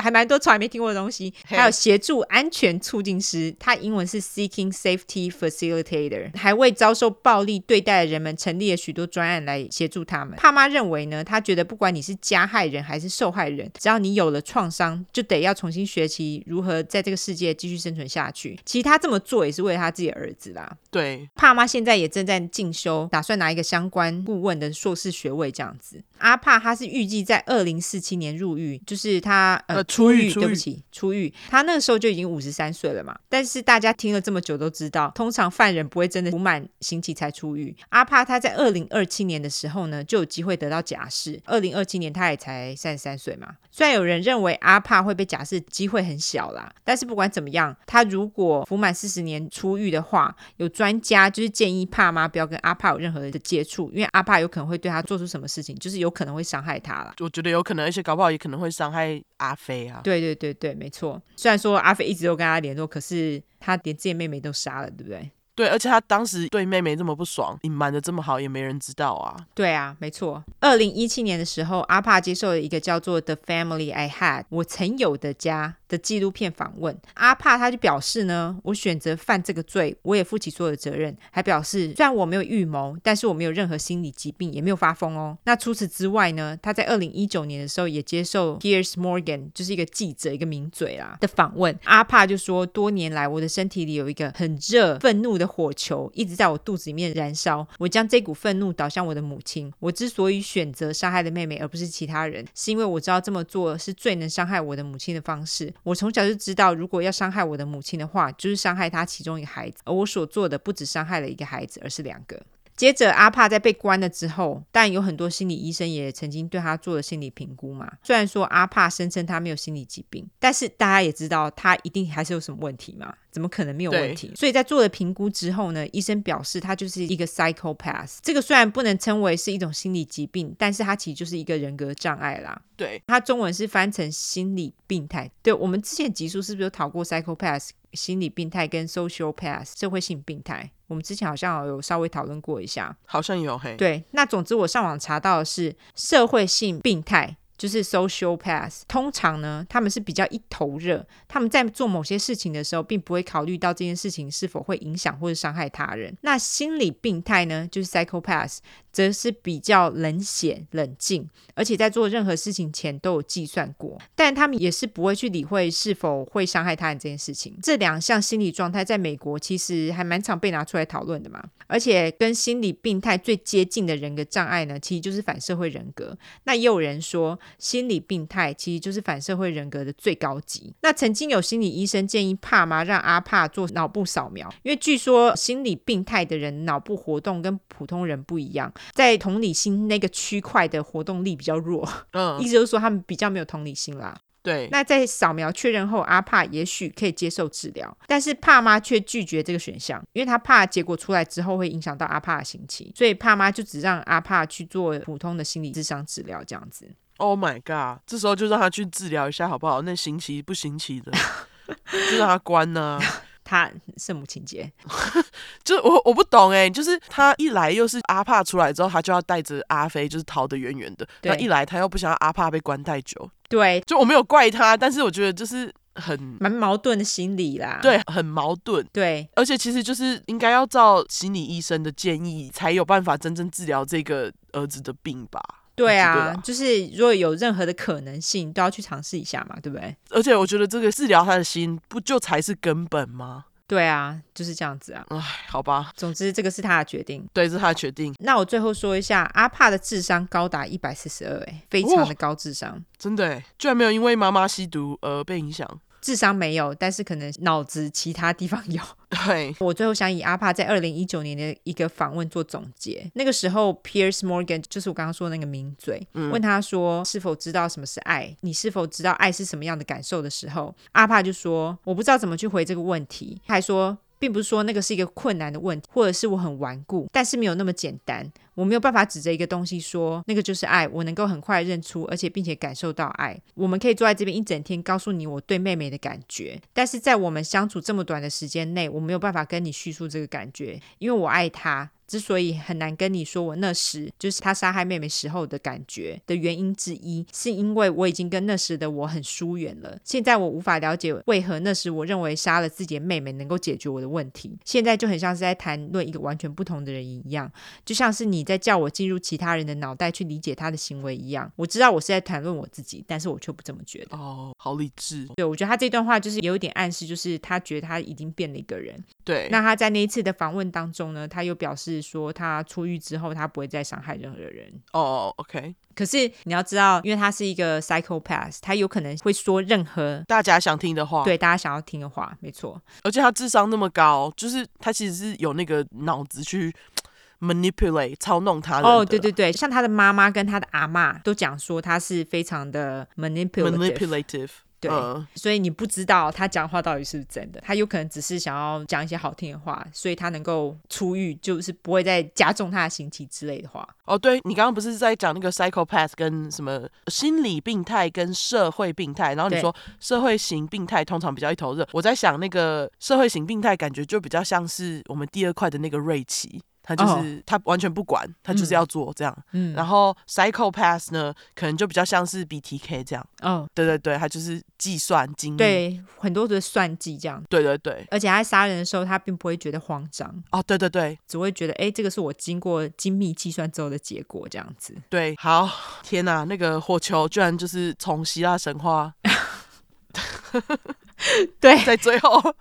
S2: 还蛮多从来没听过的东西。
S1: 嘿
S2: 还有协助安全促进师，他英文是 Seeking Safety Facilitator，还为遭受暴力对待的人们成立了许多专案来协助他们。帕妈认为呢，他觉得不管你是加害人还是受害人，只要你有了创伤，就得要重新学习如何在这个世界继续生存下去。其实他这么做也是为了他自己的儿子啦。
S1: 对，
S2: 帕妈现在也正在进修，打算拿一个相关顾问的硕士学位这样子。阿帕他是预计在二零四七年入狱，就是他呃
S1: 呃出狱出
S2: 对不
S1: 狱
S2: 起，出狱。他那个时候就已经五十三岁了嘛。但是大家听了这么久都知道，通常犯人不会真的服满刑期才出狱。阿帕他在二零二七年的时候呢，就有机会得到假释。二零二七年他也才三十三岁嘛。虽然有人认为阿帕会被假释机会很小啦，但是不管怎么样，他如果服满四十年出狱的话，有专家就是建议帕妈不要跟阿帕有任何的接触，因为阿帕有可能会对他做出什么事情，就是有可能会伤害他啦。
S1: 我觉得有可能，而且搞不好也可能会伤害阿飞啊。
S2: 对对对对，没错。虽然说阿飞一直都跟他联络，可是他连自己的妹妹都杀了，对不对？
S1: 对，而且他当时对妹妹这么不爽，隐瞒的这么好，也没人知道啊。
S2: 对啊，没错。二零一七年的时候，阿帕接受了一个叫做《The Family I Had》我曾有的家的纪录片访问。阿帕他就表示呢，我选择犯这个罪，我也负起所有的责任，还表示虽然我没有预谋，但是我没有任何心理疾病，也没有发疯哦。那除此之外呢，他在二零一九年的时候也接受 Piers Morgan，就是一个记者一个名嘴啦啊的访问。阿帕就说，多年来我的身体里有一个很热、愤怒的火球一直在我肚子里面燃烧，我将这股愤怒导向我的母亲。我之所以选择杀害了妹妹而不是其他人，是因为我知道这么做是最能伤害我的母亲的方式。我从小就知道，如果要伤害我的母亲的话，就是伤害她其中一个孩子，而我所做的不止伤害了一个孩子，而是两个。接着，阿帕在被关了之后，但有很多心理医生也曾经对他做了心理评估嘛。虽然说阿帕声称他没有心理疾病，但是大家也知道他一定还是有什么问题嘛，怎么可能没有问题？所以在做了评估之后呢，医生表示他就是一个 psychopath。这个虽然不能称为是一种心理疾病，但是它其实就是一个人格障碍啦。
S1: 对，
S2: 它中文是翻成心理病态。对我们之前集数是不是有讨过 psychopath 心理病态跟 social path 社会性病态？我们之前好像有稍微讨论过一下。
S1: 好像有嘿。
S2: 对，那总之我上网查到的是社会性病态。就是 social path，通常呢，他们是比较一头热，他们在做某些事情的时候，并不会考虑到这件事情是否会影响或者伤害他人。那心理病态呢，就是 psychopath，则是比较冷血、冷静，而且在做任何事情前都有计算过，但他们也是不会去理会是否会伤害他人这件事情。这两项心理状态在美国其实还蛮常被拿出来讨论的嘛，而且跟心理病态最接近的人格障碍呢，其实就是反社会人格。那也有人说，心理病态其实就是反社会人格的最高级。那曾经有心理医生建议帕妈让阿帕做脑部扫描，因为据说心理病态的人脑部活动跟普通人不一样，在同理心那个区块的活动力比较弱，
S1: 嗯
S2: 意，思就是说他们比较没有同理心啦。
S1: 对，
S2: 那在扫描确认后，阿帕也许可以接受治疗，但是帕妈却拒绝这个选项，因为她怕结果出来之后会影响到阿帕的刑期，所以帕妈就只让阿帕去做普通的心理智商治疗这样子。
S1: Oh my god！这时候就让他去治疗一下好不好？那刑期不刑期的，就让他关呢、
S2: 他圣母情节，
S1: 就是我我不懂哎、就是他一来又是阿帕出来之后，他就要带着阿飞就是逃得远远的。
S2: 对
S1: 那一来他又不想要阿帕被关太久，
S2: 对，
S1: 就我没有怪他，但是我觉得就是很
S2: 蛮矛盾的心理啦。
S1: 对，很矛盾。
S2: 对，
S1: 而且其实就是应该要照心理医生的建议，才有办法真正治疗这个儿子的病吧。
S2: 对
S1: 对
S2: 啊，
S1: 啦
S2: 就是如果有任何的可能性，都要去尝试一下嘛，对不对？
S1: 而且我觉得这个治疗他的心，不就才是根本吗？
S2: 对啊，就是这样子啊。
S1: 唉，好吧，
S2: 总之，这个是他的决定。
S1: 对，这是他的决定，
S2: 那我最后说一下，阿帕的智商高达一百四十二，哎，非常的高智商。
S1: 真的耶，居然没有因为妈妈吸毒而被影响。
S2: 智商没有，但是可能脑子其他地方有。
S1: 对，
S2: 我最后想以阿帕在二零一九年的一个访问做总结。那个时候，Piers Morgan 就是我刚刚说的那个名嘴，问他说是否知道什么是爱，你是否知道爱是什么样的感受的时候，阿帕就说我不知道怎么去回这个问题，他还说。并不是说那个是一个困难的问题，或者是我很顽固，但是没有那么简单。我没有办法指着一个东西说那个就是爱，我能够很快认出，而且并且感受到爱。我们可以坐在这边一整天，告诉你我对妹妹的感觉，但是在我们相处这么短的时间内，我没有办法跟你叙述这个感觉，因为我爱她。之所以很难跟你说我那时就是她杀害妹妹时候的感觉的原因之一，是因为我已经跟那时的我很疏远了。现在我无法了解为何那时我认为杀了自己的妹妹能够解决我的问题，现在就很像是在谈论一个完全不同的人一样。就像是你在叫我进入其他人的脑袋去理解他的行为一样。我知道我是在谈论我自己，但是我却不这么觉得。
S1: 哦，好理智。
S2: 对，我觉得他这段话就是有一点暗示，就是他觉得他已经变了一个人。
S1: 对，
S2: 那他在那一次的访问当中呢，他又表示说，他出狱之后他不会再伤害任何人。
S1: 哦，OK，
S2: 可是你要知道，因为他是一个 psychopath，他有可能会说任何
S1: 大家想听的话，，
S2: 对大家想要听的话。没错，
S1: 而且他智商那么高，就是他其实是有那个脑子去 manipulate 操弄他人的
S2: 哦，对对对，像他的妈妈跟他的阿妈都讲说他是非常的 manipulative。
S1: ，manipulative，
S2: 对，
S1: 嗯
S2: 所以你不知道他讲话到底是不是真的，他有可能只是想要讲一些好听的话，所以他能够出狱，就是不会再加重他的刑期之类的话。
S1: 哦，对你刚刚不是在讲那个 psychopath 跟什么心理病态跟社会病态，然后你
S2: 对
S1: 说社会型病态通常比较一头热，我在想那个社会型病态感觉就比较像是我们第二块的那个瑞奇，他就是、
S2: 哦
S1: 他完全不管，他就是要做这样。
S2: 嗯，
S1: 然后 psychopath 呢，可能就比较像是 BTK 这样，
S2: 哦，
S1: 对对对，他就是计算精密，
S2: 对，很多的算计这样，
S1: 对对对，
S2: 而且他在杀人的时候，他并不会觉得慌张，
S1: 哦，对对对
S2: 只会觉得，哎，这个是我经过精密计算之后的结果，这样子。
S1: 对，好，天哪，那个火球居然就是从希腊神话
S2: 对
S1: 在最后。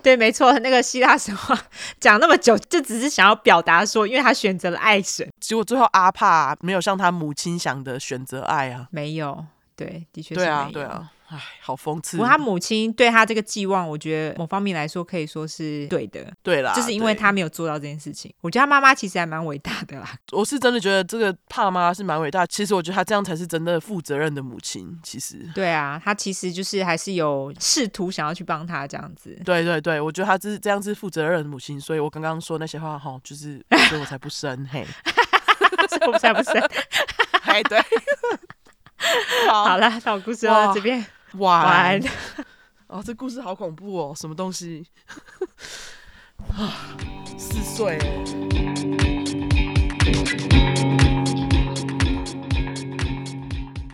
S2: 对，没错，那个希腊神话讲那么久，就只是想要表达说，因为他选择了爱神，
S1: 结果最后阿帕没有像他母亲想的选择爱啊，
S2: 没有，对，的确是
S1: 对啊
S2: 没，
S1: 对
S2: 有
S1: 啊，唉，好讽刺
S2: 不。过他母亲对他这个寄望，我觉得某方面来说可以说是对的，
S1: 对啦，
S2: 就是因为
S1: 对
S2: 他，没有做到这件事情。我觉得他妈妈其实还蛮伟大的啦。
S1: 我是真的觉得这个帕妈是蛮伟大。其实我觉得她这样才是真的负责任的母亲。其实，
S2: 对啊，他其实就是还是有试图想要去帮他这样子。
S1: 对对对，我觉得她这是这样是负责任的母亲，所以我刚刚说那些话哈，就是所以我才不生 嘿，
S2: 所 以我才不是。
S1: 嘿，对，
S2: 好
S1: 好
S2: 了，那我故事就到
S1: 哇
S2: 这边，
S1: 晚
S2: 晚安。
S1: 哦，这故事好恐怖哦，什么东西？啊，四岁耶。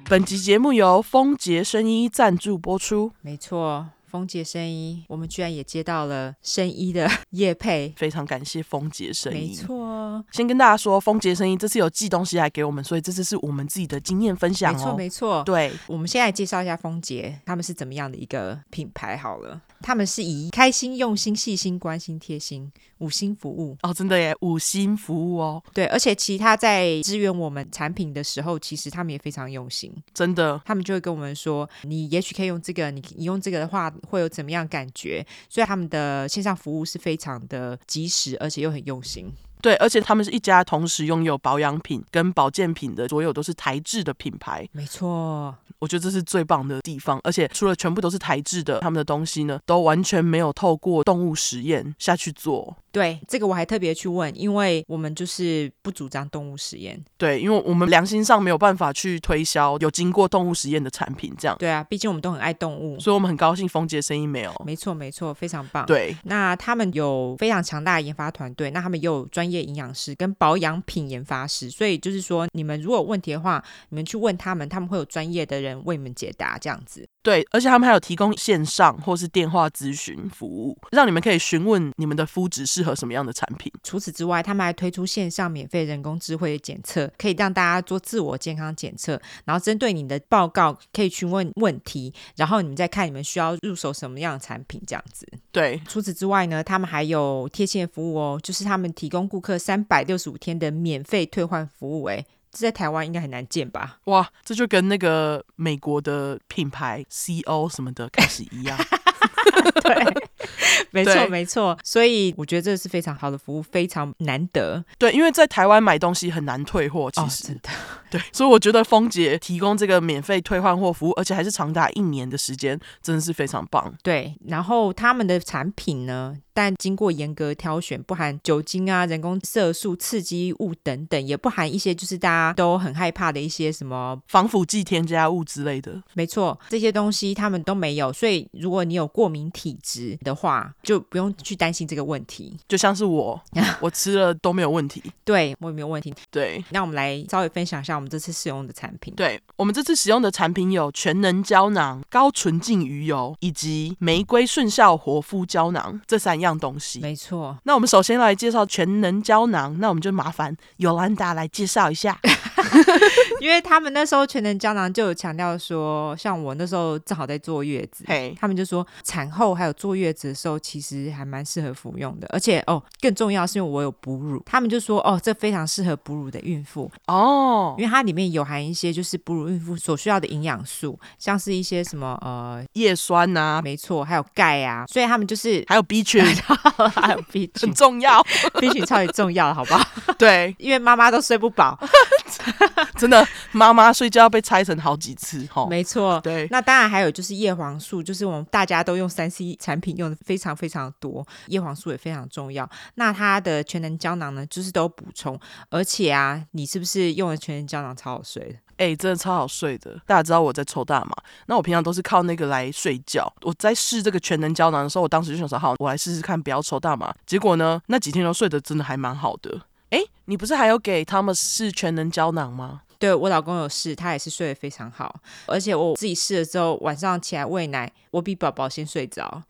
S1: 本集节目由丰杰生医赞助播出，
S2: 没错，风姐生医，我们居然也接到了生医的叶配。
S1: 非常感谢丰杰生
S2: 没
S1: 医。
S2: 错，
S1: 先跟大家说，丰杰生医这次有寄东西来给我们，所以这次是我们自己的经验分享
S2: 没错，
S1: 哦。
S2: 没错。
S1: 对，
S2: 我们先来介绍一下丰杰他们是怎么样的一个品牌好了。他们是以开心、用心、细心、关心、贴心五星服务，
S1: 哦，真的耶，五星服务哦，
S2: 对，而且其他在支援我们产品的时候，其实他们也非常用心，
S1: 真的，
S2: 他们就会跟我们说，你也许可以用这个，你你用这个的话会有怎么样感觉？所以他们的线上服务是非常的及时，而且又很用心。
S1: 对，而且他们是一家同时拥有保养品跟保健品的，所有都是台制的品牌。
S2: 没错，
S1: 我觉得这是最棒的地方。而且除了全部都是台制的，他们的东西呢，都完全没有透过动物实验下去做。
S2: 对这个我还特别去问，因为我们就是不主张动物实验。
S1: 对，因为我们良心上没有办法去推销有经过动物实验的产品，这样，
S2: 对啊，毕竟我们都很爱动物。
S1: 所以我们很高兴丰杰生意没有。
S2: 没错，没错，非常棒。
S1: 对，
S2: 那他们有非常强大的研发团队，那他们也有专业营养师跟保养品研发师，所以就是说，你们如果有问题的话，你们去问他们，他们会有专业的人为你们解答，这样子。
S1: 对，而且他们还有提供线上或是电话咨询服务，让你们可以询问你们的肤质适合什么样的产品。
S2: 除此之外，他们还推出线上免费人工智慧的检测，可以让大家做自我健康检测，然后针对你的报告可以询问问题，然后你们再看你们需要入手什么样的产品，这样子。
S1: 对，
S2: 除此之外呢，他们还有贴现服务哦，就是他们提供顾客三百六十五天的免费退换服务，哎，这在台湾应该很难见吧？
S1: 哇，这就跟那个美国的品牌 CO 什么的开始一 样。
S2: 对，没错
S1: 对
S2: 没错，所以我觉得这是非常好的服务，非常难得
S1: 对，因为在台湾买东西很难退货，其
S2: 哦，
S1: 实、
S2: 真的
S1: 对，所以我觉得丰杰提供这个免费退换货服务，而且还是长达一年的时间，真的是非常棒。
S2: 对。然后他们的产品呢，但经过严格挑选，不含酒精啊、人工色素、刺激物等等，也不含一些就是大家都很害怕的一些什么
S1: 防腐剂添加物之类的，
S2: 没错，这些东西他们都没有，所以如果你有过敏体质的话，就不用去担心这个问题。
S1: 就像是我， 我吃了都没有问题。
S2: 对我也没有问题。
S1: 对
S2: 那我们来稍微分享一下我们这次试用的产品。
S1: 对，我们这次使用的产品有全能胶囊、高纯净鱼油以及玫瑰顺效活肤胶囊这三样东西。
S2: 没错，
S1: 那我们首先来介绍全能胶囊，那我们就麻烦尤兰达来介绍一 下。
S2: 因为他们那时候全能胶囊就有强调说，像我那时候正好在坐月子，
S1: 嘿，
S2: 他们就说产后还有坐月子的时候，其实还蛮适合服用的。而且哦，更重要是因为我有哺乳，他们就说哦，这非常适合哺乳的孕妇。
S1: 哦，
S2: 因为它里面有含一些就是哺乳孕妇所需要的营养素，像是一些什么呃，
S1: 叶酸呐、
S2: 没错，还有钙啊，所以他们就是
S1: 还有 B 群
S2: 还有 B
S1: 很
S2: 群
S1: 重 要。
S2: ，B 群超级重要的，好不好？
S1: 对，
S2: 因为妈妈都睡不饱，
S1: 真的，妈妈睡觉被拆成好几次哈。
S2: 没错。
S1: 对
S2: 那当然还有就是叶黄素，就是我们大家都用三 C 产品用的非常非常多，叶黄素也非常重要。那它的全能胶囊呢，就是都有补充，而且啊，你是不是用了全能胶囊超好睡的？
S1: 哎、真的超好睡的。大家知道我在抽大麻，那我平常都是靠那个来睡觉。我在试这个全能胶囊的时候，我当时就想说，好，我来试试看，不要抽大麻。结果呢，那几天都睡得真的还蛮好的。哎、你不是还有给他们试全能胶囊吗？
S2: 对我老公有事，他也是睡得非常好，而且我自己试了之后，晚上起来喂奶，我比宝宝先睡着，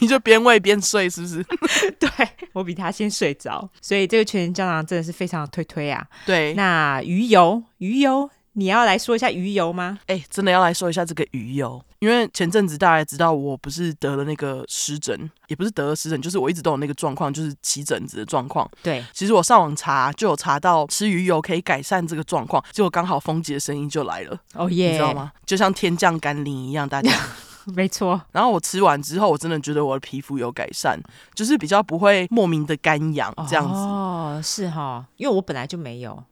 S1: 你就边喂边睡，是不是？
S2: 对我比他先睡着，所以这个全能胶囊真的是非常的推推啊。
S1: 对，
S2: 那鱼油，鱼油，你要来说一下鱼油吗？
S1: 哎、真的要来说一下这个鱼油，因为前阵子大家也知道我不是得了那个湿疹，也不是得了湿疹，就是我一直都有那个状况，就是起疹子的状况。
S2: 对，
S1: 其实我上网查就有查到吃鱼油可以改善这个状况，结果刚好风姐的声音就来了，
S2: 哦
S1: 你
S2: 耶，
S1: 知道？吗？就像天降甘霖一样，大家。
S2: 没错，
S1: 然后我吃完之后，我真的觉得我的皮肤有改善，就是比较不会莫名的干痒这样 子。
S2: 哦，是哈、因为我本来就没有，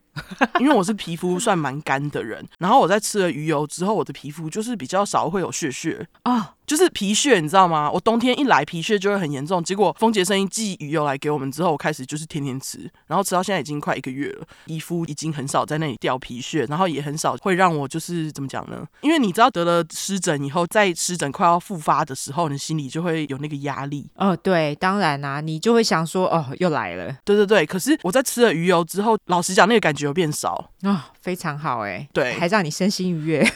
S1: 因为我是皮肤算蛮干的人，然后我在吃了鱼油之后，我的皮肤就是比较少会有屑屑。
S2: 哦，
S1: 就是皮屑，你知道吗？我冬天一来，皮屑就会很严重。结果丰杰生意寄鱼油来给我们之后，我开始就是天天吃，然后吃到现在已经快一个月了，皮肤已经很少在那里掉皮屑，然后也很少会让我就是怎么讲呢？因为你知道得了湿疹以后，在湿疹快要复发的时候，你心里就会有那个压力。
S2: 哦，对，当然啦、你就会想说，哦，又来了，
S1: 对对对，可是我在吃了鱼油之后，老实讲，那个感觉有变少，
S2: 哦，非常好哎，
S1: 对
S2: 还让你身心愉悦。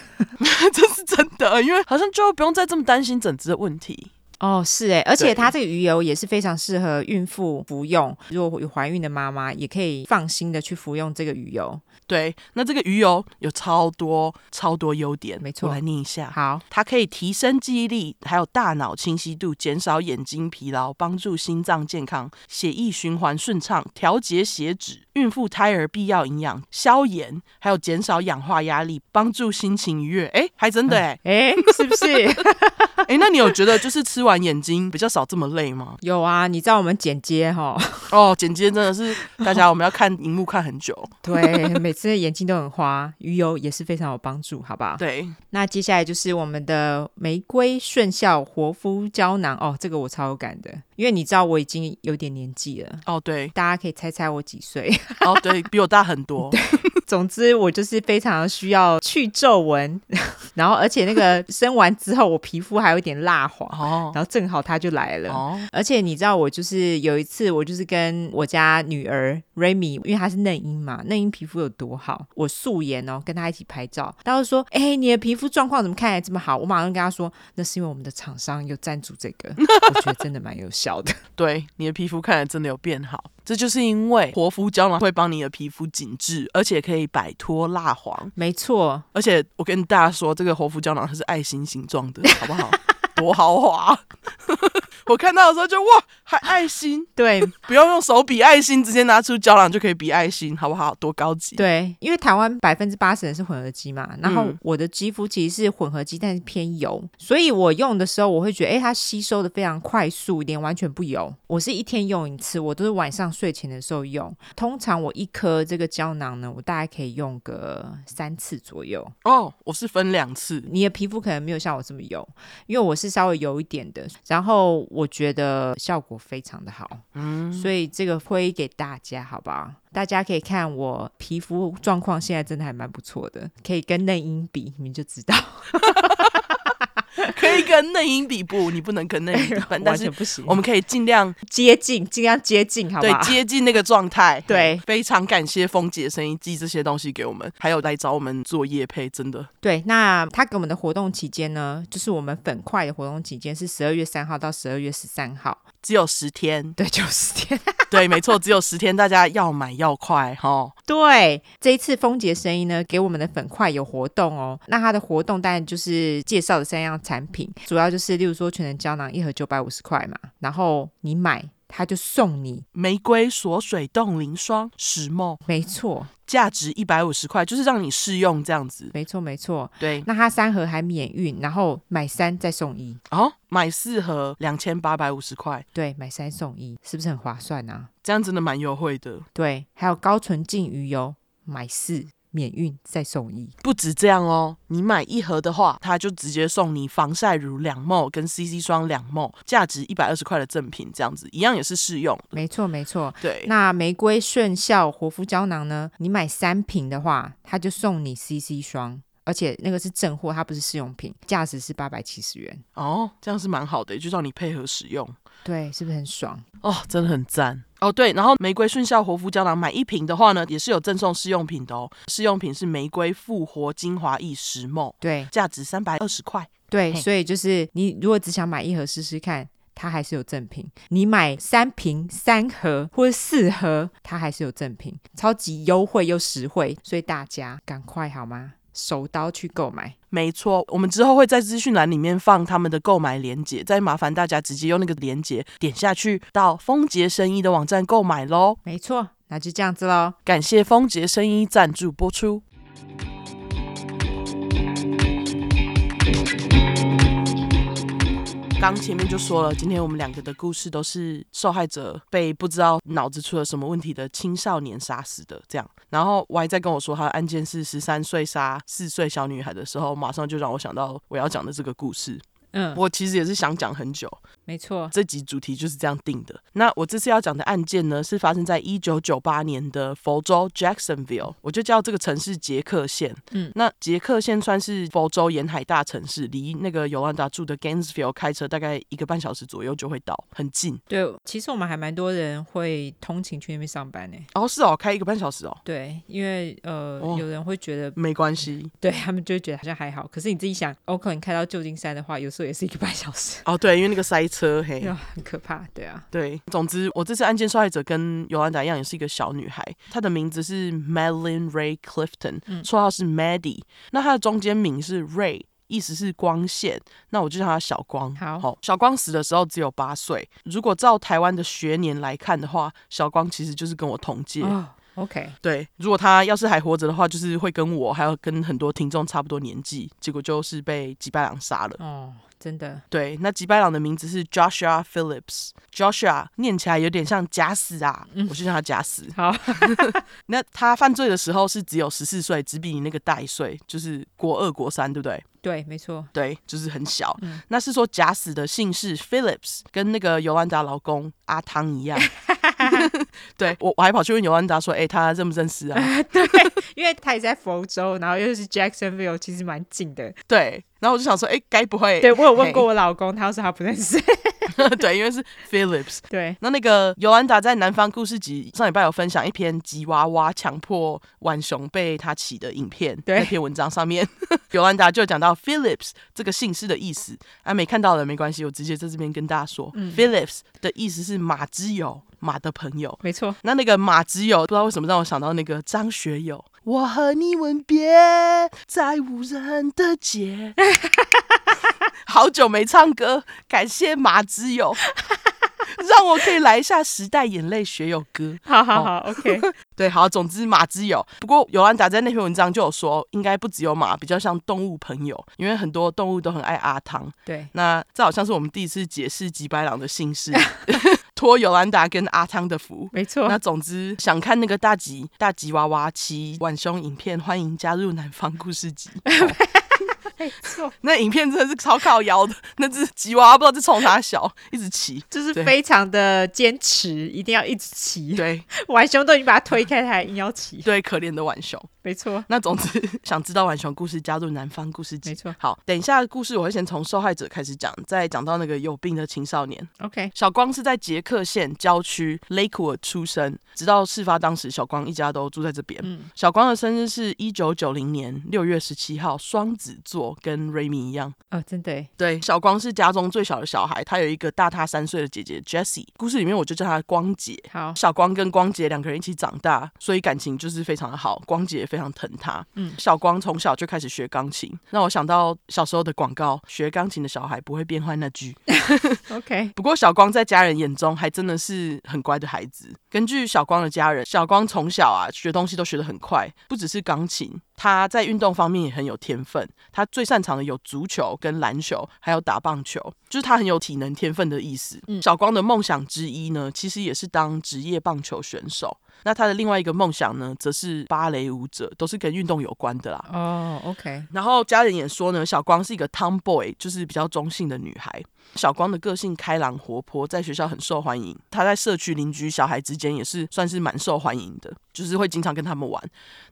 S1: 这是 真的，因为好像就不用再这么担心疹子的问题。
S2: 哦，是哎，而且
S1: 对
S2: 它这个鱼油也是非常适合孕妇服用，如果有怀孕的妈妈也可以放心的去服用这个鱼油。
S1: 对，那这个鱼油有超多超多优点，
S2: 没错
S1: 我来念一下。
S2: 好，
S1: 它可以提升记忆力，还有大脑清晰度，减少眼睛疲劳，帮助心脏健康，血液循环顺畅，调节血脂，孕妇胎儿必要营养，消炎，还有减少氧化压力，帮助心情愉悦。哎，还真的哎、
S2: 哎，是不是？
S1: 诶哎，那你有觉得就是吃完眼睛比较少这么累吗？
S2: 有啊，你知道我们剪接哈，
S1: 哦，剪接真的是大家我们要看荧幕看很久。
S2: 对，每次眼睛都很花，鱼油也是非常有帮助，好不好？
S1: 对，
S2: 那接下来就是我们的玫瑰顺效活肤胶囊哦，这个我超有感的，因为你知道我已经有点年纪了。
S1: 哦对，
S2: 大家可以猜猜我几岁？
S1: 哦 对，比我大很多。
S2: 总之，我就是非常需要去皱纹， 然后而且那个生完之后，我皮肤还有一点蜡黄，
S1: 哦
S2: 然后正好它就来了。
S1: 哦，
S2: 而且你知道，我就是有一次，我就是跟我家女儿 Remy，因为她是嫩婴嘛，嫩婴皮肤有多好，我素颜哦，跟她一起拍照，她就说：“哎、你的皮肤状况怎么看起来这么好？”我马上跟她说：“那是因为我们的厂商有赞助这个，我觉得真的蛮有效的。
S1: 对，你的皮肤看来真的有变好，这就是因为活肤胶囊会帮你的皮肤紧致，而且可以摆脱蜡黄。”
S2: 没错，
S1: 而且我跟大家说，这个活肤胶囊它是爱心形状的，好不好？多豪华！ 我看到的时候就哇，还爱心，
S2: 对
S1: 不用用手比爱心，直接拿出胶囊就可以比爱心，好不好？多高级！
S2: 对，因为台湾百分之八十人是混合肌嘛，然后
S1: 嗯
S2: 我的肌肤其实是混合肌，但是偏油，所以我用的时候我会觉得，哎、它吸收的非常快速，脸完全不油。我是一天用一次，我都是晚上睡前的时候用。通常我一颗这个胶囊呢，我大概可以用个三次左右。
S1: 哦，我是分两次，
S2: 你的皮肤可能没有像我这么油，因为我是稍微油一点的，然后我觉得效果非常的好，嗯，所以这个推给大家，好不好？大家可以看我皮肤状况现在真的还蛮不错的，可以跟嫩鹰比，你们 就知道，
S1: 可以跟内因比不？你不能跟内 因比但
S2: 完
S1: 但
S2: 全
S1: 是
S2: 不行，
S1: 我们可以尽量
S2: 接近，尽量接近，好不
S1: 对
S2: 好？
S1: 接近那个状态。
S2: 对
S1: 嗯非常感谢风姐、声音寄这些东西给我们，还有来找我们做夜配，真的
S2: 对，那他给我们的活动期间呢，就是我们粉块的活动期间是十二月三号到十二月十三号，。
S1: 只有十天
S2: 对，九十天。
S1: 对，没错，只有十天，大家要买要快哈。齁
S2: 对，这一次风姐声音呢，给我们的粉块有活动哦。那它的活动当然就是介绍的三样产品，主要就是例如说全能胶囊一盒九百五十块嘛，然后你买它就送你，
S1: 玫瑰锁水冻龄霜石梦，
S2: 没错，
S1: 价值一百五十块，就是让你试用这样子。
S2: 没错，没错。
S1: 对，
S2: 那它三盒还免运，然后买三再送一，
S1: 哦，买四盒两千八百五十块，
S2: 对，买三送一，是不是很划算啊？
S1: 这样真的蛮优惠的。
S2: 对，还有高纯净鱼油买四免运再送一，
S1: 不止这样哦，你买一盒的话，它就直接送你防晒乳两泵跟 CC 霜两泵，价值一百二十块的赠品，这样子一样也是试用。
S2: 没错，没错。
S1: 对，
S2: 那玫瑰顺效活肤胶囊呢？你买三瓶的话，它就送你 CC 霜，而且那个是正货，它不是试用品，价值是八百七十元。
S1: 哦，这样是蛮好的，就让你配合使用。
S2: 对，是不是很爽？
S1: 哦，真的很赞哦。对，然后玫瑰顺效活肤胶囊买一瓶的话呢，也是有赠送试用品的哦。试用品是玫瑰复活精华液石梦，
S2: 对
S1: 价值三百二十块。
S2: 对，
S1: 嘿
S2: 所以就是你如果只想买一盒试试看，它还是有赠品；你买三瓶、三盒或者四盒，它还是有赠品，超级优惠又实惠，所以大家赶快好吗？手刀去购买。
S1: 没错，我们之后会在资讯栏里面放他们的购买链接，再麻烦大家直接用那个链接点下去到丰杰生衣的网站购买喽。
S2: 没错，那就这样子喽。
S1: 感谢丰杰生衣赞助播出。刚前面就说了，今天我们两个的故事都是受害者被不知道脑子出了什么问题的青少年杀死的，这样。然后 Y 在跟我说他的案件是十三岁杀四岁小女孩的时候，马上就让我想到我要讲的这个故事。
S2: 嗯，
S1: 我其实也是想讲很久，
S2: 没错。
S1: 这集主题就是这样定的。那我这次要讲的案件呢，是发生在一九九八年的佛州 Jacksonville，我就叫这个城市杰克县。
S2: 嗯，
S1: 那杰克县算是佛州沿海大城市，离那个尤兰达住的 Gainesville 开车大概一个半小时左右就会到，很近。
S2: 对，其实我们还蛮多人会通勤去那边上班呢。
S1: 哦，是哦，开一个半小时哦，
S2: 对，因为呃，
S1: 哦
S2: 有人会觉得，
S1: 没关系。
S2: 对他们就会觉得好像还好。可是你自己想，我可能开到旧金山的话，有时候也是一个半 小时，
S1: 哦，对，因为那个塞车，嘿，
S2: 呀，很可怕。对啊，
S1: 对，总之，我这次案件受害者跟尤兰达一样，也是一个小女孩，她的名字是 Madeline Ray Clifton，绰
S2: 嗯
S1: 号是 Maddie。那她的中间名是 Ray，意思是光线，那我就叫她小光。
S2: 好
S1: 小光死的时候只有八岁。如果照台湾的学年来看的话，小光其实就是跟我同届。
S2: 哦，OK，
S1: 对，如果她要是还活着的话，就是会跟我还有跟很多听众差不多年纪，结果就是被吉拜郎杀了。
S2: 哦，真的
S1: 对，那吉白朗的名字是 Joshua Phillips。Joshua 念起来有点像假死啊，我就叫他假死。
S2: 好，
S1: 那他犯罪的时候是只有十四岁，只比你那个大一岁，就是国二、国三，对不对？
S2: 对，没错，
S1: 对，就是很小。那是说假死的姓氏 Phillips 跟那个尤兰达老公阿汤一样。对我我还跑去问尤兰达说：“哎、他认不认识啊
S2: 因为他也在佛州，然后又是 Jacksonville，其实蛮近的。？”
S1: 对，然后我就想说：“哎、该不会
S2: 对我有问过我老公，他说他不认识。
S1: 对，因为是 Phillips。”
S2: 对，
S1: 那那个尤兰达在《南方故事集》上礼拜有分享一篇吉娃娃强迫浣熊被他骑的影片，
S2: 对
S1: 那篇文章上面， 尤兰达就有讲到 Phillips 这个姓氏的意思啊，没看到的没关系，我直接在这边跟大家说、p h i l l i p s 的意思是马之友，马的朋友。
S2: 没错，
S1: 那那个马之友，不知道为什么让我想到那个张学友。我和你吻别在无人的街， 好久没唱歌，感谢马之友，让我可以来一下时代眼泪学友歌。
S2: 好好好、o k
S1: 对，好，总之马之友。不过尤兰达在那篇文章就有说，应该不只有马，比较像动物朋友，因为很多动物都很爱阿汤。
S2: 对，
S1: 那这好像是我们第一次解释吉白狼的姓氏， 托尤兰达跟阿汤的福。
S2: 没错
S1: 那，总之，想看那个大吉大吉娃娃骑浣熊影片，欢迎加入南方故事集。 哦
S2: 哎没错，
S1: 那影片真的是超靠腰的，那只吉娃娃不知道是冲哪小，一直骑。
S2: 就是
S1: 对
S2: 非常的坚持，一定要一直骑。
S1: 对
S2: 浣熊都已经把它推开，他还硬要骑。
S1: 对，可怜的浣熊。
S2: 没错，
S1: 那总之， 想知道浣熊故事，加入南方故事集。
S2: 没错
S1: 好，等一下的故事我会先从受害者开始讲，再讲到那个有病的青少年。
S2: ，OK，
S1: 小光是在捷克县郊区 Lakewood 出生，直到事发当时，小光一家都住在这边。小光的生日是一九九零年六月十七号，双子座，跟 Raymi 一样。
S2: 哦，真的耶，
S1: 对，小光是家中最小的小孩，他有一个大他三岁的姐姐 Jessie。故事里面我就叫她光姐。
S2: 好，
S1: 小光跟光姐两个人一起长大，所以感情就是非常的好。光姐也非常疼她。
S2: 嗯
S1: 小光从小就开始学钢琴，让我想到小时候的广告：“学钢琴的小孩不会变坏”那句。
S2: ，OK，
S1: 不过小光在家人眼中还真的是很乖的孩子。根据小光的家人，小光从小啊学东西都学得很快，不只是钢琴，他在运动方面也很有天分。他最擅长的有足球、跟篮球，还有打棒球，就是他很有体能天分的意思。小光的梦想之一呢，其实也是当职业棒球选手。那他的另外一个梦想呢，则是芭蕾舞者，都是跟运动有关的啦。
S2: 哦，OK，
S1: 然后家人也说呢，小光是一个 tomboy，就是比较中性的女孩。小光的个性开朗活泼，在学校很受欢迎。她在社区邻居小孩之间也是算是蛮受欢迎的，就是会经常跟他们玩。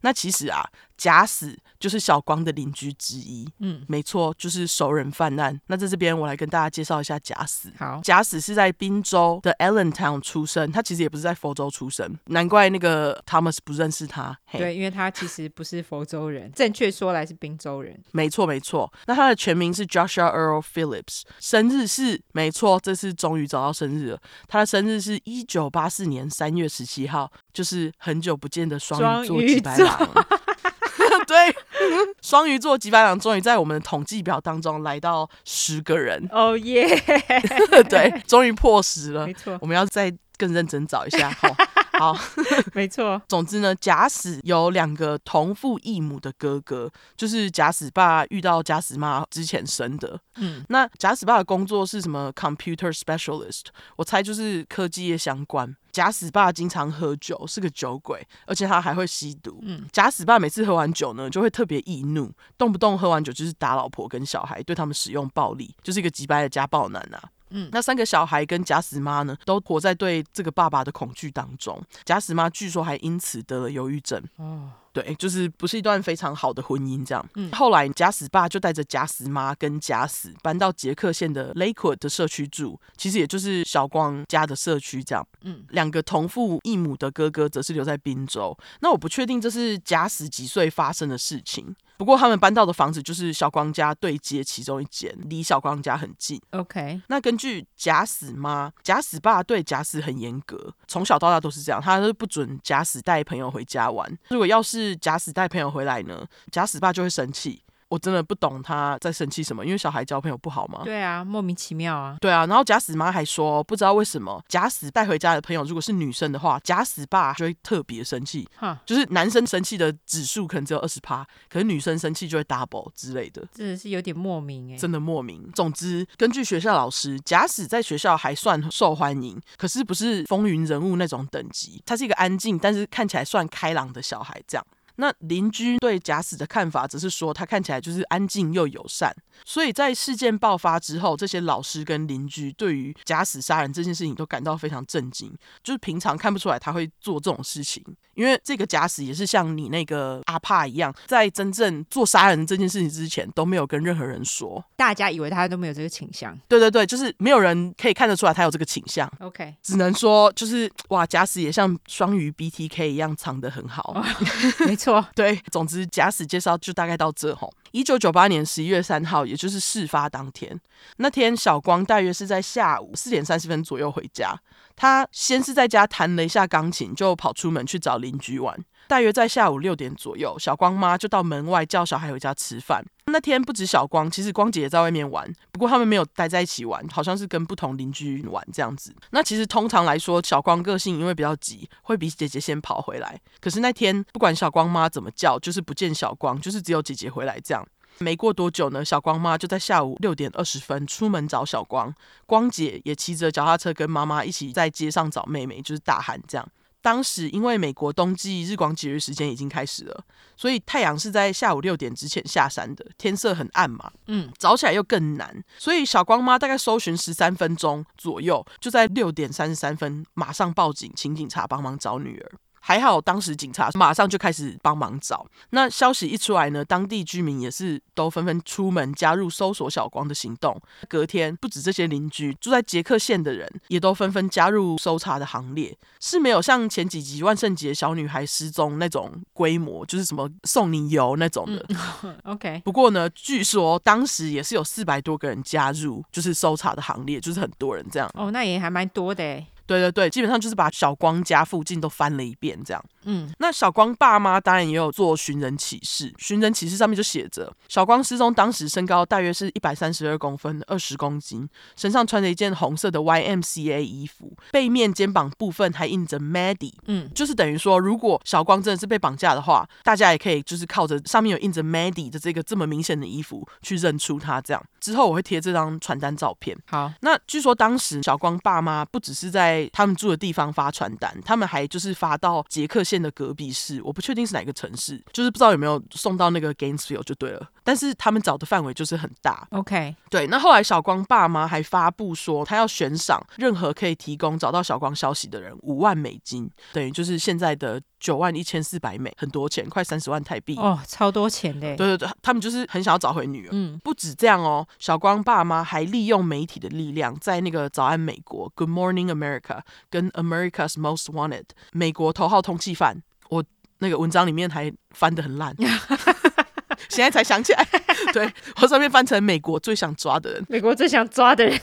S1: 那其实啊，假死就是小光的邻居之一。
S2: 嗯，
S1: 没错，就是熟人犯案。那在这边我来跟大家介绍一下假死。
S2: 好，
S1: 假死是在宾州的 Allentown 出生，他其实也不是在佛州出生，难怪那个 Thomas 不认识他。嘿
S2: 对，因为他其实不是佛州人，正确说来是宾州人。
S1: 没错，没错。那他的全名是 Joshua Earl Phillips，生日是没错，这次终于找到生日了。他的生日是一九八四年三月十七号，就是很久不见的双鱼座
S2: 双鱼
S1: 吉白狼。 对，双鱼座吉白狼终于在我们的统计表当中来到十个 人，
S2: 哦耶，
S1: 对，终于破十了
S2: 没。错，
S1: 我们要再更认真找一下。好，好，
S2: 没错，
S1: 总之呢，假死有两个同父异母的哥哥，就是假死爸遇到假死妈之前生的。
S2: 嗯，
S1: 那假死爸的工作是什么？Computer specialist，我猜就是科技业相关。假死爸经常喝酒，是个酒鬼，而且他还会吸毒。嗯，假死爸每次喝完酒呢，就会特别易怒，动不动喝完酒就是打老婆跟小孩，对他们使用暴力，就是一个极白的家暴男啊。那三个小孩跟假死妈呢，都活在对这个爸爸的恐惧当中。假死妈据说还因此得了忧郁症。
S2: 哦，嗯
S1: 对，就是不是一段非常好的婚姻这样。后来假死爸就带着假死妈跟假死搬到捷克县的 Lakewood 的社区住，其实也就是小光家的社区这样。
S2: 嗯，
S1: 两个同父异母的哥哥则是留在宾州。那我不确定这是假死几岁发生的事情。不过他们搬到的房子就是小光家对接其中一间，离小光家很近。
S2: OK，
S1: 那根据假死妈、假死爸对假死很严格，从小到大都是这样，他都不准假死带朋友回家玩。如果要是假死带朋友回来呢，假死爸就会生气。我真的不懂他在生气什么，因为小孩交朋友不好吗？
S2: 对啊，莫名其妙啊。
S1: 对啊，然后假死妈还说，不知道为什么假死带回家的朋友如果是女生的话，假死爸就会特别生气，
S2: 哈，
S1: 就是男生生气的指数可能只有二十趴，可是女生生气就会 double 之类的。
S2: 真的是有点莫名哎、
S1: 真的莫名。总之，根据学校老师，假使在学校还算受欢迎，可是不是风云人物那种等级。他是一个安静，但是看起来算开朗的小孩这样。那邻居对假死的看法，只是说他看起来就是安静又友善。所以在事件爆发之后，这些老师跟邻居对于假死杀人这件事情都感到非常震惊，就是平常看不出来他会做这种事情，因为这个假死也是像你那个阿帕一样，在真正做杀人这件事情之前都没有跟任何人说。
S2: 大家以为他都没有这个倾向。
S1: 对对对，就是没有人可以看得出来他有这个倾向。
S2: OK，
S1: 只能说，就是哇，假死也像双鱼 BTK 一样藏得很好。
S2: 没错，
S1: 对，总之假死介绍就大概到这吼。一九九八年十一月三号，也就是事发当天，那天小光大约是在下午四点三十分左右回家。他先是在家弹了一下钢琴，就跑出门去找邻居玩。大约在下午六点左右，小光妈就到门外叫小孩回家吃饭。那天不止小光，其实光姐也在外面玩，不过他们没有待在一起玩，好像是跟不同邻居玩这样子。那其实通常来说，小光个性因为比较急，会比姐姐先跑回来。可是那天不管小光妈怎么叫，就是不见小光，就是只有姐姐回来这样。没过多久呢，小光妈就在下午六点二十分出门找小光，光姐也骑着脚踏车跟妈妈一起在街上找妹妹，就是大喊这样。当时因为美国冬季日光节日时间已经开始了，所以太阳是在下午六点之前下山的，天色很暗嘛，
S2: 嗯，
S1: 找起来又更难，所以小光妈大概搜寻十三分钟左右，就在六点三十三分马上报警，请警察帮忙找女儿。还好当时警察马上就开始帮忙找，那消息一出来呢，当地居民也是都纷纷出门加入搜索小光的行动。隔天，不止这些邻居住在杰克县的人，也都纷纷加入搜查的行列。是没有像前几集万圣节小女孩失踪那种规模，就是什么送你油那种的。
S2: OK，
S1: 不过呢，据说当时也是有四百多个人加入，就是搜查的行列，就是很多人这样。
S2: 哦，那也还蛮多的哎。
S1: 对对对，基本上就是把小光家附近都翻了一遍这样。
S2: 嗯，
S1: 那小光爸妈当然也有做寻人启事，寻人启事上面就写着小光失踪当时身高大约是一百三十二公分，二十公斤，身上穿着一件红色的 YMCA 衣服，背面肩膀部分还印着 Maddie。
S2: 嗯，
S1: 就是等于说，如果小光真的是被绑架的话，大家也可以就是靠着上面有印着 Maddie 的这个这么明显的衣服去认出他。这样之后我会贴这张传单照片。
S2: 好，
S1: 那据说当时小光爸妈不只是在他们住的地方发传单，他们还就是发到捷克县的隔壁市，我不确定是哪个城市，就是不知道有没有送到那个 Gainesville 就对了。但是他们找的范围就是很大，
S2: OK，
S1: 对。那后来小光爸妈还发布说，他要悬赏任何可以提供找到小光消息的人五万美金，等于就是现在的九万一千四百美，很多钱，快三十万台币。
S2: 哦，超多钱的。
S1: 对对对，他们就是很想要找回女儿。
S2: 嗯，
S1: 不止这样哦，小光爸妈还利用媒体的力量，在那个《早安美国》（Good Morning America） 跟《America's Most Wanted》美国头号通缉犯，我那个文章里面还翻得很烂，现在才想起来， 对我上面翻成美国最想抓的人，
S2: 美国最想抓的人。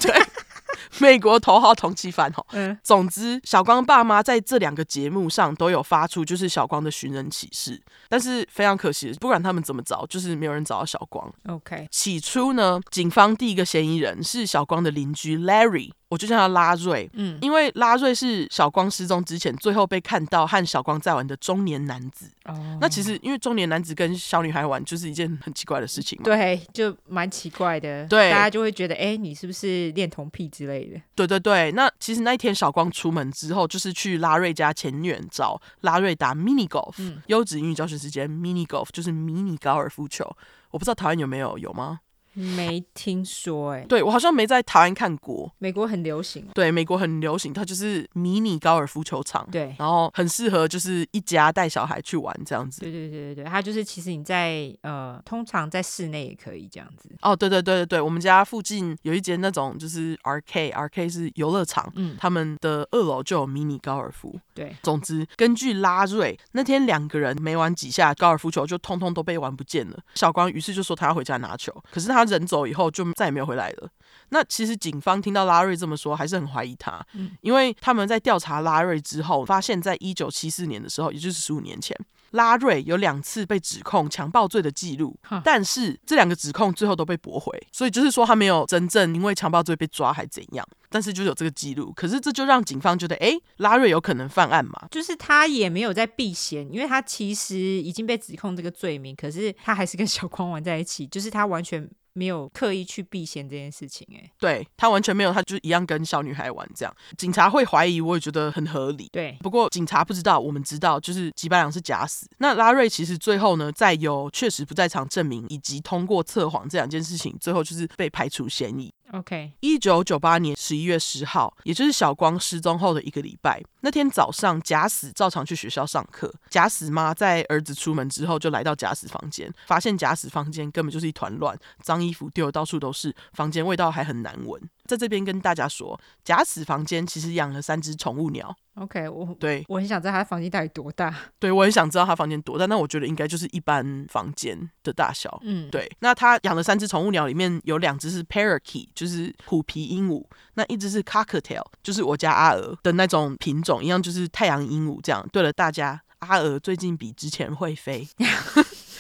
S1: 美国头号通缉犯哦。
S2: 嗯，
S1: 总之，小光爸妈在这两个节目上都有发出就是小光的寻人启事，但是非常可惜，不管他们怎么找，就是没有人找到小光。
S2: OK，
S1: 起初呢，警方第一个嫌疑人是小光的邻居 Larry，我就叫他拉瑞。
S2: 嗯，
S1: 因为拉瑞是小光失踪之前最后被看到和小光在玩的中年男子。
S2: 哦，
S1: 那其实因为中年男子跟小女孩玩就是一件很奇怪的事情嘛。
S2: 对，就蛮奇怪的。
S1: 对
S2: 大家就会觉得，哎，你是不是恋童癖之类的？
S1: 对对对，那其实那一天小光出门之后，就是去拉瑞家前院找拉瑞打 mini golf，、
S2: 嗯
S1: 优质英语教学时间 mini golf 就是迷你高尔夫球。我不知道台湾有没有，有吗？
S2: 没听说，哎，
S1: 对我好像没在台湾看过。
S2: 美国很流行哦。
S1: 对，美国很流行，它就是迷你高尔夫球场。
S2: 对，
S1: 然后很适合就是一家带小孩去玩这样子。
S2: 对对对对对，它就是其实你在呃，通常在室内也可以这样子。
S1: 哦，对对对对对，我们家附近有一间那种就是 R K R K 是游乐场，
S2: 嗯，
S1: 他们的二楼就有迷你高尔夫。
S2: 对，
S1: 总之，根据拉瑞那天两个人没玩几下高尔夫球，就通通都被玩不见了。小光于是就说他要回家拿球，可是他人走以后就再也没有回来了。那其实警方听到拉瑞这么说，还是很怀疑他，
S2: 嗯
S1: 因为他们在调查拉瑞之后，发现在一九七四年的时候，也就是十五年前，拉瑞有两次被指控强暴罪的记录
S2: 哈，
S1: 但是这两个指控最后都被驳回，所以就是说他没有真正因为强暴罪被抓还怎样，但是就是有这个记录，可是这就让警方觉得，诶，拉瑞有可能犯案嘛？
S2: 就是他也没有在避嫌，因为他其实已经被指控这个罪名，可是他还是跟小光玩在一起， 就是他完全没有刻意去避嫌这件事情、哎，
S1: 对他完全没有，他就一样跟小女孩玩这样，警察会怀疑，我也觉得很合理。
S2: 对，
S1: 不过警察不知道，我们知道，就是吉白良是假死。那拉瑞其实最后呢，在有确实不在场证明以及通过测谎这两件事情，最后就是被排除嫌疑。
S2: OK，
S1: 一九九八年十一月十号，也就是小光失踪后的一个礼拜，那天早上，假死照常去学校上课。假死妈在儿子出门之后，就来到假死房间，发现假死房间根本就是一团乱，脏衣服丢的到处都是，房间味道还很难闻。在这边跟大家说，假死房间其实养了三只宠物鸟，
S2: OK，我
S1: 对，
S2: 我很想知道他房间到底多大。
S1: 对，我很想知道他房间多大，但我觉得应该就是一般房间的大小。
S2: 嗯，
S1: 对，那他养了三只宠物鸟，里面有两只是 parakeet，就是虎皮鹦鹉，那一只是 cockatiel，就是我家阿鹅的那种品种，一样就是太阳鹦鹉这样。对了，大家，阿鹅最近比之前会飞。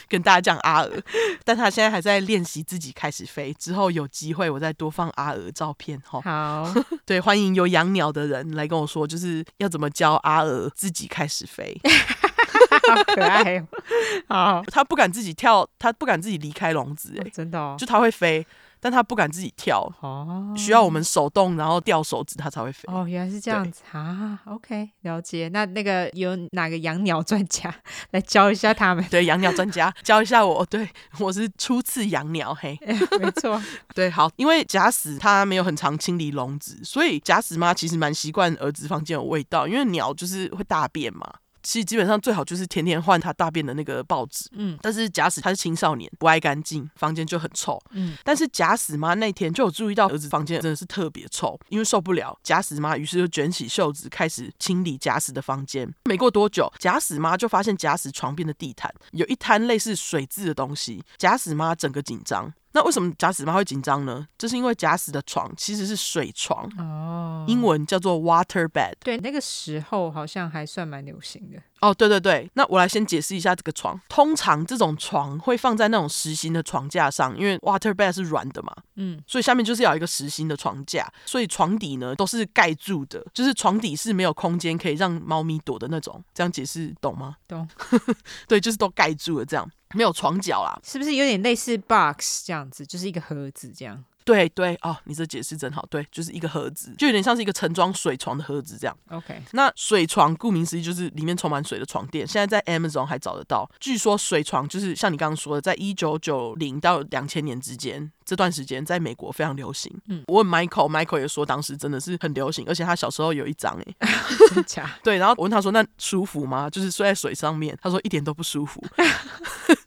S1: 跟大家讲阿鹅，但他现在还在练习自己开始飞，之后有机会我再多放阿鹅照片 哈。
S2: 好，
S1: 对，欢迎有养鸟的人来跟我说，就是要怎么教阿鹅自己开始飞。
S2: 好 可爱哦，好，
S1: 他不敢自己跳，他不敢自己离开笼子、欸，
S2: 真的哦，
S1: 就他会飞，但他不敢自己跳，
S2: 哦，
S1: 需要我们手动，然后掉手指，他才会飞。
S2: 哦，原来是这样子啊，OK，了解。那那个有哪个养鸟专家来教一下他 们？
S1: 对，养鸟专家教一下我，对我是初次养鸟，嘿，
S2: 哎没错，
S1: 对，好，因为假死他没有很常清理笼子，所以假死妈其实蛮习惯儿子房间有味道，因为鸟就是会大便嘛。其实基本上最好就是天天换它大便的那个报纸，
S2: 嗯
S1: 但是假使他是青少年，不爱干净，房间就很臭。
S2: 嗯，
S1: 但是假死妈那天就有注意到儿子房间真的是特别臭，因为受不了假死妈，于是就卷起袖子开始清理假死的房间。没过多久，假死妈就发现假死床边的地毯有一滩类似水渍的东西，假死妈整个紧张。那为什么假死妈会紧张呢？这是因为假死的床其实是水床，
S2: 哦，
S1: 英文叫做 water bed。
S2: 对，那个时候好像还算蛮流行的。
S1: 哦，对对对，那我来先解释一下这个床。通常这种床会放在那种实心的床架上，因为 water bed 是软的嘛，
S2: 嗯，
S1: 所以下面就是要有一个实心的床架，所以床底呢都是盖住的，就是床底是没有空间可以让猫咪躲的那种。这样解释懂吗？
S2: 懂。
S1: 对，就是都盖住了，这样没有床脚啦。
S2: 是不是有点类似 box 这样子，就是一个盒子这样
S1: 对对，哦，你这解释真好。对，就是一个盒子，就有点像是一个盛装水床的盒子这样。
S2: ？OK，
S1: 那水床顾名思义就是里面充满水的床垫，现在在 Amazon 还找得到。据说水床就是像你刚刚说的，在一九九零到两千年之间这段时间，在美国非常流行。
S2: 嗯，
S1: 我问 Michael，Michael 也说当时真的是很流行，而且他小时候有一张诶、
S2: 真 假？
S1: 对，然后我问他说：“那舒服吗？就是睡在水上面。”他说：“一点都不舒服。”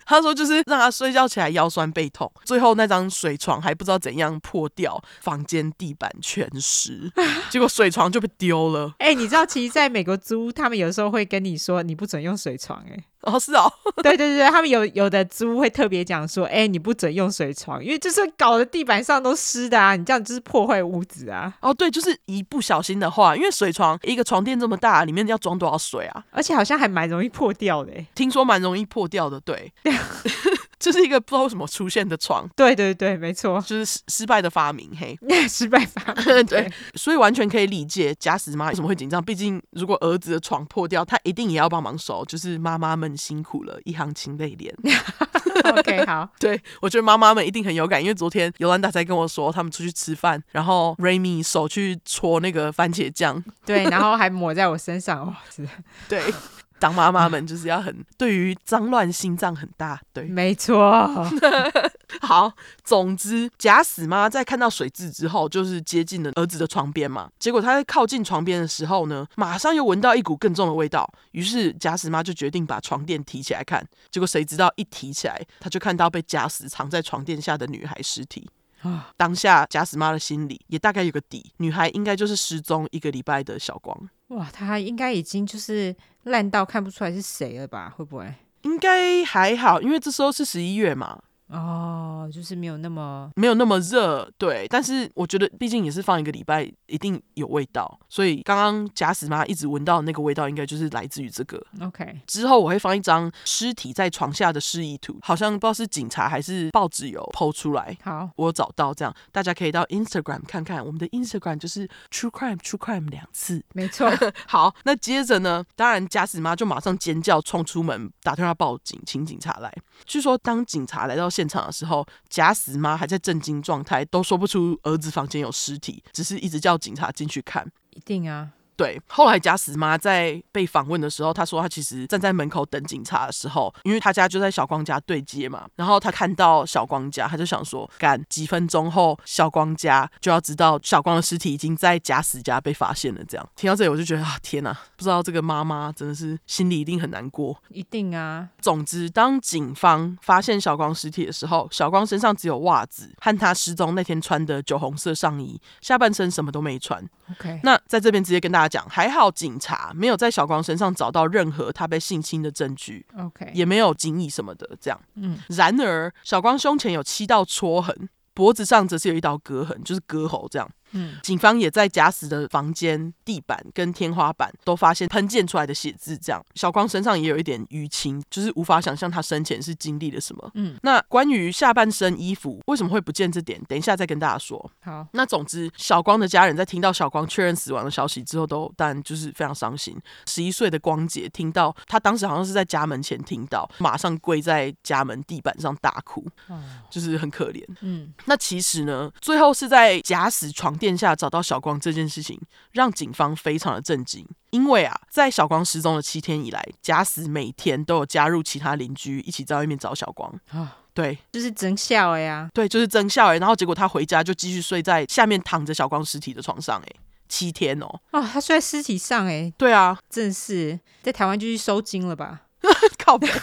S1: 他说：“就是让他睡觉起来腰酸背痛。”最后那张水床还不知道怎样破掉，房间地板全湿，结果水床就被丢了。
S2: 哎、你知道，其实在美国租，他们有时候会跟你说，你不准用水床、哎，
S1: 哦，是哦，
S2: 对对对，他们有有的租会特别讲说，哎、你不准用水床，因为就是搞得地板上都湿的啊，你这样就是破坏屋子啊。
S1: 哦，对，就是一不小心的话，因为水床一个床垫这么大，里面要装多少水啊？
S2: 而且好像还蛮容易破掉的、哎
S1: 听说蛮容易破掉的，对。啊 这是一个不知道为什么出现的床，
S2: 对对对，没错，
S1: 就是失失败的发明， 嘿，
S2: 失败法。
S1: 对，所以完全可以理解假死妈为什么会紧张。毕竟如果儿子的床破掉，她一定也要帮忙收，就是妈妈们辛苦了，一行情泪 涟。
S2: ，OK，好，
S1: 对，我觉得妈妈们一定很有感，因为昨天尤兰达才跟我说，他们出去吃饭，然后 Raymi 手去搓那个番茄酱，
S2: 对，然后还抹在我身上， 哇、是
S1: 对，当妈妈们就是要很对于脏乱心脏很大。对，
S2: 没错，
S1: 好，总之假死妈在看到水渍之后，就是接近了儿子的床边嘛。结果她在靠近床边的时候呢，马上又闻到一股更重的味道，于是假死妈就决定把床垫提起来看。结果谁知道一提起来，她就看到被假死藏在床垫下的女孩尸体。
S2: 啊
S1: 当下假死妈的心里也大概有个底，女孩应该就是失踪一个礼拜的小光，
S2: 哇，他应该已经就是烂到看不出来是谁了吧？会不会？
S1: 应该还好，因为这时候是十一月嘛，
S2: 哦，就是没有那么
S1: 没有那么热，对。但是我觉得，毕竟也是放一个礼拜，一定有味道。所以刚刚假死妈一直闻到那个味道，应该就是来自于这个。
S2: OK。
S1: 之后我会放一张尸体在床下的示意图，好像不知道是警察还是报纸有剖出来，
S2: 好，
S1: 我有找到这样，大家可以到 Instagram 看看。我们的 Instagram 就是 True Crime True Crime 两次。
S2: 没错，
S1: 好，那接着呢，当然假死妈就马上尖叫冲出门，打电话报警，请警察来。据说当警察来到现场的时候，假死妈还在震惊状态，都说不出儿子房间有尸体，只是一直叫警察进去看。
S2: 一定啊，
S1: 对，后来假死妈在被访问的时候，她说她其实站在门口等警察的时候，因为她家就在小光家对接嘛，然后她看到小光家，她就想说，赶几分钟后小光家就要知道小光的尸体已经在假死家被发现了。这样听到这里，我就觉得啊，天哪，不知道这个妈妈真的是心里一定很难过。
S2: 一定啊，
S1: 总之，当警方发现小光尸体的时候，小光身上只有袜子和他失踪那天穿的酒红色上衣，下半身什么都没穿。
S2: OK，
S1: 那在这边直接跟大家讲，还好警察没有在小光身上找到任何他被性侵的证据，
S2: OK，
S1: 也没有警语什么的。这样，
S2: 嗯，
S1: 然而小光胸前有七道戳痕，脖子上则是有一道割痕，就是割喉这样。
S2: 嗯，
S1: 警方也在假死的房间、地板跟天花板都发现喷溅出来的血渍，这样小光身上也有一点淤青，就是无法想象他生前是经历了什么。
S2: 嗯，
S1: 那关于下半身衣服为什么会不见这点，等一下再跟大家说。
S2: 好，
S1: 那总之，小光的家人在听到小光确认死亡的消息之后都，当然就是非常伤心。十一岁的光姐听到，她当时好像是在家门前听到，马上跪在家门地板上大哭，
S2: 哦，
S1: 就是很可怜。
S2: 嗯，
S1: 那其实呢，最后是在假死床垫下找到小光这件事情，让警方非常的震惊。因为啊，在小光失踪的七天以来，假死每天都有加入其他邻居一起在外面找小光。
S2: 好，
S1: 对，
S2: 就是真笑了呀，
S1: 对，就是真笑哎、然后结果他回家就继续睡在下面躺着小光尸体的床上哎、七天哦。
S2: 哦，他睡在尸体上，哎，
S1: 对啊，
S2: 真是在台湾就去收金了吧？
S1: 靠北。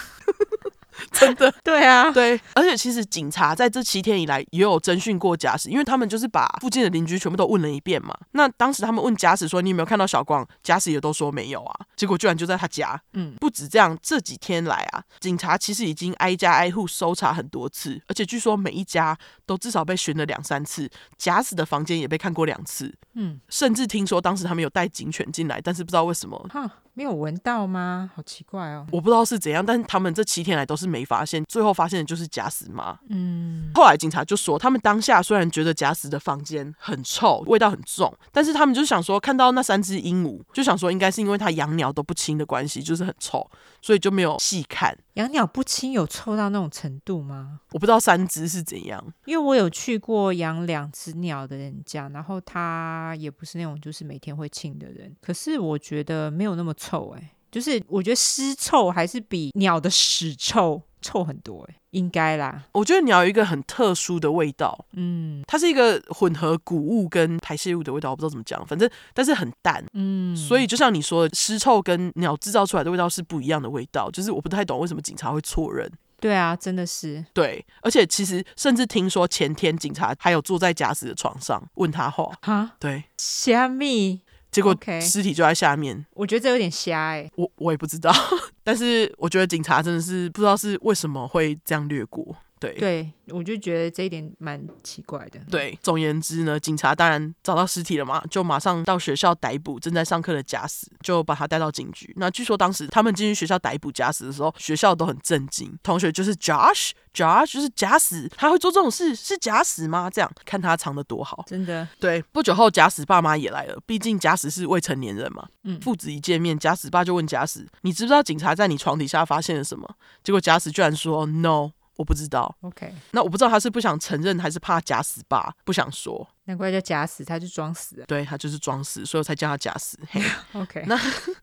S1: 真的
S2: 对啊，
S1: 对，而且其实警察在这七天以来也有侦讯过假死，因为他们就是把附近的邻居全部都问了一遍嘛。那当时他们问假死说你有没有看到小光，假死也都说没有啊，结果居然就在他家。
S2: 嗯，
S1: 不止这样，这几天来啊，警察其实已经挨家挨户搜查很多次，而且据说每一家都至少被巡了两三次，假死的房间也被看过两次。
S2: 嗯，
S1: 甚至听说当时他们有带警犬进来，但是不知道为什么，
S2: 哈，没有闻到吗？好奇怪哦，
S1: 我不知道是怎样，但是他们这七天来都是没发现，最后发现的就是假死妈。
S2: 嗯，
S1: 后来警察就说，他们当下虽然觉得假死的房间很臭，味道很重，但是他们就想说，看到那三只鹦鹉，就想说应该是因为它养鸟都不清的关系，就是很臭，所以就没有细看。
S2: 养鸟不亲有臭到那种程度吗？
S1: 我不知道三只是怎样，
S2: 因为我有去过养两只鸟的人家，然后他也不是那种就是每天会亲的人，可是我觉得没有那么臭哎、就是我觉得尸臭还是比鸟的屎臭臭很多哎、应该啦，
S1: 我觉得鸟有一个很特殊的味道，
S2: 嗯
S1: 它是一个混合谷物跟排泄物的味道，我不知道怎么讲，反正但是很淡，
S2: 嗯，
S1: 所以就像你说，的，尸臭跟鸟制造出来的味道是不一样的味道，就是我不太懂为什么警察会错认。
S2: 对啊，真的是
S1: 对，而且其实甚至听说前天警察还有坐在假死的床上问他话，
S2: 哈
S1: 对，
S2: 虾米，
S1: 结果
S2: OK
S1: 尸体就在下面。
S2: 我觉得这有点瞎哎、
S1: 我我也不知道， 但是我觉得警察真的是不知道是为什么会这样略过。对
S2: 对，我就觉得这一点蛮奇怪的。
S1: 对，总言之呢，警察当然找到尸体了嘛，就马上到学校逮捕正在上课的假死，就把他带到警局。那据说当时他们进去学校逮捕假死的时候，学校都很震惊，同学就是 Josh。Josh 就是假死，他会做这种事是假死吗？这样看他藏的多好。
S2: 真的，
S1: 对，不久后假死爸妈也来了，毕竟假死是未成年人嘛。
S2: 嗯
S1: 父子一见面，假死爸就问假死：“你知不知道警察在你床底下发现了什么？”结果假死居然说：“No，我不知道。
S2: OK，”
S1: 那我不知道他是不想承认，还是怕假死爸不想说。
S2: 难怪叫假死，他就装死啊。
S1: 对他就是装死，所以我才叫他假死。嘿
S2: OK，
S1: 那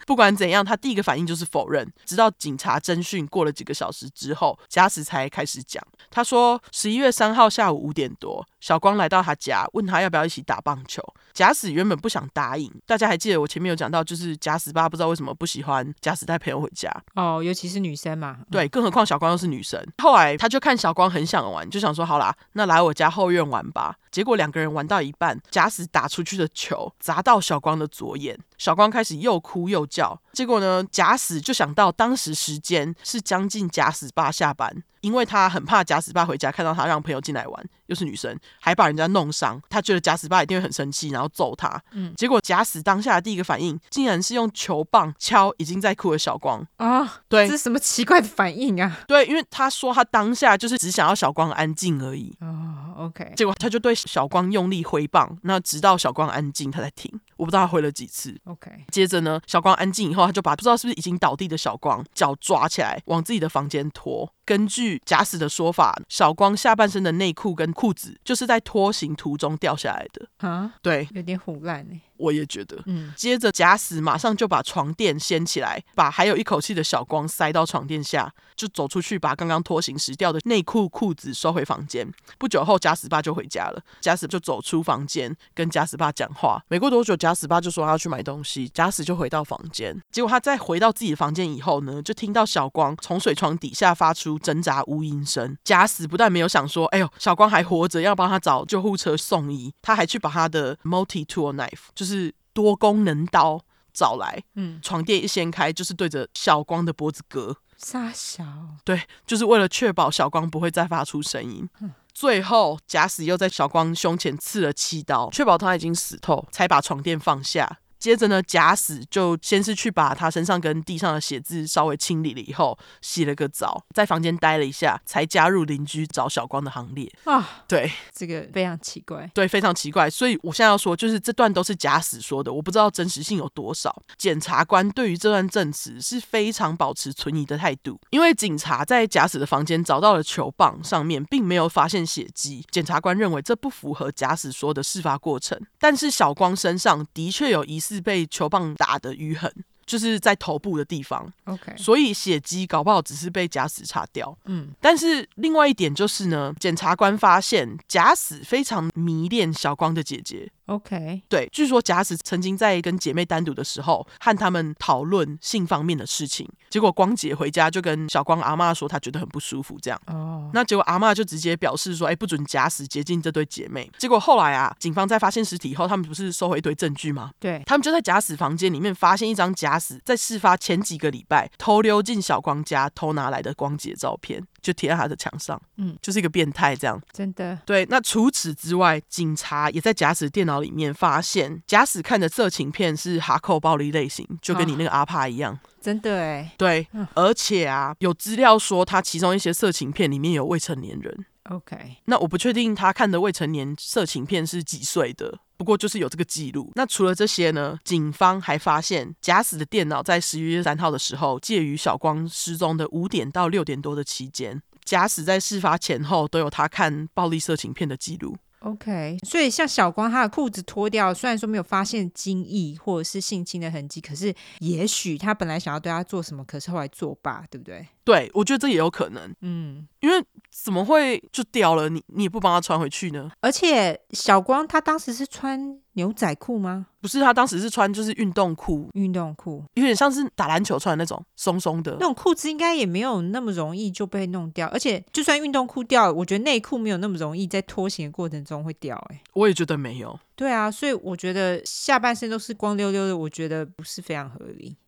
S1: 不管怎样，他第一个反应就是否认。直到警察侦讯过了几个小时之后，假死才开始讲。他说，十一月三号下午五点多，小光来到他家，问他要不要一起打棒球。假死原本不想答应。大家还记得我前面有讲到，就是假死爸不知道为什么不喜欢假死带朋友回家，
S2: 哦，尤其是女生嘛，嗯，
S1: 对，更何况小光又是女生。后来他就看小光很想玩，就想说好啦，那来我家后院玩吧。结果两个人玩到一半，假死打出去的球砸到小光的左眼，小光开始又哭又叫。结果呢，假死就想到当时时间是将近假死爸下班，因为他很怕假死爸回家看到他让朋友进来玩，又是女生，还把人家弄伤，他觉得假死爸一定会很生气，然后揍他。嗯，结果假死当下的第一个反应，竟然是用球棒敲已经在哭的小光。
S2: 啊，
S1: 对
S2: 这是什么奇怪的反应啊？
S1: 对，因为他说他当下就是只想要小光安静而已。
S2: 哦，OK，
S1: 结果他就对小光用力挥棒，那直到小光安静，他才停。我不知道他挥了几次。
S2: OK，
S1: 接着呢，小光安静以后，他就把不知道是不是已经倒地的小光脚抓起来，往自己的房间拖。根据假死的说法，小光下半身的内裤跟裤子就是在拖行途中掉下来的。
S2: 啊，
S1: 对，
S2: 有点欸胡乱呢。
S1: 我也觉得。
S2: 嗯，
S1: 接着，假死马上就把床垫掀起来，把还有一口气的小光塞到床垫下，就走出去，把刚刚拖行时掉的内裤、裤子收回房间。不久后，假死爸就回家了。假死就走出房间，跟假死爸讲话。没过多久，假死爸就说他要去买东西，假死就回到房间。结果他在回到自己的房间以后呢，就听到小光从水床底下发出挣扎呜咽声。假死不但没有想说，哎呦，小光还活着，要帮他找救护车送医，他还去把他的 multi tool knife，就是多功能刀找来，
S2: 嗯，
S1: 床垫一掀开就是对着小光的脖子割，
S2: 傻小，
S1: 对，就是为了确保小光不会再发出声音。最后，假死又在小光胸前刺了七刀，确保他已经死透，才把床垫放下。接着呢，假死就先是去把他身上跟地上的血渍稍微清理了以后，洗了个澡，在房间待了一下，才加入邻居找小光的行列。
S2: 啊，
S1: 对，
S2: 这个非常奇怪。
S1: 对，非常奇怪。所以我现在要说，就是这段都是假死说的，我不知道真实性有多少。检察官对于这段证词是非常保持存疑的态度，因为警察在假死的房间找到了球棒，上面并没有发现血迹。检察官认为这不符合假死说的事发过程，但是小光身上的确有疑似被球棒打的淤痕。就是在头部的地方，
S2: OK，
S1: 所以血迹搞不好只是被假死擦掉。
S2: 嗯，
S1: 但是另外一点就是呢，检察官发现假死非常迷恋小光的姐姐。
S2: OK，
S1: 对，据说假死曾经在跟姐妹单独的时候，和她们讨论性方面的事情。结果光姐回家就跟小光阿嬷说，她觉得很不舒服，这样。
S2: 哦，
S1: 那结果阿嬷就直接表示说，哎，不准假死接近这对姐妹。结果后来啊，警方在发现尸体以后，他们不是收回一堆证据吗？
S2: 对，
S1: 他们就在假死房间里面发现一张假死在事发前几个礼拜偷溜进小光家偷拿来的光姐照片，就贴在他的墙上。
S2: 嗯
S1: 嗯，就是一个变态这样。
S2: 真的
S1: 对，那除此之外，警察也在假死电脑里面发现，假死看的色情片是哈扣暴力类型，就跟你那个阿帕一样。
S2: 真的哎
S1: 对
S2: 嗯，
S1: 而且啊，有资料说他其中一些色情片里面有未成年人。
S2: ，OK，
S1: 那我不确定他看的未成年色情片是几岁的，不过就是有这个记录。那除了这些呢，警方还发现假死的电脑在十一月三号的时候，介于小光失踪的五点到六点多的期间，假死在事发前后都有他看暴力色情片的记录。
S2: OK，所以像小光他的裤子脱掉，虽然说没有发现精液或者是性侵的痕迹，可是也许他本来想要对他做什么，可是后来作罢，对不对？
S1: 对，我觉得这也有可能，
S2: 嗯，
S1: 因为怎么会就掉了？你你也不帮他穿回去呢？
S2: 而且小光他当时是穿牛仔裤吗？
S1: 不是，他当时是穿就是运动裤，
S2: 运动裤
S1: 有点像是打篮球穿的那种松松的
S2: 那。种裤子应该也没有那么容易就被弄掉，而且就算运动裤掉了，我觉得内裤没有那么容易在拖行的过程中会掉、欸。哎，
S1: 我也觉得没有。
S2: 对啊，所以我觉得下半身都是光溜溜的，我觉得不是非常合理。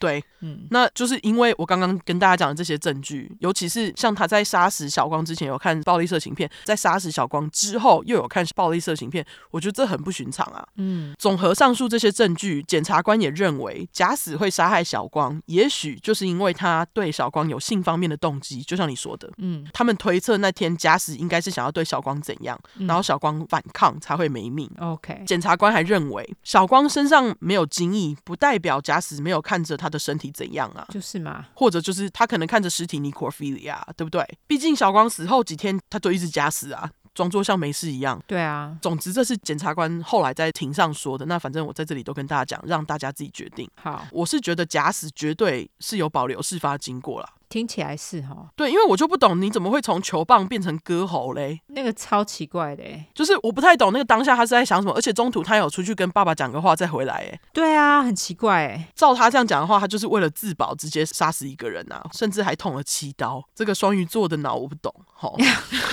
S1: 对，
S2: 嗯，
S1: 那就是因为我刚刚跟大家讲的这些证据，尤其是像他在杀死小光之前有看暴力色情片，在杀死小光之后又有看暴力色情片，我觉得这很不寻常啊。
S2: 嗯，
S1: 综合上述这些证据，检察官也认为假死会杀害小光，也许就是因为他对小光有性方面的动机，就像你说的，
S2: 嗯，
S1: 他们推测那天假死应该是想要对小光怎样，
S2: 嗯
S1: 然后小光反抗才会没命。
S2: OK，
S1: 检察官还认为，小光身上没有精液，不代表假死没有看着他的身体怎样啊。
S2: 就是嘛。
S1: 或者就是他可能看着尸体尼可菲利亚，对不对？毕竟小光死后几天，他就一直假死啊，装作像没事一样。
S2: 对啊，
S1: 总之，这是检察官后来在庭上说的。那反正我在这里都跟大家讲，让大家自己决定。
S2: 好，
S1: 我是觉得假死绝对是有保留事发经过啦。
S2: 听起来是哦哈，
S1: 对，因为我就不懂你怎么会从球棒变成歌喉嘞？
S2: 那个超奇怪的欸。
S1: 就是我不太懂那个当下他是在想什么，而且中途他有出去跟爸爸讲个话再回来，哎，
S2: 对啊，很奇怪哎。
S1: 照他这样讲的话，他就是为了自保直接杀死一个人啊，甚至还捅了七刀。这个双鱼座的脑我不懂，吼，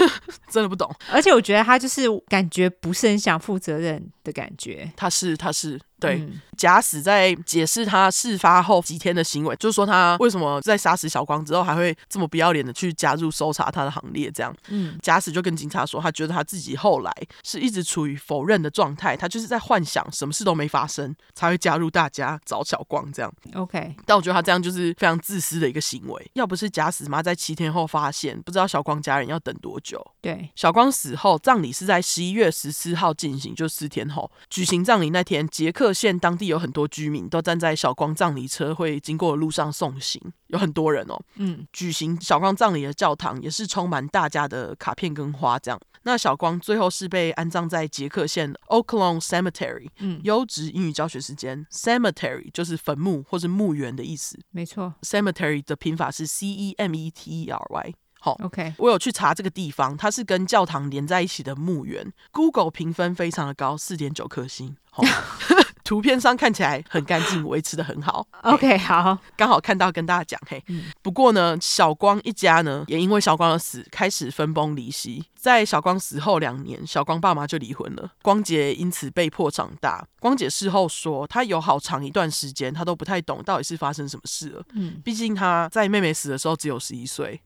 S1: 真的不懂。
S2: 而且我觉得他就是感觉不是很想负责任的感觉。
S1: 他是他是对、
S2: 嗯
S1: 假死在解释他事发后几天的行为，就是说他为什么在杀死小光之后还会这么不要脸的去加入搜查他的行列，这样。
S2: 嗯，
S1: 假死就跟警察说，他觉得他自己后来是一直处于否认的状态，他就是在幻想什么事都没发生，才会加入大家找小光这样。
S2: OK，
S1: 但我觉得他这样就是非常自私的一个行为。要不是假死妈在七天后发现，不知道小光家人要等多久。
S2: 对，
S1: 小光死后，葬礼是在十一月十四号进行，就四天后举行葬礼那天，捷克县当地有很多居民都站在小光葬礼车会经过的路上送行，有很多人哦。
S2: 嗯
S1: 举行小光葬礼的教堂也是充满大家的卡片跟花这样。那小光最后是被安葬在捷克县 Oaklawn Cemetery，
S2: 嗯，
S1: 优质英语教学时间，cemetery 就是坟墓或是墓园的意思
S2: 没错。
S1: ，cemetery 的拼法是 C E M E T E R Y。好，
S2: OK，
S1: 我有去查这个地方，它是跟教堂连在一起的墓园。Google 评分非常的高，四点九颗星。好图片上看起来很干净，维持的很好。
S2: OK，好，
S1: 刚好看到跟大家讲嘿。不过呢，小光一家呢也因为小光的死开始分崩离析。在小光死后两年，小光爸妈就离婚了，光姐因此被迫长大。光姐事后说，她有好长一段时间她都不太懂到底是发生什么事了。
S2: 嗯，
S1: 毕竟她在妹妹死的时候只有十一岁，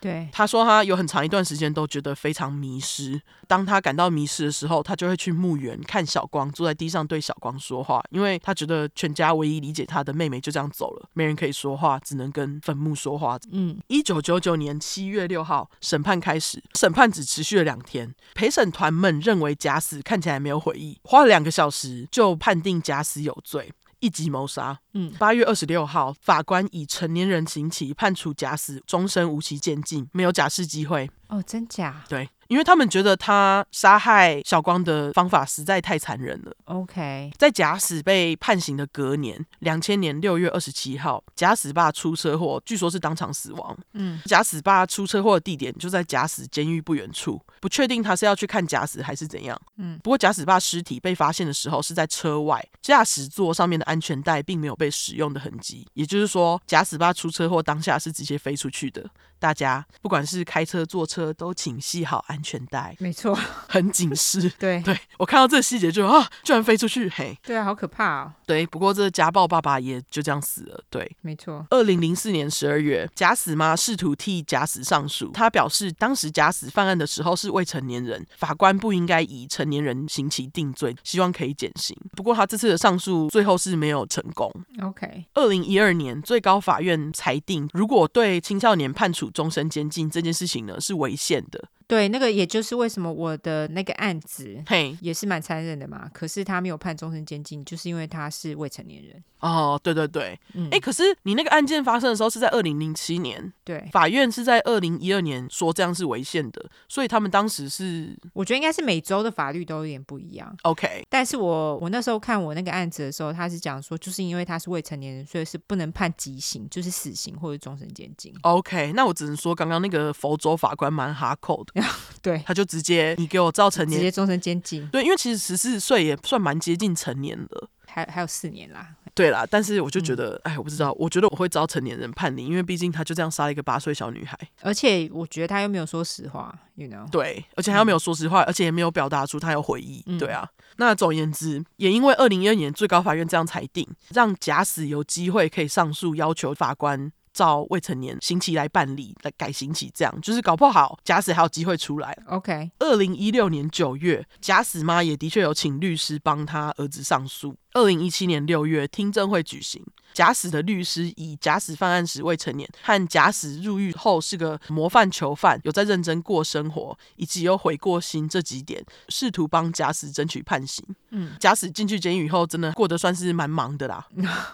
S2: 对，
S1: 他说他有很长一段时间都觉得非常迷失。当他感到迷失的时候，他就会去墓园看小光，坐在地上对小光说话，因为他觉得全家唯一理解他的妹妹就这样走了，没人可以说话，只能跟坟墓说话。
S2: 嗯
S1: 一九九九年七月六号，审判开始，审判只持续了两天。陪审团们认为假死看起来没有悔意，花了两个小时就判定假死有罪，一级谋杀。
S2: 嗯
S1: 八月二十六号，法官以成年人刑期判处假死终身无期监禁，没有假释机会。
S2: 哦，真假
S1: 对，因为他们觉得他杀害小光的方法实在太残忍了。
S2: ？OK，
S1: 在假死被判刑的隔年，两千年六月二十七号，假死爸出车祸，据说是当场死亡。
S2: 嗯，
S1: 假死爸出车祸的地点就在假死监狱不远处，不确定他是要去看假死还是怎样。
S2: 嗯，
S1: 不过假死爸尸体被发现的时候是在车外，驾驶座上面的安全带并没有被使用的痕迹，也就是说，假死爸出车祸当下是直接飞出去的。大家不管是开车、坐车，都请系好安全带，
S2: 没错，。
S1: 很警示
S2: 对，
S1: 对我看到这个细节就啊，居然飞出去，嘿，
S2: 对啊，好可怕哦，
S1: 对，不过这家暴爸爸也就这样死了。对，
S2: 没错，
S1: 二零零四年十二月，假死妈试图替假死上诉，她表示当时假死犯案的时候是未成年人，法官不应该以成年人刑期定罪，希望可以减刑。不过她这次的上诉最后是没有成功。
S2: OK，
S1: 二零一二年，最高法院裁定，如果对青少年判处终身监禁这件事情呢是违宪的。
S2: 对，那个也就是为什么我的那个案子
S1: 嘿，
S2: 也是蛮残忍的嘛，可是他没有判终身监禁，就是因为他是未成年人。
S1: 哦，对对对，
S2: 嗯，
S1: 哎、可是你那个案件发生的时候是在二零零七年，
S2: 对，
S1: 法院是在二零一二年说这样是违宪的，所以他们当时是
S2: 我觉得应该是每周的法律都有点不一样。
S1: OK
S2: 但是我我那时候看我那个案子的时候，他是讲说，就是因为他是未成年人，所以是不能判极刑，就是死刑或者终身监禁。
S1: OK。那我只能说，刚刚那个佛州法官蛮哈扣的，
S2: 对，
S1: 他就直接你给我造成
S2: 直
S1: 年
S2: 接终身监禁，
S1: 对，因为其实十四岁也算蛮接近成年的。
S2: 还还有四年啦。
S1: 对啦，但是我就觉得，
S2: 嗯
S1: 哎、我不知道，我觉得我会遭成年人判定，因为毕竟他就这样杀了一个八岁小女孩，
S2: 而且我觉得他又没有说实话，you know。
S1: 对，而且他又没有说实话，而且也没有表达出他有悔意，
S2: 嗯
S1: 对啊。那总而言之，也因为二零一二年最高法院这样裁定，让假死有机会可以上诉，要求法官照未成年刑期来办理，来改刑期，这样就是搞不好假死还有机会出来。
S2: OK，
S1: 二零一六年九月，假死妈也的确有请律师帮他儿子上诉。二零一七年六月，听证会举行，假死的律师以假死犯案时未成年和假死入狱后是个模范囚犯，有在认真过生活，以及有悔过心这几点，试图帮假死争取判刑。
S2: 嗯，
S1: 假死进去监狱以后，真的过得算是蛮忙的啦。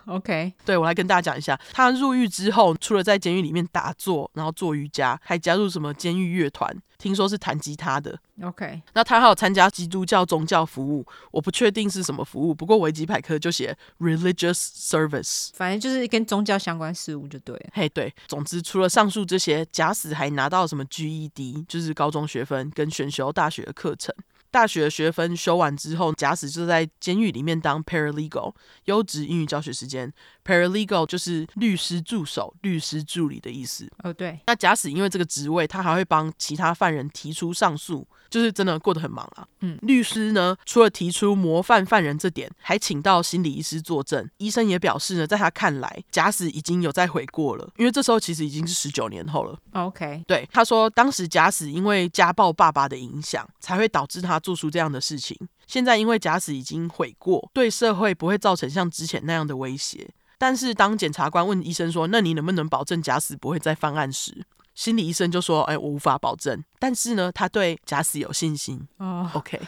S2: OK，
S1: 对我来跟大家讲一下，他入狱之后，除了在监狱里面打坐，然后做瑜伽，还加入什么监狱乐团，听说是弹吉他的。
S2: OK，
S1: 那他还有参加基督教宗教服务，我不确定是什么服务，不过维基百科就写 religious service。
S2: 反正就是跟宗教相关事务就对了。
S1: 嘿，对，总之除了上述这些，假死还拿到什么 GED，就是高中学分跟选修大学的课程。大学学分修完之后，假死就在监狱里面当 paralegal，优质英语教学时间。paralegal 就是律师助手、律师助理的意思。
S2: 哦，对，
S1: 那假使因为这个职位，他还会帮其他犯人提出上诉，就是真的过得很忙啊。
S2: 嗯，
S1: 律师呢，除了提出模范犯人这点，还请到心理医师作证。医生也表示呢，在他看来，假使已经有在悔过了，因为这时候其实已经是十九年后了。
S2: 哦 OK，
S1: 对，他说当时假死因为家暴爸爸的影响，才会导致他做出这样的事情。现在因为假死已经悔过，对社会不会造成像之前那样的威胁。但是当检察官问医生说：“那你能不能保证假死不会再犯案？”时，心理医生就说：“哎，我无法保证，但是呢，他对假死有信心。
S2: 哦，
S1: ”OK，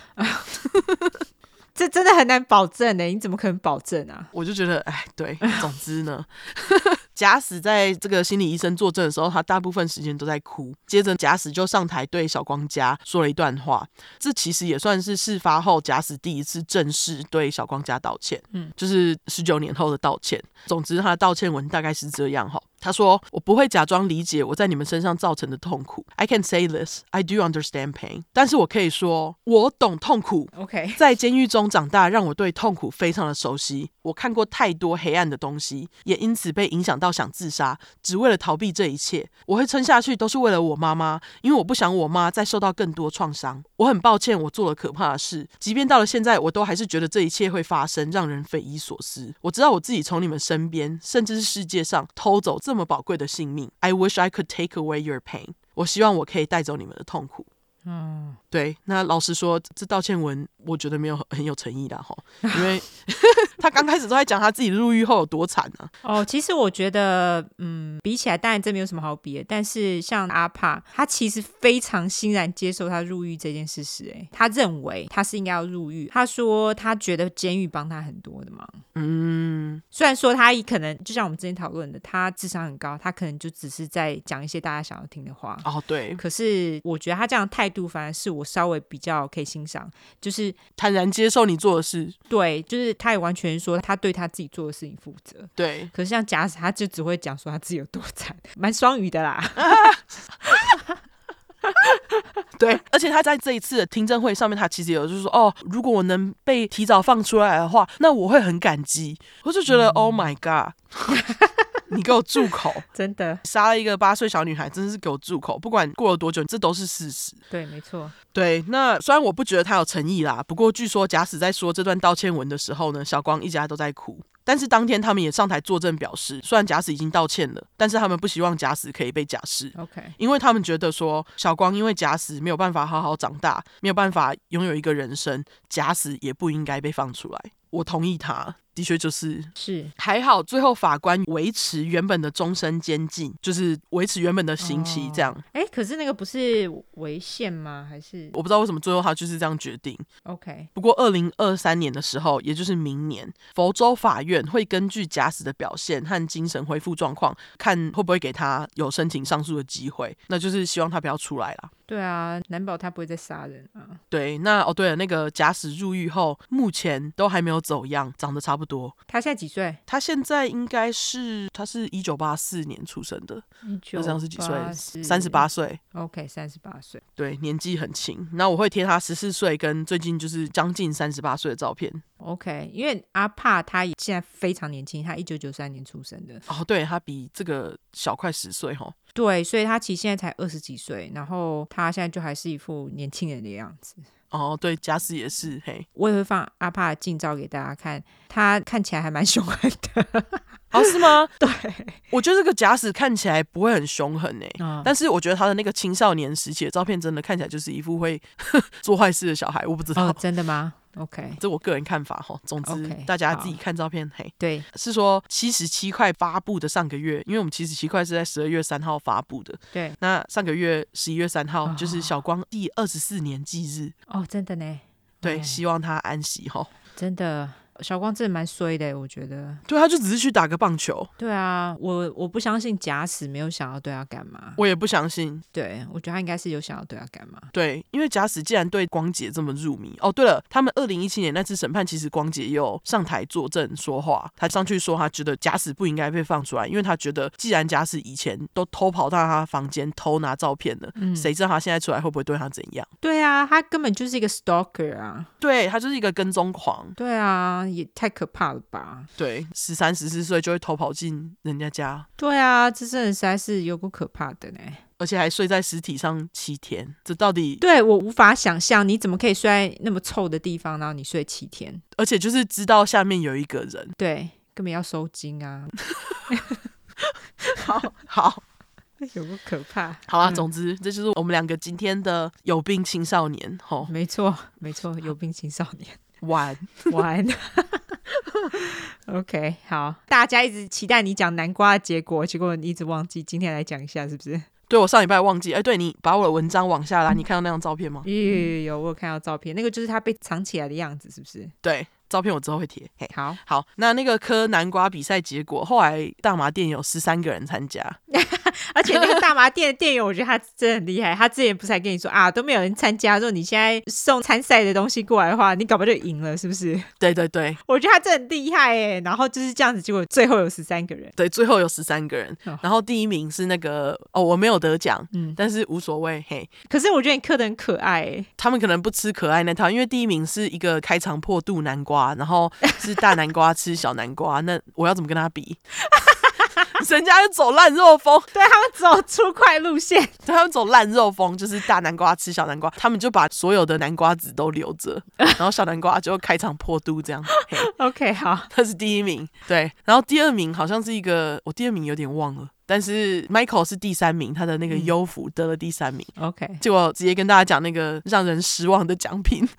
S2: 这真的很难保证呢，欸你怎么可能保证啊？
S1: 我就觉得，哎，对，总之呢， 假死在这个心理医生作证的时候，他大部分时间都在哭。接着，假死就上台对小光家说了一段话，这其实也算是事发后假死第一次正式对小光家道歉，
S2: 嗯，
S1: 就是十九年后的道歉。总之，他的道歉文大概是这样哈。他说：“我不会假装理解我在你们身上造成的痛苦。I can say this, I do understand pain。但是我可以说，我懂痛苦。
S2: OK，
S1: 在监狱中长大，让我对痛苦非常的熟悉。我看过太多黑暗的东西，也因此被影响到想自杀，只为了逃避这一切。我会撑下去，都是为了我妈妈，因为我不想我妈再受到更多创伤。我很抱歉，我做了可怕的事。即便到了现在，我都还是觉得这一切会发生，让人匪夷所思。我知道我自己从你们身边，甚至是世界上偷走这么宝贵的性命。I wish I could take away your pain。我希望我可以带走你们的痛苦。
S2: 嗯，
S1: 对，那老实说，这道歉文我觉得没有很很有诚意啦， 哈，因为他刚开始都在讲他自己入狱后有多惨啊，
S2: 哦，其实我觉得，嗯，比起来，当然这没有什么好比的。但是像阿帕，他其实非常欣然接受他入狱这件事实，哎，他认为他是应该要入狱。他说他觉得监狱帮他很多的忙。
S1: 嗯，
S2: 虽然说他可能就像我们之前讨论的，他智商很高，他可能就只是在讲一些大家想要听的话。
S1: 哦，对，
S2: 可是我觉得他这样的态度，反而是我稍微比较可以欣赏，就是
S1: 坦然接受你做的事，
S2: 对，就是他也完全说他对他自己做的事情负责。
S1: 对，
S2: 可是像假使他就只会讲说他自己有多惨，蛮双语的啦。
S1: 对，而且他在这一次的听证会上面，他其实有就是说，哦，如果我能被提早放出来的话，那我会很感激。我就觉得、o h my god，你给我住口！
S2: 真的，
S1: 杀了一个八岁小女孩，真的是给我住口！不管过了多久，这都是事实。
S2: 对，没错，
S1: 对，那虽然我不觉得他有诚意啦，不过据说假使在说这段道歉文的时候呢，小光一家都在哭。但是当天他们也上台作证表示，虽然假使已经道歉了，但是他们不希望假使可以被假释，
S2: OK，
S1: 因为他们觉得说小光因为假死没有办法好好长大，没有办法拥有一个人生，假死也不应该被放出来。我同意他，的确就是
S2: 是
S1: 还好，最后法官维持原本的终身监禁，就是维持原本的刑期这样。
S2: 哎，可是那个不是违宪吗？还是
S1: 我不知道为什么最后他就是这样决定。
S2: OK？
S1: 不过，二零二三年的时候，也就是明年，佛州法院会根据假死的表现和精神恢复状况，看会不会给他有申请上诉的机会。那就是希望他不要出来啦。
S2: 对啊，难保他不会再杀人啊。
S1: 对，那哦对了，那个假死入狱后，目前都还没有走样，长得差不多。
S2: 他现在几岁？
S1: 他现在应该是，他是一九八四年出生的，
S2: 九
S1: 这样是几岁三十。八岁。
S2: OK，三十八岁。
S1: 对，年纪很轻。那我会贴他十四岁跟最近就是将近三十八岁的照片。
S2: OK，因为阿帕他也现在非常年轻，他一九九三年出生的，
S1: 哦，对他比这个小快十岁哦。
S2: 对，所以他其实现在才二十几岁，然后他现在就还是一副年轻人的样子。
S1: 哦，对，假死也是，嘿，
S2: 我也会放阿帕的近照给大家看，他看起来还蛮凶狠的。
S1: 哦，是吗？
S2: 对，
S1: 我觉得这个假死看起来不会很凶狠诶，
S2: 啊、
S1: 但是我觉得他的那个青少年时期的照片，真的看起来就是一副会 做坏事的小孩，我不知道。
S2: 哦，真的吗？OK，
S1: 这我个人看法哈，总之
S2: OK，
S1: 大家
S2: 好
S1: 自己看照片。嘿，
S2: 对，
S1: 是说七十七块发布的上个月，因为我们七十七块是在十二月三号发布的，
S2: 对，
S1: 那上个月十一月三号就是
S2: 哦
S1: 小光第二十四年忌日，
S2: 哦，真的呢，
S1: 对，
S2: 哎
S1: 希望他安息哈。
S2: 真的，小光真的蛮衰的，我觉得。
S1: 对，他就只是去打个棒球，
S2: 对啊，我我不相信假死没有想要对他干嘛。
S1: 我也不相信。
S2: 对，我觉得他应该是有想要对他干嘛。
S1: 对，因为假使既然对光姐这么入迷，哦，对了，他们二零一七年那次审判，其实光姐也有上台作证说话，她上去说她觉得假使不应该被放出来，因为她觉得既然假使以前都偷跑到她房间偷拿照片了，谁知道她现在出来会不会对她怎样？
S2: 对啊，他根本就是一个 stalker 啊！
S1: 对她就是一个跟踪狂，
S2: 对啊，也太可怕了吧！
S1: 对，十三十四岁就会偷跑进人家家，
S2: 对啊，这真的实在是有够可怕的呢。
S1: 而且还睡在尸体上七天，这到底？
S2: 对我无法想象，你怎么可以睡在那么臭的地方，然后你睡七天？
S1: 而且就是知道下面有一个人，
S2: 对，根本要收精啊！
S1: 好好。
S2: 有够可怕。
S1: 好啦，总之这就是我们两个今天的有病青少年吼
S2: 没错，没错，有病青少年
S1: 玩，
S2: 玩。OK，好，大家一直期待你讲南瓜的结果，结果你一直忘记，今天来讲一下是不是？
S1: 对我上礼拜忘记，哎、对你把我的文章往下拉，你看到那张照片吗？
S2: 有有有有，我有看到照片，那个就是他被藏起来的样子，是不是？
S1: 对，照片我之后会贴。嘿，
S2: 好，
S1: 好，那那个磕南瓜比赛结果，后来大麻店有十三个人参加，
S2: 而且那个大麻店的店员，我觉得他真的很厉害。他之前不是还跟你说啊，都没有人参加，如果你现在送参赛的东西过来的话，你搞不好就赢了，是不是？
S1: 对对对
S2: 我觉得他真的很厉害哎。然后就是这样子，结果最后有十三个人，
S1: 对，最后有十三个人
S2: 哦，
S1: 然后第一名是那个哦，我没有得奖，
S2: 嗯
S1: 但是无所谓，嘿，
S2: 可是我觉得你刻的很可爱哎。
S1: 他们可能不吃可爱那套，因为第一名是一个开肠破肚南瓜，然后是大南瓜吃小南瓜，那我要怎么跟他比？人家是走烂肉风，
S2: 对他们走出快路线，
S1: 他们走烂肉风，就是大南瓜吃小南瓜，他们就把所有的南瓜籽都留着，然后小南瓜就开肠破肚这样。嘿
S2: OK，好，
S1: 他是第一名，对，然后第二名好像是一个，我第二名有点忘了，但是 Michael 是第三名，他的那
S2: 嗯
S1: 个优抚得了第三名。
S2: OK，
S1: 结果直接跟大家讲那个让人失望的奖品，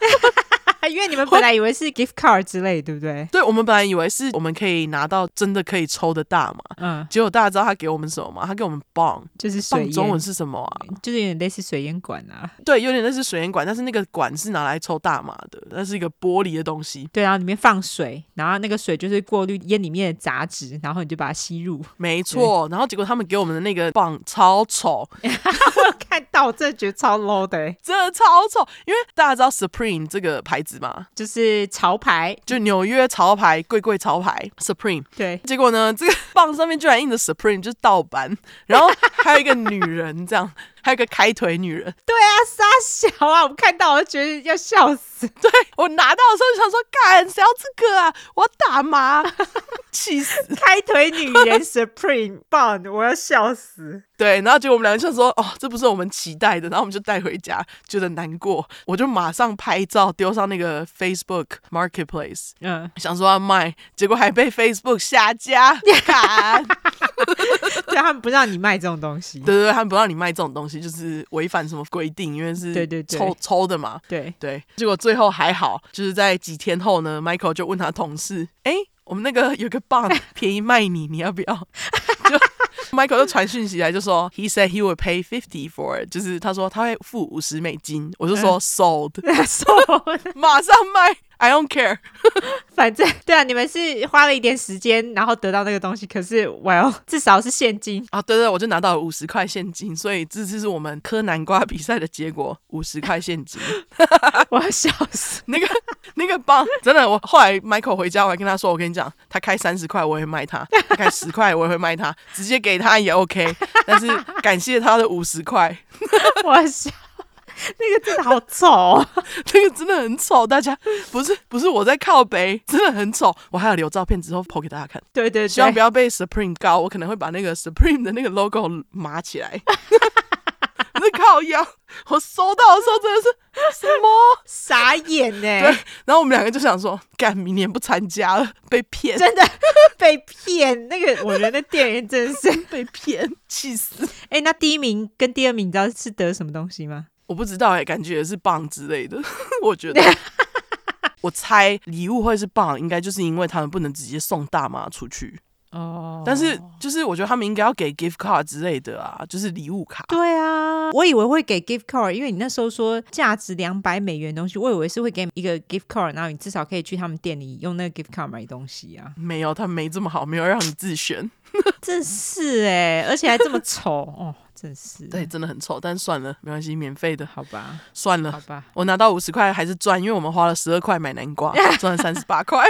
S2: 因为你们本来以为是 gift card 之类，对不对？
S1: 对我们本来以为是我们可以拿到真的可以抽的大麻，
S2: 嗯，
S1: 结果大家知道他给我们什么吗？他给我们棒，
S2: 就是水
S1: 棒
S2: 烟，
S1: 中文是什么啊？
S2: 就是有点类似水烟管啊。
S1: 对，有点类似水烟管，但是那个管是拿来抽大麻的，那是一个玻璃的东西。
S2: 对，然后里面放水，然后那个水就是过滤烟里面的杂质，然后你就把它吸入。
S1: 没错，然后结果他们给我们的那个棒超丑，
S2: 看到我真的觉得超 low 的欸，
S1: 真的超丑，因为大家知道 Supreme 这个牌子嘛，
S2: 就是潮牌。
S1: 就纽约潮牌、贵贵潮牌 Supreme。
S2: 对，
S1: 结果呢，这个 棒上面居然印着 Supreme，就是盗版，然后还有一个女人这样，还有一个开腿女人，
S2: 对啊，傻小啊，我看到我就觉得要笑死。
S1: 对我拿到的时候就想说，干谁要这个啊？我要打麻， 气死！
S2: 开腿女人 Supreme 棒，我要笑死。
S1: 对，然后结果我们两个就说，哦，这不是我们期待的，然后我们就带回家，觉得难过，我就马上拍照丢上那个 Facebook Marketplace，
S2: 嗯，
S1: 想说要卖，结果还被 Facebook 下 架，干！
S2: 对他们不让你卖这种东西。
S1: 对对对，他们不让你卖这种东西，就是违反什么规定，因为是
S2: 对对对
S1: 抽抽的嘛，
S2: 对，
S1: 对，结果最后还好，就是在几天后呢，Michael 就问他同事：“哎，我们那个有个棒便宜卖你，你要不要？” 就 Michael 就传讯息来，就说 “He said he would pay fifty for it”，就是他说他会付五十美金。我就说 “sold”，马 上卖，I don't care。
S2: 反正 对啊，你们是花了一点时间，然后得到那个东西，可是我要 至少是现金。
S1: 啊，对对，我就拿到了五十块现金，所以这次是我们磕南瓜比赛的结果，五十块现金。啊
S2: 我要笑死。
S1: 那个 那个棒，真的，我后来 Michael 回家，我还跟他说，我跟你讲，他开三十块我也会卖他，他开十块我也会卖他，直接给他也 OK。但是感谢他的五十块，
S2: 我笑，那个真的好丑、哦。
S1: 那个真的很丑，大家不是不是我在靠北，真的很丑。我还有留照片之后 PO 给大家看，
S2: 对对对，
S1: 希望不要被 Supreme 告，我可能会把那个 Supreme 的那个 logo 码起来。 那靠腰，我收到的时候真的是什么？
S2: 傻眼欸呢、
S1: 对，然后我们两个就想说，干，明年不参加了，被骗。
S2: 真的被骗。那个我觉得那店员真的是，
S1: 被骗，气死！
S2: 哎、那第一名跟第二名，你知道是得什么东西吗？
S1: 我不知道哎、感觉也是棒之类的， 我觉 得。我猜礼物会是棒，应该就是因为他们不能直接送大麻出去。
S2: 哦
S1: 但是就是我觉得他们应该要给 gift card 之类的啊，就是礼物卡。
S2: 对啊，我以为会给 gift card，因为你那时候说价值两百美元的东西，我以为是会给一个 gift card，然后你至少可以去他们店里用那个 gift card 买东西啊。
S1: 没有，他们没这么好，没有让你自选。
S2: 真是哎、而且还这么丑哦，真是。
S1: 对，，真的很臭，但算了，没关系，免费的，
S2: 好 吧，
S1: 算
S2: 好
S1: 了。
S2: 吧。
S1: 我拿到五十块还是赚，因为我们花了十二块买南 瓜，赚了三十八块。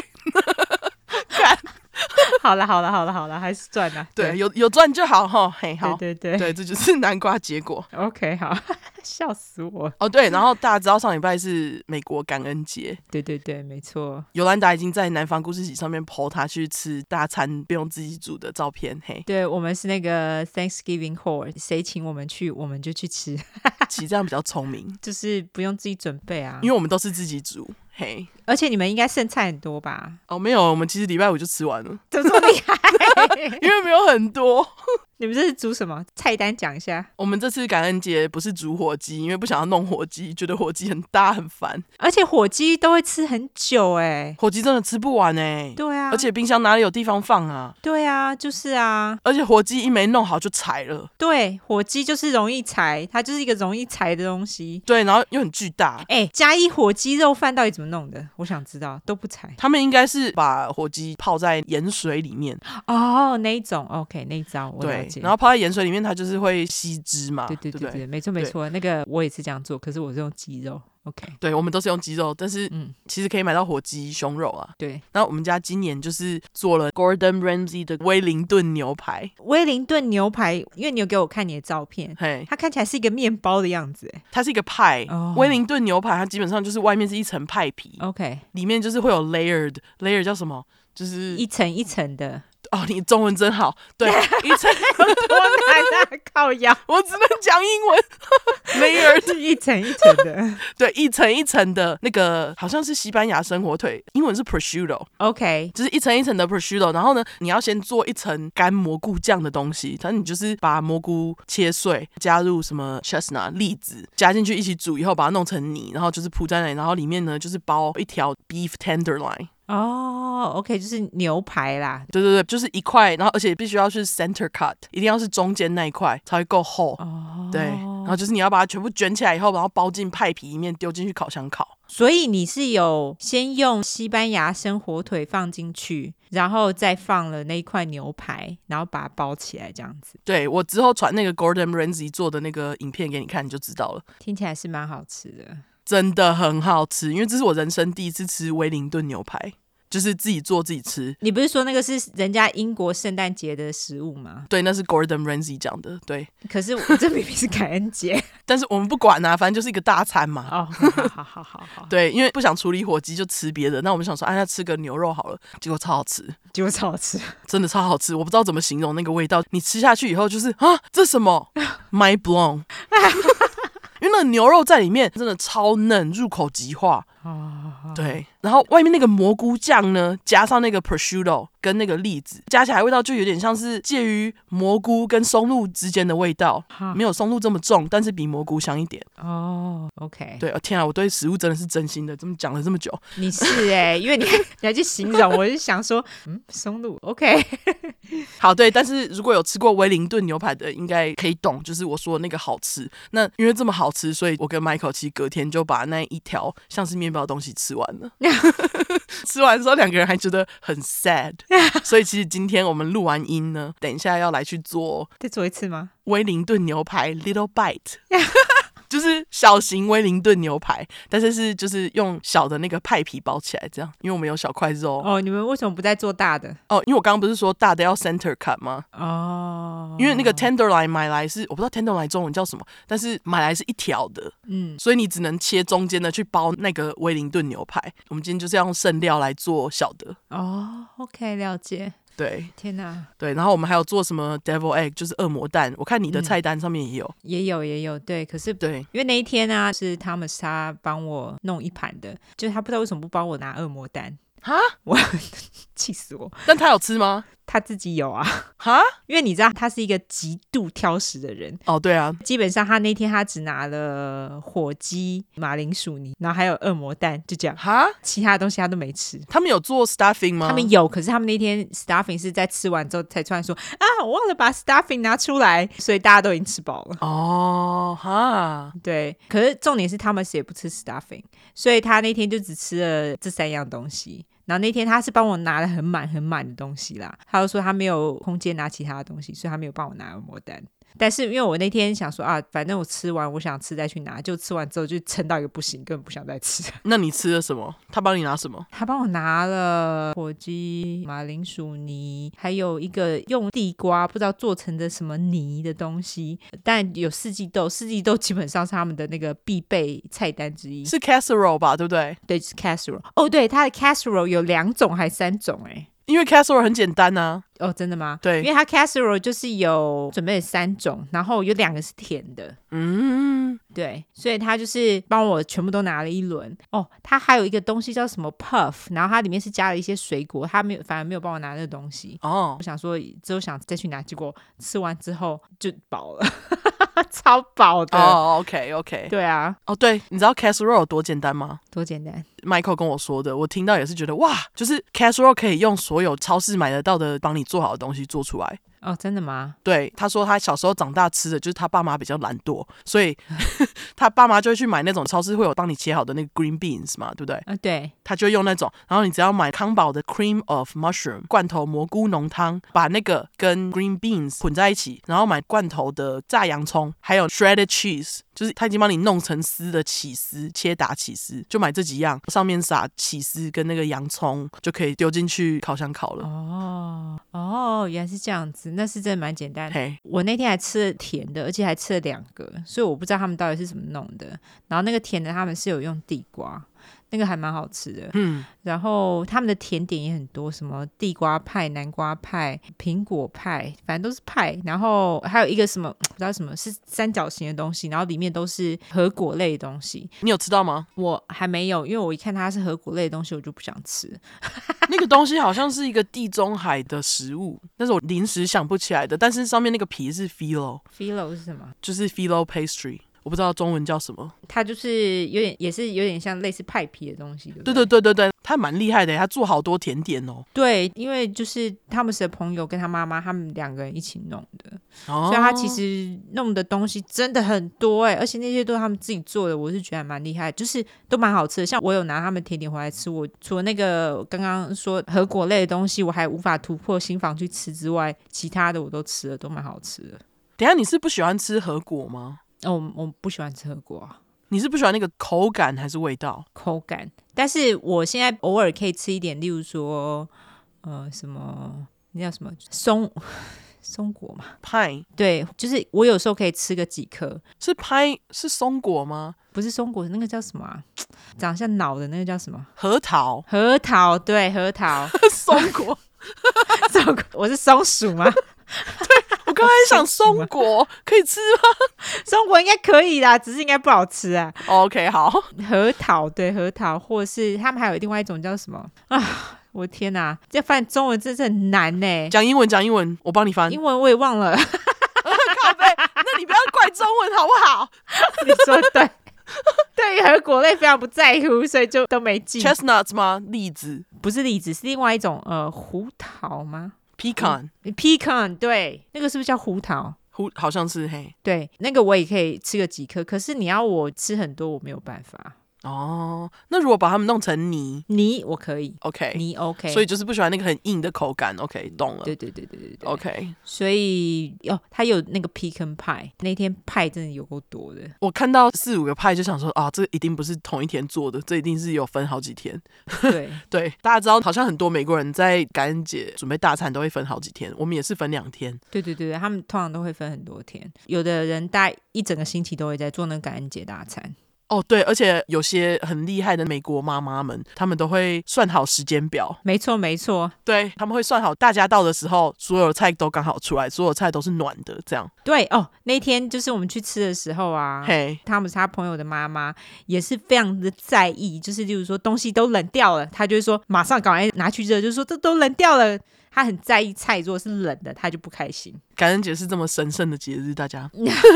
S2: 好了，好了，好了，好了，还是赚了。
S1: 对，有有赚就好哈。嘿，好，
S2: 对对对
S1: 对，这就是南瓜结果。
S2: ，OK，好， 笑死我。
S1: 哦，对，然后大家知道上礼拜是美国感恩节，
S2: 对对对，没错。，
S1: 尤兰达已经在南方故事集上面 PO 她去吃大餐不用自己煮的照片，嘿
S2: 对我们是那个 Thanksgiving hall，谁请我们去，我们就去吃，
S1: 其实这样比较聪明，
S2: 就是不用自己准备啊
S1: 因。为我们都是自己煮，嘿。
S2: 而且你们应该剩菜很 多吧？
S1: 哦，没有，我们其实礼拜五就吃完了，
S2: 怎么这么厉害？
S1: 因为没有很多。
S2: 你们这是煮什么？菜单讲一下。
S1: 我们这次感恩节不是煮火鸡，因为不想要弄火鸡，觉得火鸡很大很烦，
S2: 而且火鸡都会吃很久哎、
S1: 火鸡真的吃不完哎、
S2: 对啊，
S1: 而且冰箱哪里有地方放啊？
S2: 对啊，就是啊，
S1: 而且火鸡一没弄好就柴了，
S2: 对，火鸡就是容易柴，它就是一个容易柴的东西。
S1: 对，然后又很巨大。
S2: 哎、嘉义火鸡肉饭到底怎么弄的？我想知道，都不柴
S1: 他们应该是把火鸡泡在盐水里面，
S2: 哦，那一种 OK，那一招我了
S1: 对
S2: 解。，
S1: 然后泡在盐水里面，它就是会吸汁嘛，
S2: 对对
S1: 不
S2: 对对，没错没
S1: 对
S2: 错，那个我也是这样做，可是我是用鸡肉 OK。
S1: 对我们都是用鸡肉，但是
S2: 嗯
S1: 其实可以买到火鸡胸肉啊。
S2: 对，
S1: 那我们家今年就是做了 Gordon Ramsay 的威灵顿牛排，
S2: 威灵顿牛排，因为你有给我看你的照片，
S1: 嘿，
S2: 它看起来是一个面包的样子。哎
S1: 它是一个派。
S2: 哦
S1: 威灵顿牛排它基本上就是外面是一层派皮，
S2: OK，
S1: 里面就是会有 layered layer 叫什么？就是
S2: 一层一层 的，
S1: 哦，你中文真好， 对，一层，
S2: 多难啊！靠腰，
S1: 我只能讲英文 layer，
S2: 是一层一层 的。
S1: 对，一层一层的那个好像是西班牙生火腿，英文是 prosciutto，
S2: OK，
S1: 就是一层一层的 prosciutto，然后呢，你要先做一层干蘑菇酱的东西，反正你就是把蘑菇切碎，加入什么 chestnut 栗子加进去一起煮，以后把它弄成泥，然后就是铺在那里，然后里面呢就是包一条 beef tenderloin，
S2: 哦，OK，就是牛排啦。
S1: 对对对，就是一块，然后而且必须要是 center cut，一定要是中间那一块才会够厚，
S2: 哦，
S1: 对，然后就是你要把它全部卷起来以后，然后包进派皮里面丢进去烤箱烤。
S2: 所以你是有先用西班牙生火腿放进去，然后再放了那一块牛排，然后把它包起来，这样子
S1: 对我之后传那个 Gordon Ramsay 做的那个影片给你看，你就知道了，
S2: 听起来是蛮好吃的。
S1: 真的很好吃。因为这是我人生第一次吃威灵顿牛排，就是自己做自己吃。
S2: 你不是说那个是人家英国圣诞节的食物吗？
S1: 对，那是 Gordon Ramsay 讲的。对，
S2: 可是我这明明是感恩节
S1: 但是我们不管啊，反正就是一个大餐嘛。
S2: 哦，好好好好好，
S1: 对，因为不想处理火鸡，就吃别的。那我们想说，哎、那吃个牛肉好了，结果超好吃，
S2: 就超好吃。
S1: 真的超好吃。我不知道怎么形容那个味道，你吃下去以后就是啊，这什么？My blown！因为那个牛肉在里面真的超嫩，入口即化。
S2: 哦，
S1: 对，然后外面那个蘑菇酱呢，加上那个 prosciutto 跟那个栗子，加起来味道就有点像是介于蘑菇跟松露之间的味道，
S2: 好
S1: 没有松露这么重，但是比蘑菇香一点。
S2: 哦，OK，
S1: 对，哦、天啊，我对食物真的是真心的，这么讲了这么久，
S2: 你是哎、因为你你还去形容，我就想说，嗯，松露，OK，
S1: 好，对，但是如果有吃过威灵顿牛排的，应该可以懂，就是我说的那个好吃。那因为这么好吃，所以我跟 Michael 其实隔天就把那一条像是面包的东西吃完了。吃完之后，两个人还觉得很 sad，所以其实今天我们录完音呢，等一下要来去做
S2: 再做一次吗？
S1: 威灵顿牛排 little bite。就是小型威灵顿牛排，但是是就是用小的那个派皮包起来，这样，因为我们有小块肉
S2: 哦，你们为什么不再做大的？
S1: 哦。因为我刚刚不是说大的要 center cut 吗？
S2: 哦，
S1: 因为那个 tenderloin 买来是我不知道 tenderloin 中文叫什么，但是买来是一条的，
S2: 嗯，
S1: 所以你只能切中间的去包那个威灵顿牛排。我们今天就是要用剩料来做小的，
S2: 哦，OK，了解。
S1: 对
S2: 天哪，
S1: 对。然后我们还有做什么 devil egg，就是恶魔蛋。我看你的
S2: 嗯
S1: 菜单上面也有，
S2: 也有也有，对，可是。
S1: 对
S2: 因为那一天呢、是他们是他帮我弄一盘的，就是他不知道为什么不帮我拿恶魔蛋，
S1: 哈，
S2: 气死我！
S1: 但他有吃吗？
S2: 他自己有啊，
S1: 哈，
S2: 因为你知道他是一个极度挑食的人，
S1: 哦，对啊，
S2: 基本上他那天他只拿了火鸡、马铃薯泥，然后还有恶魔蛋，就这样，
S1: 哈，
S2: 其他的东西他都没吃。
S1: 他们有做 stuffing 吗？
S2: 他们有，可是他们那天 stuffing 是在吃完之后才突然说啊，我忘了把 stuffing 拿出来，所以大家都已经吃饱了。
S1: 哦，哈，
S2: 对，可是重点是 Thomas 也不吃 stuffing，所以他那天就只吃了这三样东西。然后那天他是帮我拿了很满很满的东西啦，他就说他没有空间拿其他的东西，所以他没有帮我拿恶魔蛋。但是因为我那天想说啊，反正我吃完我想吃再去拿，就吃完之后就撑到一个不行，根本不想再吃。
S1: 那你吃了什么？他帮你拿什么？
S2: 他帮我拿了火鸡、马铃薯泥，还有一个用地瓜不知道做成的什么泥的东西，但有四季豆，四季豆基本上是他们的那个必备菜单之一。
S1: 是 casserole 吧，对不对？
S2: 对，就是 casserole。哦，对，它的 casserole 有两种还三种哎。
S1: 因为 casserole 很简单啊呐、
S2: 哦，真的吗？
S1: 对
S2: 因为它 casserole 就是有准备了三种，然后有两个是甜的，
S1: 嗯，
S2: 对，所以他就是帮我全部都拿了一轮哦。他还有一个东西叫什么 puff，然后它里面是加了一些水果，他没有，反而没有帮我拿那个东西。
S1: 哦
S2: 我，想说之后想再去拿，结果吃完之后就饱了， 超饱的。
S1: 哦，OK OK，
S2: 对啊，
S1: 哦，对，你知道 casserole 有多简单吗
S2: 多简单。
S1: ？Michael 跟我说的，我听到也是觉得哇，就是 casserole 可以用所有超市买得到的帮你做好的东西做出来。
S2: 哦，真的吗？
S1: 对，他说他小时候长大吃的就是他爸妈比较懒惰，所以 他爸妈就会去买那种超市会有帮你切好的那个 green beans 嘛，对不对？
S2: 啊、对，
S1: 他就用那种，然后你只要买康宝的 cream of mushroom 罐头蘑菇浓汤，把那个跟 green beans 混在一起，然后买罐头的炸洋葱，还有 shredded cheese，就是他已经帮你弄成丝的起司，切打起司，就买这几样，上面撒起司跟那个洋葱，就可以丢进去烤箱烤了。
S2: 哦哦，原来是这样子，那是真的蛮简单的。
S1: 嘿，
S2: 我那天还吃了甜的，而且还吃了两个，所以我不知道他们到底是怎么弄的。然后那个甜的他们是有用地瓜，那个还蛮好吃的。
S1: 嗯，
S2: 然后他们的甜点也很多，什么地瓜派、南瓜派、苹果派，反正都是派。然后还有一个什么不知道什么是三角形的东西，然后里面都是核果类的东西。
S1: 你有吃到吗？
S2: 我还没有，因为我一看它是核果类的东西，我就不想吃。
S1: 那个东西好像是一个地中海的食物，但是我临时想不起来的。但是上面那个皮是 filo，
S2: Filo 是什么？
S1: 就是 filo pastry，我不知道中文叫什么。
S2: 它就是有点，也是有点像类似派皮的东西，对不
S1: 对对对对对，他蛮厉害的耶，他做好多甜点哦。
S2: 对，因为就是汤姆斯的朋友跟他妈妈，他们两个人一起弄的，
S1: 哦
S2: 所以他其实弄的东西真的很多哎、而且那些都是他们自己做的，我是觉得还蛮厉害，就是都蛮好吃的。像我有拿他们甜点回来吃，我除了那个刚刚说核果类的东西，我还无法突破心房去吃之外，其他的我都吃了，都蛮好吃的。
S1: 等一下你是不喜欢吃核果吗？
S2: 哦，我我不喜欢吃核果、啊。
S1: 你是不喜欢那个口感还是味道？
S2: 口感，但是我现在偶尔可以吃一点，例如说，呃，什么那叫什么松 松果嘛，
S1: 派
S2: 对，就是我有时候可以吃个几颗，
S1: 是拍是松果吗？
S2: 不是松果，那个叫什么、啊？长得像脑的那个叫什么？
S1: 核桃
S2: 核桃，对，核桃。
S1: 松果，
S2: 松果我是松鼠吗？
S1: 我刚才想松果可以吃吗
S2: 松果应该可以啦，只是应该不好吃啊。
S1: ？OK，好，
S2: 核桃，对，核桃，或是他们还有另外一种叫什么啊？我的天哪，这翻中文真是很难呢、
S1: 讲英文讲英文，我帮你翻。
S2: 英文我也忘了，
S1: 靠背，那你不要怪中文好不好
S2: 你说得对。 对于核果类非常不在乎，所以就都没记。
S1: ？Chestnuts 吗？栗子
S2: 不是栗子，是另外一种呃胡桃吗？
S1: pecan，
S2: pecan，对，那个是不是叫胡桃？
S1: 胡好像是嘿。
S2: 对，那个我也可以吃个几颗，可是你要我吃很多，我没有办法。
S1: 哦，那如果把它们弄成泥
S2: 泥我可以，
S1: ，OK，
S2: 泥 OK。
S1: 哎所以就是不喜欢那个很硬的口感，OK，懂了。
S2: 对对对对对对。
S1: OK，
S2: 所以哦，它有那个 pecan 派，那天派真的有够多 的。
S1: 我看到四五个派就想说啊，这一定不是同一天做的，这一定是有分好几天。
S2: 对，
S1: 对，大家知道，好像很多美国人在感恩节准备大餐都会分好几天，我们也是分两天。
S2: 对对对对，他们通常都会分很多天，有的人大概一整个星期都会在做那个感恩节大餐。
S1: 哦，对，而且有些很厉害的美国妈妈们，她们都会算好时间表，
S2: 没错没错，
S1: 对，他们会算好大家到的时候，所有菜都刚好出来，所有菜都是暖的，这样。
S2: 对哦，那天就是我们去吃的时候啊，
S1: 嘿，
S2: 汤姆斯他朋友的妈妈也是非常的在意，就是例如说东西都冷掉了，他就会说马上赶快拿去热，就是说这都冷掉了，他很在意菜，如果是冷的，他就不 开心。
S1: 感恩节是这么神圣的节日，大 家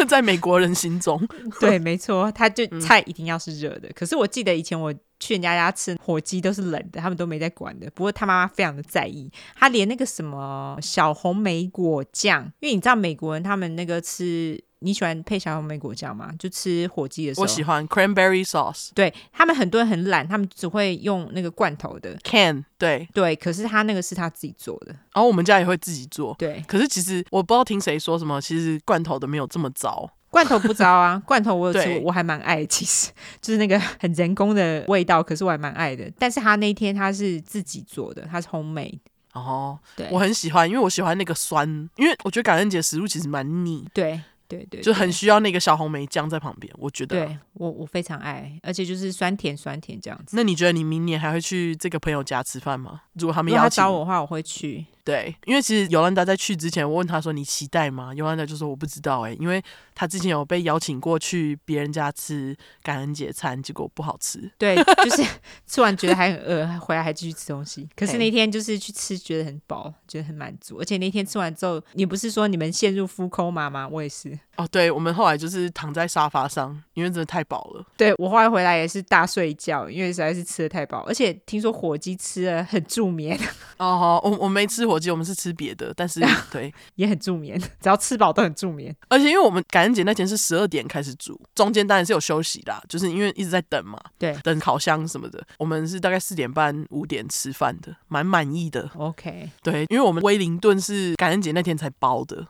S1: 在美国人心中，
S2: 对，没错，他就
S1: 嗯
S2: 菜一定要是热的。可是我记得以前我去人家家吃火鸡都是冷的，他们都没在管的。不过他妈妈非常的在意，他连那个什么小红莓果酱，因为你知道美国人他们那个吃，你喜欢配小红莓果酱吗？就吃火鸡的时候，
S1: 我喜欢 cranberry sauce
S2: 对他们很多人很懒，他们只会用那个罐头的。
S1: can 对，
S2: 对，可是他那个是他自己做的。
S1: 然后我们家也会自己做。
S2: 对，
S1: 可是其实我不知道听谁说什么，其实罐头的没有这么糟。
S2: 罐头不糟啊， 罐头我有吃
S1: 对
S2: 过，我还蛮爱的。其实就是那个很人工的味道，可是我还蛮爱的。但是他那一天他是自己做的，他是 homemade。
S1: 然后
S2: 对，
S1: 哦我很喜欢，因为我喜欢那个酸，因为我觉得感恩节食物其实蛮腻，
S2: 对对对，
S1: 就很需要那个小红莓酱在旁边。我觉
S2: 对
S1: 得啊。
S2: 对我我非常爱，而且就是酸甜酸甜这样子。
S1: 那你觉得你明年还会去这个朋友家吃饭吗？如果他
S2: 如
S1: 们
S2: 果
S1: 邀
S2: 他
S1: 请
S2: 找
S1: 你，
S2: 我的话，我会去。
S1: 对，因为其实尤兰达在去之前，我问他说你期待吗？尤兰达就说我不知道哎、因为他之前有被邀请过去别人家吃感恩节餐，结果不好吃。
S2: 对，就是 吃完觉得还很饿，还回来还继续吃东西。可是
S1: 嘿
S2: 那天就是去吃，觉得很饱，觉得很满足。而且那天吃完之后，你不是说你们陷入 full coma 吗？我也是。
S1: 哦，对，我们后来就是躺在沙发上，因为真的太饱了。
S2: 对我后来回来也是大睡一觉，因为实在是吃的太饱，而且听说火鸡吃了很助眠，
S1: 哦，好，我我没吃火鸡，我们是吃别的，但是对，
S2: 也很助眠，只要吃饱都很助眠。
S1: 而且因为我们感恩节那天是十二点开始煮，中间当然是有休息啦，就是因为一直在等嘛，
S2: 对
S1: 等烤箱什么的。我们是大概四点半五点吃饭的，蛮满意的。
S2: OK，
S1: 对，因为我们威灵顿是感恩节那天才包的。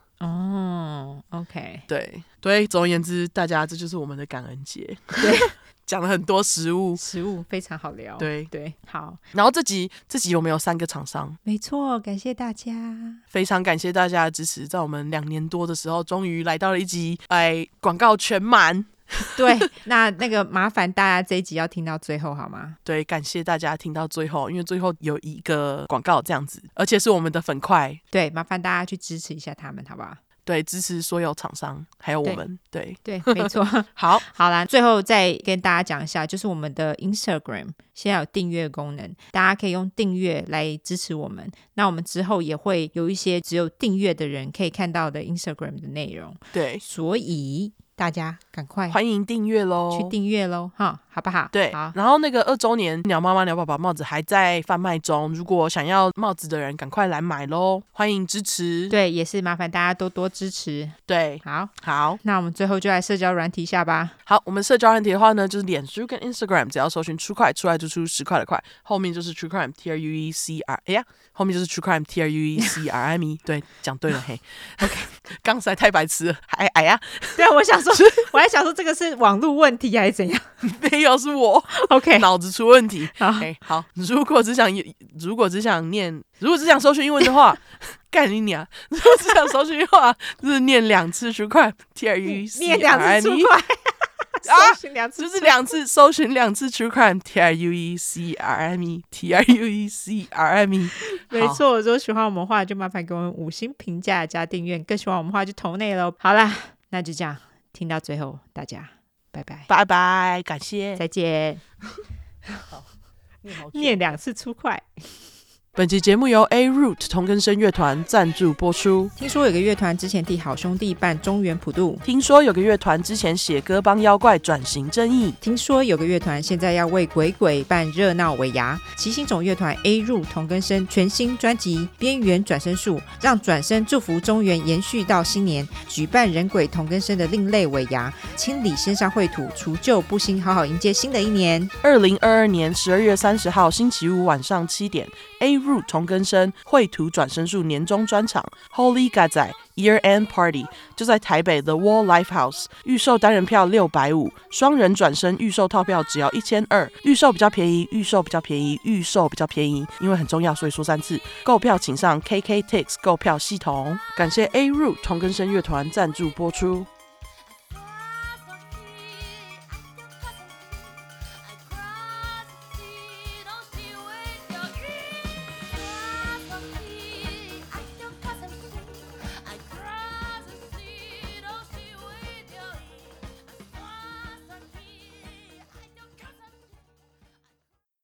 S2: 哦，OK，
S1: 对对，总而言之，大家这就是我们的感恩节。
S2: 对，
S1: 讲了很多食物。
S2: 食物非常好聊。
S1: 对，
S2: 对，好，
S1: 然后这集这集我们有三个厂商，
S2: 没错，感谢大 家。
S1: 非常感谢大家的支持，在我们两年多的时候，终于来到了一集哎广告全满。
S2: 对，那那个麻烦大家这一集要听到最后好吗？
S1: 对，感谢大家听到最后，因为最后有一个广告这样子，而且是我们的粉块，
S2: 对，麻烦大家去支持一下他们，好不好？
S1: 对，支持所有厂商，还有我
S2: 对
S1: 们，对，
S2: 对， 没错。
S1: 好，
S2: 好啦，最后再跟大家讲一下，就是我们的 Instagram 现在有订阅功能，大家可以用订阅来支持我们。那我们之后也会有一些只有订阅的人可以看到的 Instagram 的内容，
S1: 对，
S2: 所以大家赶快
S1: 欢迎订阅喽，
S2: 去订阅喽，哈，好不好？
S1: 对
S2: 好，，
S1: 然后那个二周年鸟妈妈鸟宝宝帽子还在贩卖中，如果想要帽子的人，赶快来买喽，欢迎支持。
S2: 对，也是麻烦大家多多支持。
S1: 对，
S2: 好，
S1: 好
S2: 那我们最后就来社交软体一下吧。
S1: 好，我们社交问题的话呢，就是脸书跟 Instagram，只要搜寻出块，出来就出十块的块，后面就是 True Crime T R U E C R，哎呀，后面就是 True Crime T R U E C R M E，对，讲对了嘿，OK，刚才太白痴了，哎哎呀，
S2: 对啊，我想说， 我还想说这个是网络问题还是怎样
S1: 没有是我
S2: ？OK，
S1: 脑子出问题。
S2: 好，
S1: 哎、好，如果只想，如果只想念，如果只想搜寻英文的话， 干你娘！如果只想搜寻的话，就是念两次出块 T R U C
S2: 念嗯两
S1: R
S2: 次出
S1: N E
S2: 快，
S1: 啊
S2: 搜寻两次
S1: 就是两次搜寻两次 True Crime T R U E C R M E T R U E C R M E，
S2: 没错，如果喜欢我们的话，就麻烦给我们五星评价加订阅；更喜欢我们的话，就投内喽。好啦，那就这样，听到最后，大家拜拜，
S1: 拜拜，感谢。
S2: 再见。念两次粗快。
S1: 本期节目由 A Root 同根生乐团赞助播出。
S2: 听说有个乐团之前替好兄弟办中原普渡，
S1: 听说有个乐团之前写歌帮妖怪转型正义，
S2: 听说有个乐团现在要为鬼鬼办热闹尾牙，七星种乐团 A 入同根生全新专辑《边缘转身术》，让转身祝福中原延续到新年，举办人鬼同根生的另类尾牙，清理身上秽土，除旧布新，好好迎接新的一年。
S1: 二零二二年十二月三十号星期五晚上七点，A Root 同根生绘图转身术年终专场 Holy g a z a Year End Party 就在台北 The Wall Life House，预售单人票六百五，双人转身预售套票只要一千二，预售比较便宜，预售比较便宜，预售比较便宜，因为很重要，所以说三次。购票请上 KKTix 购票系统。感谢 A Root 同根生乐团赞助播出。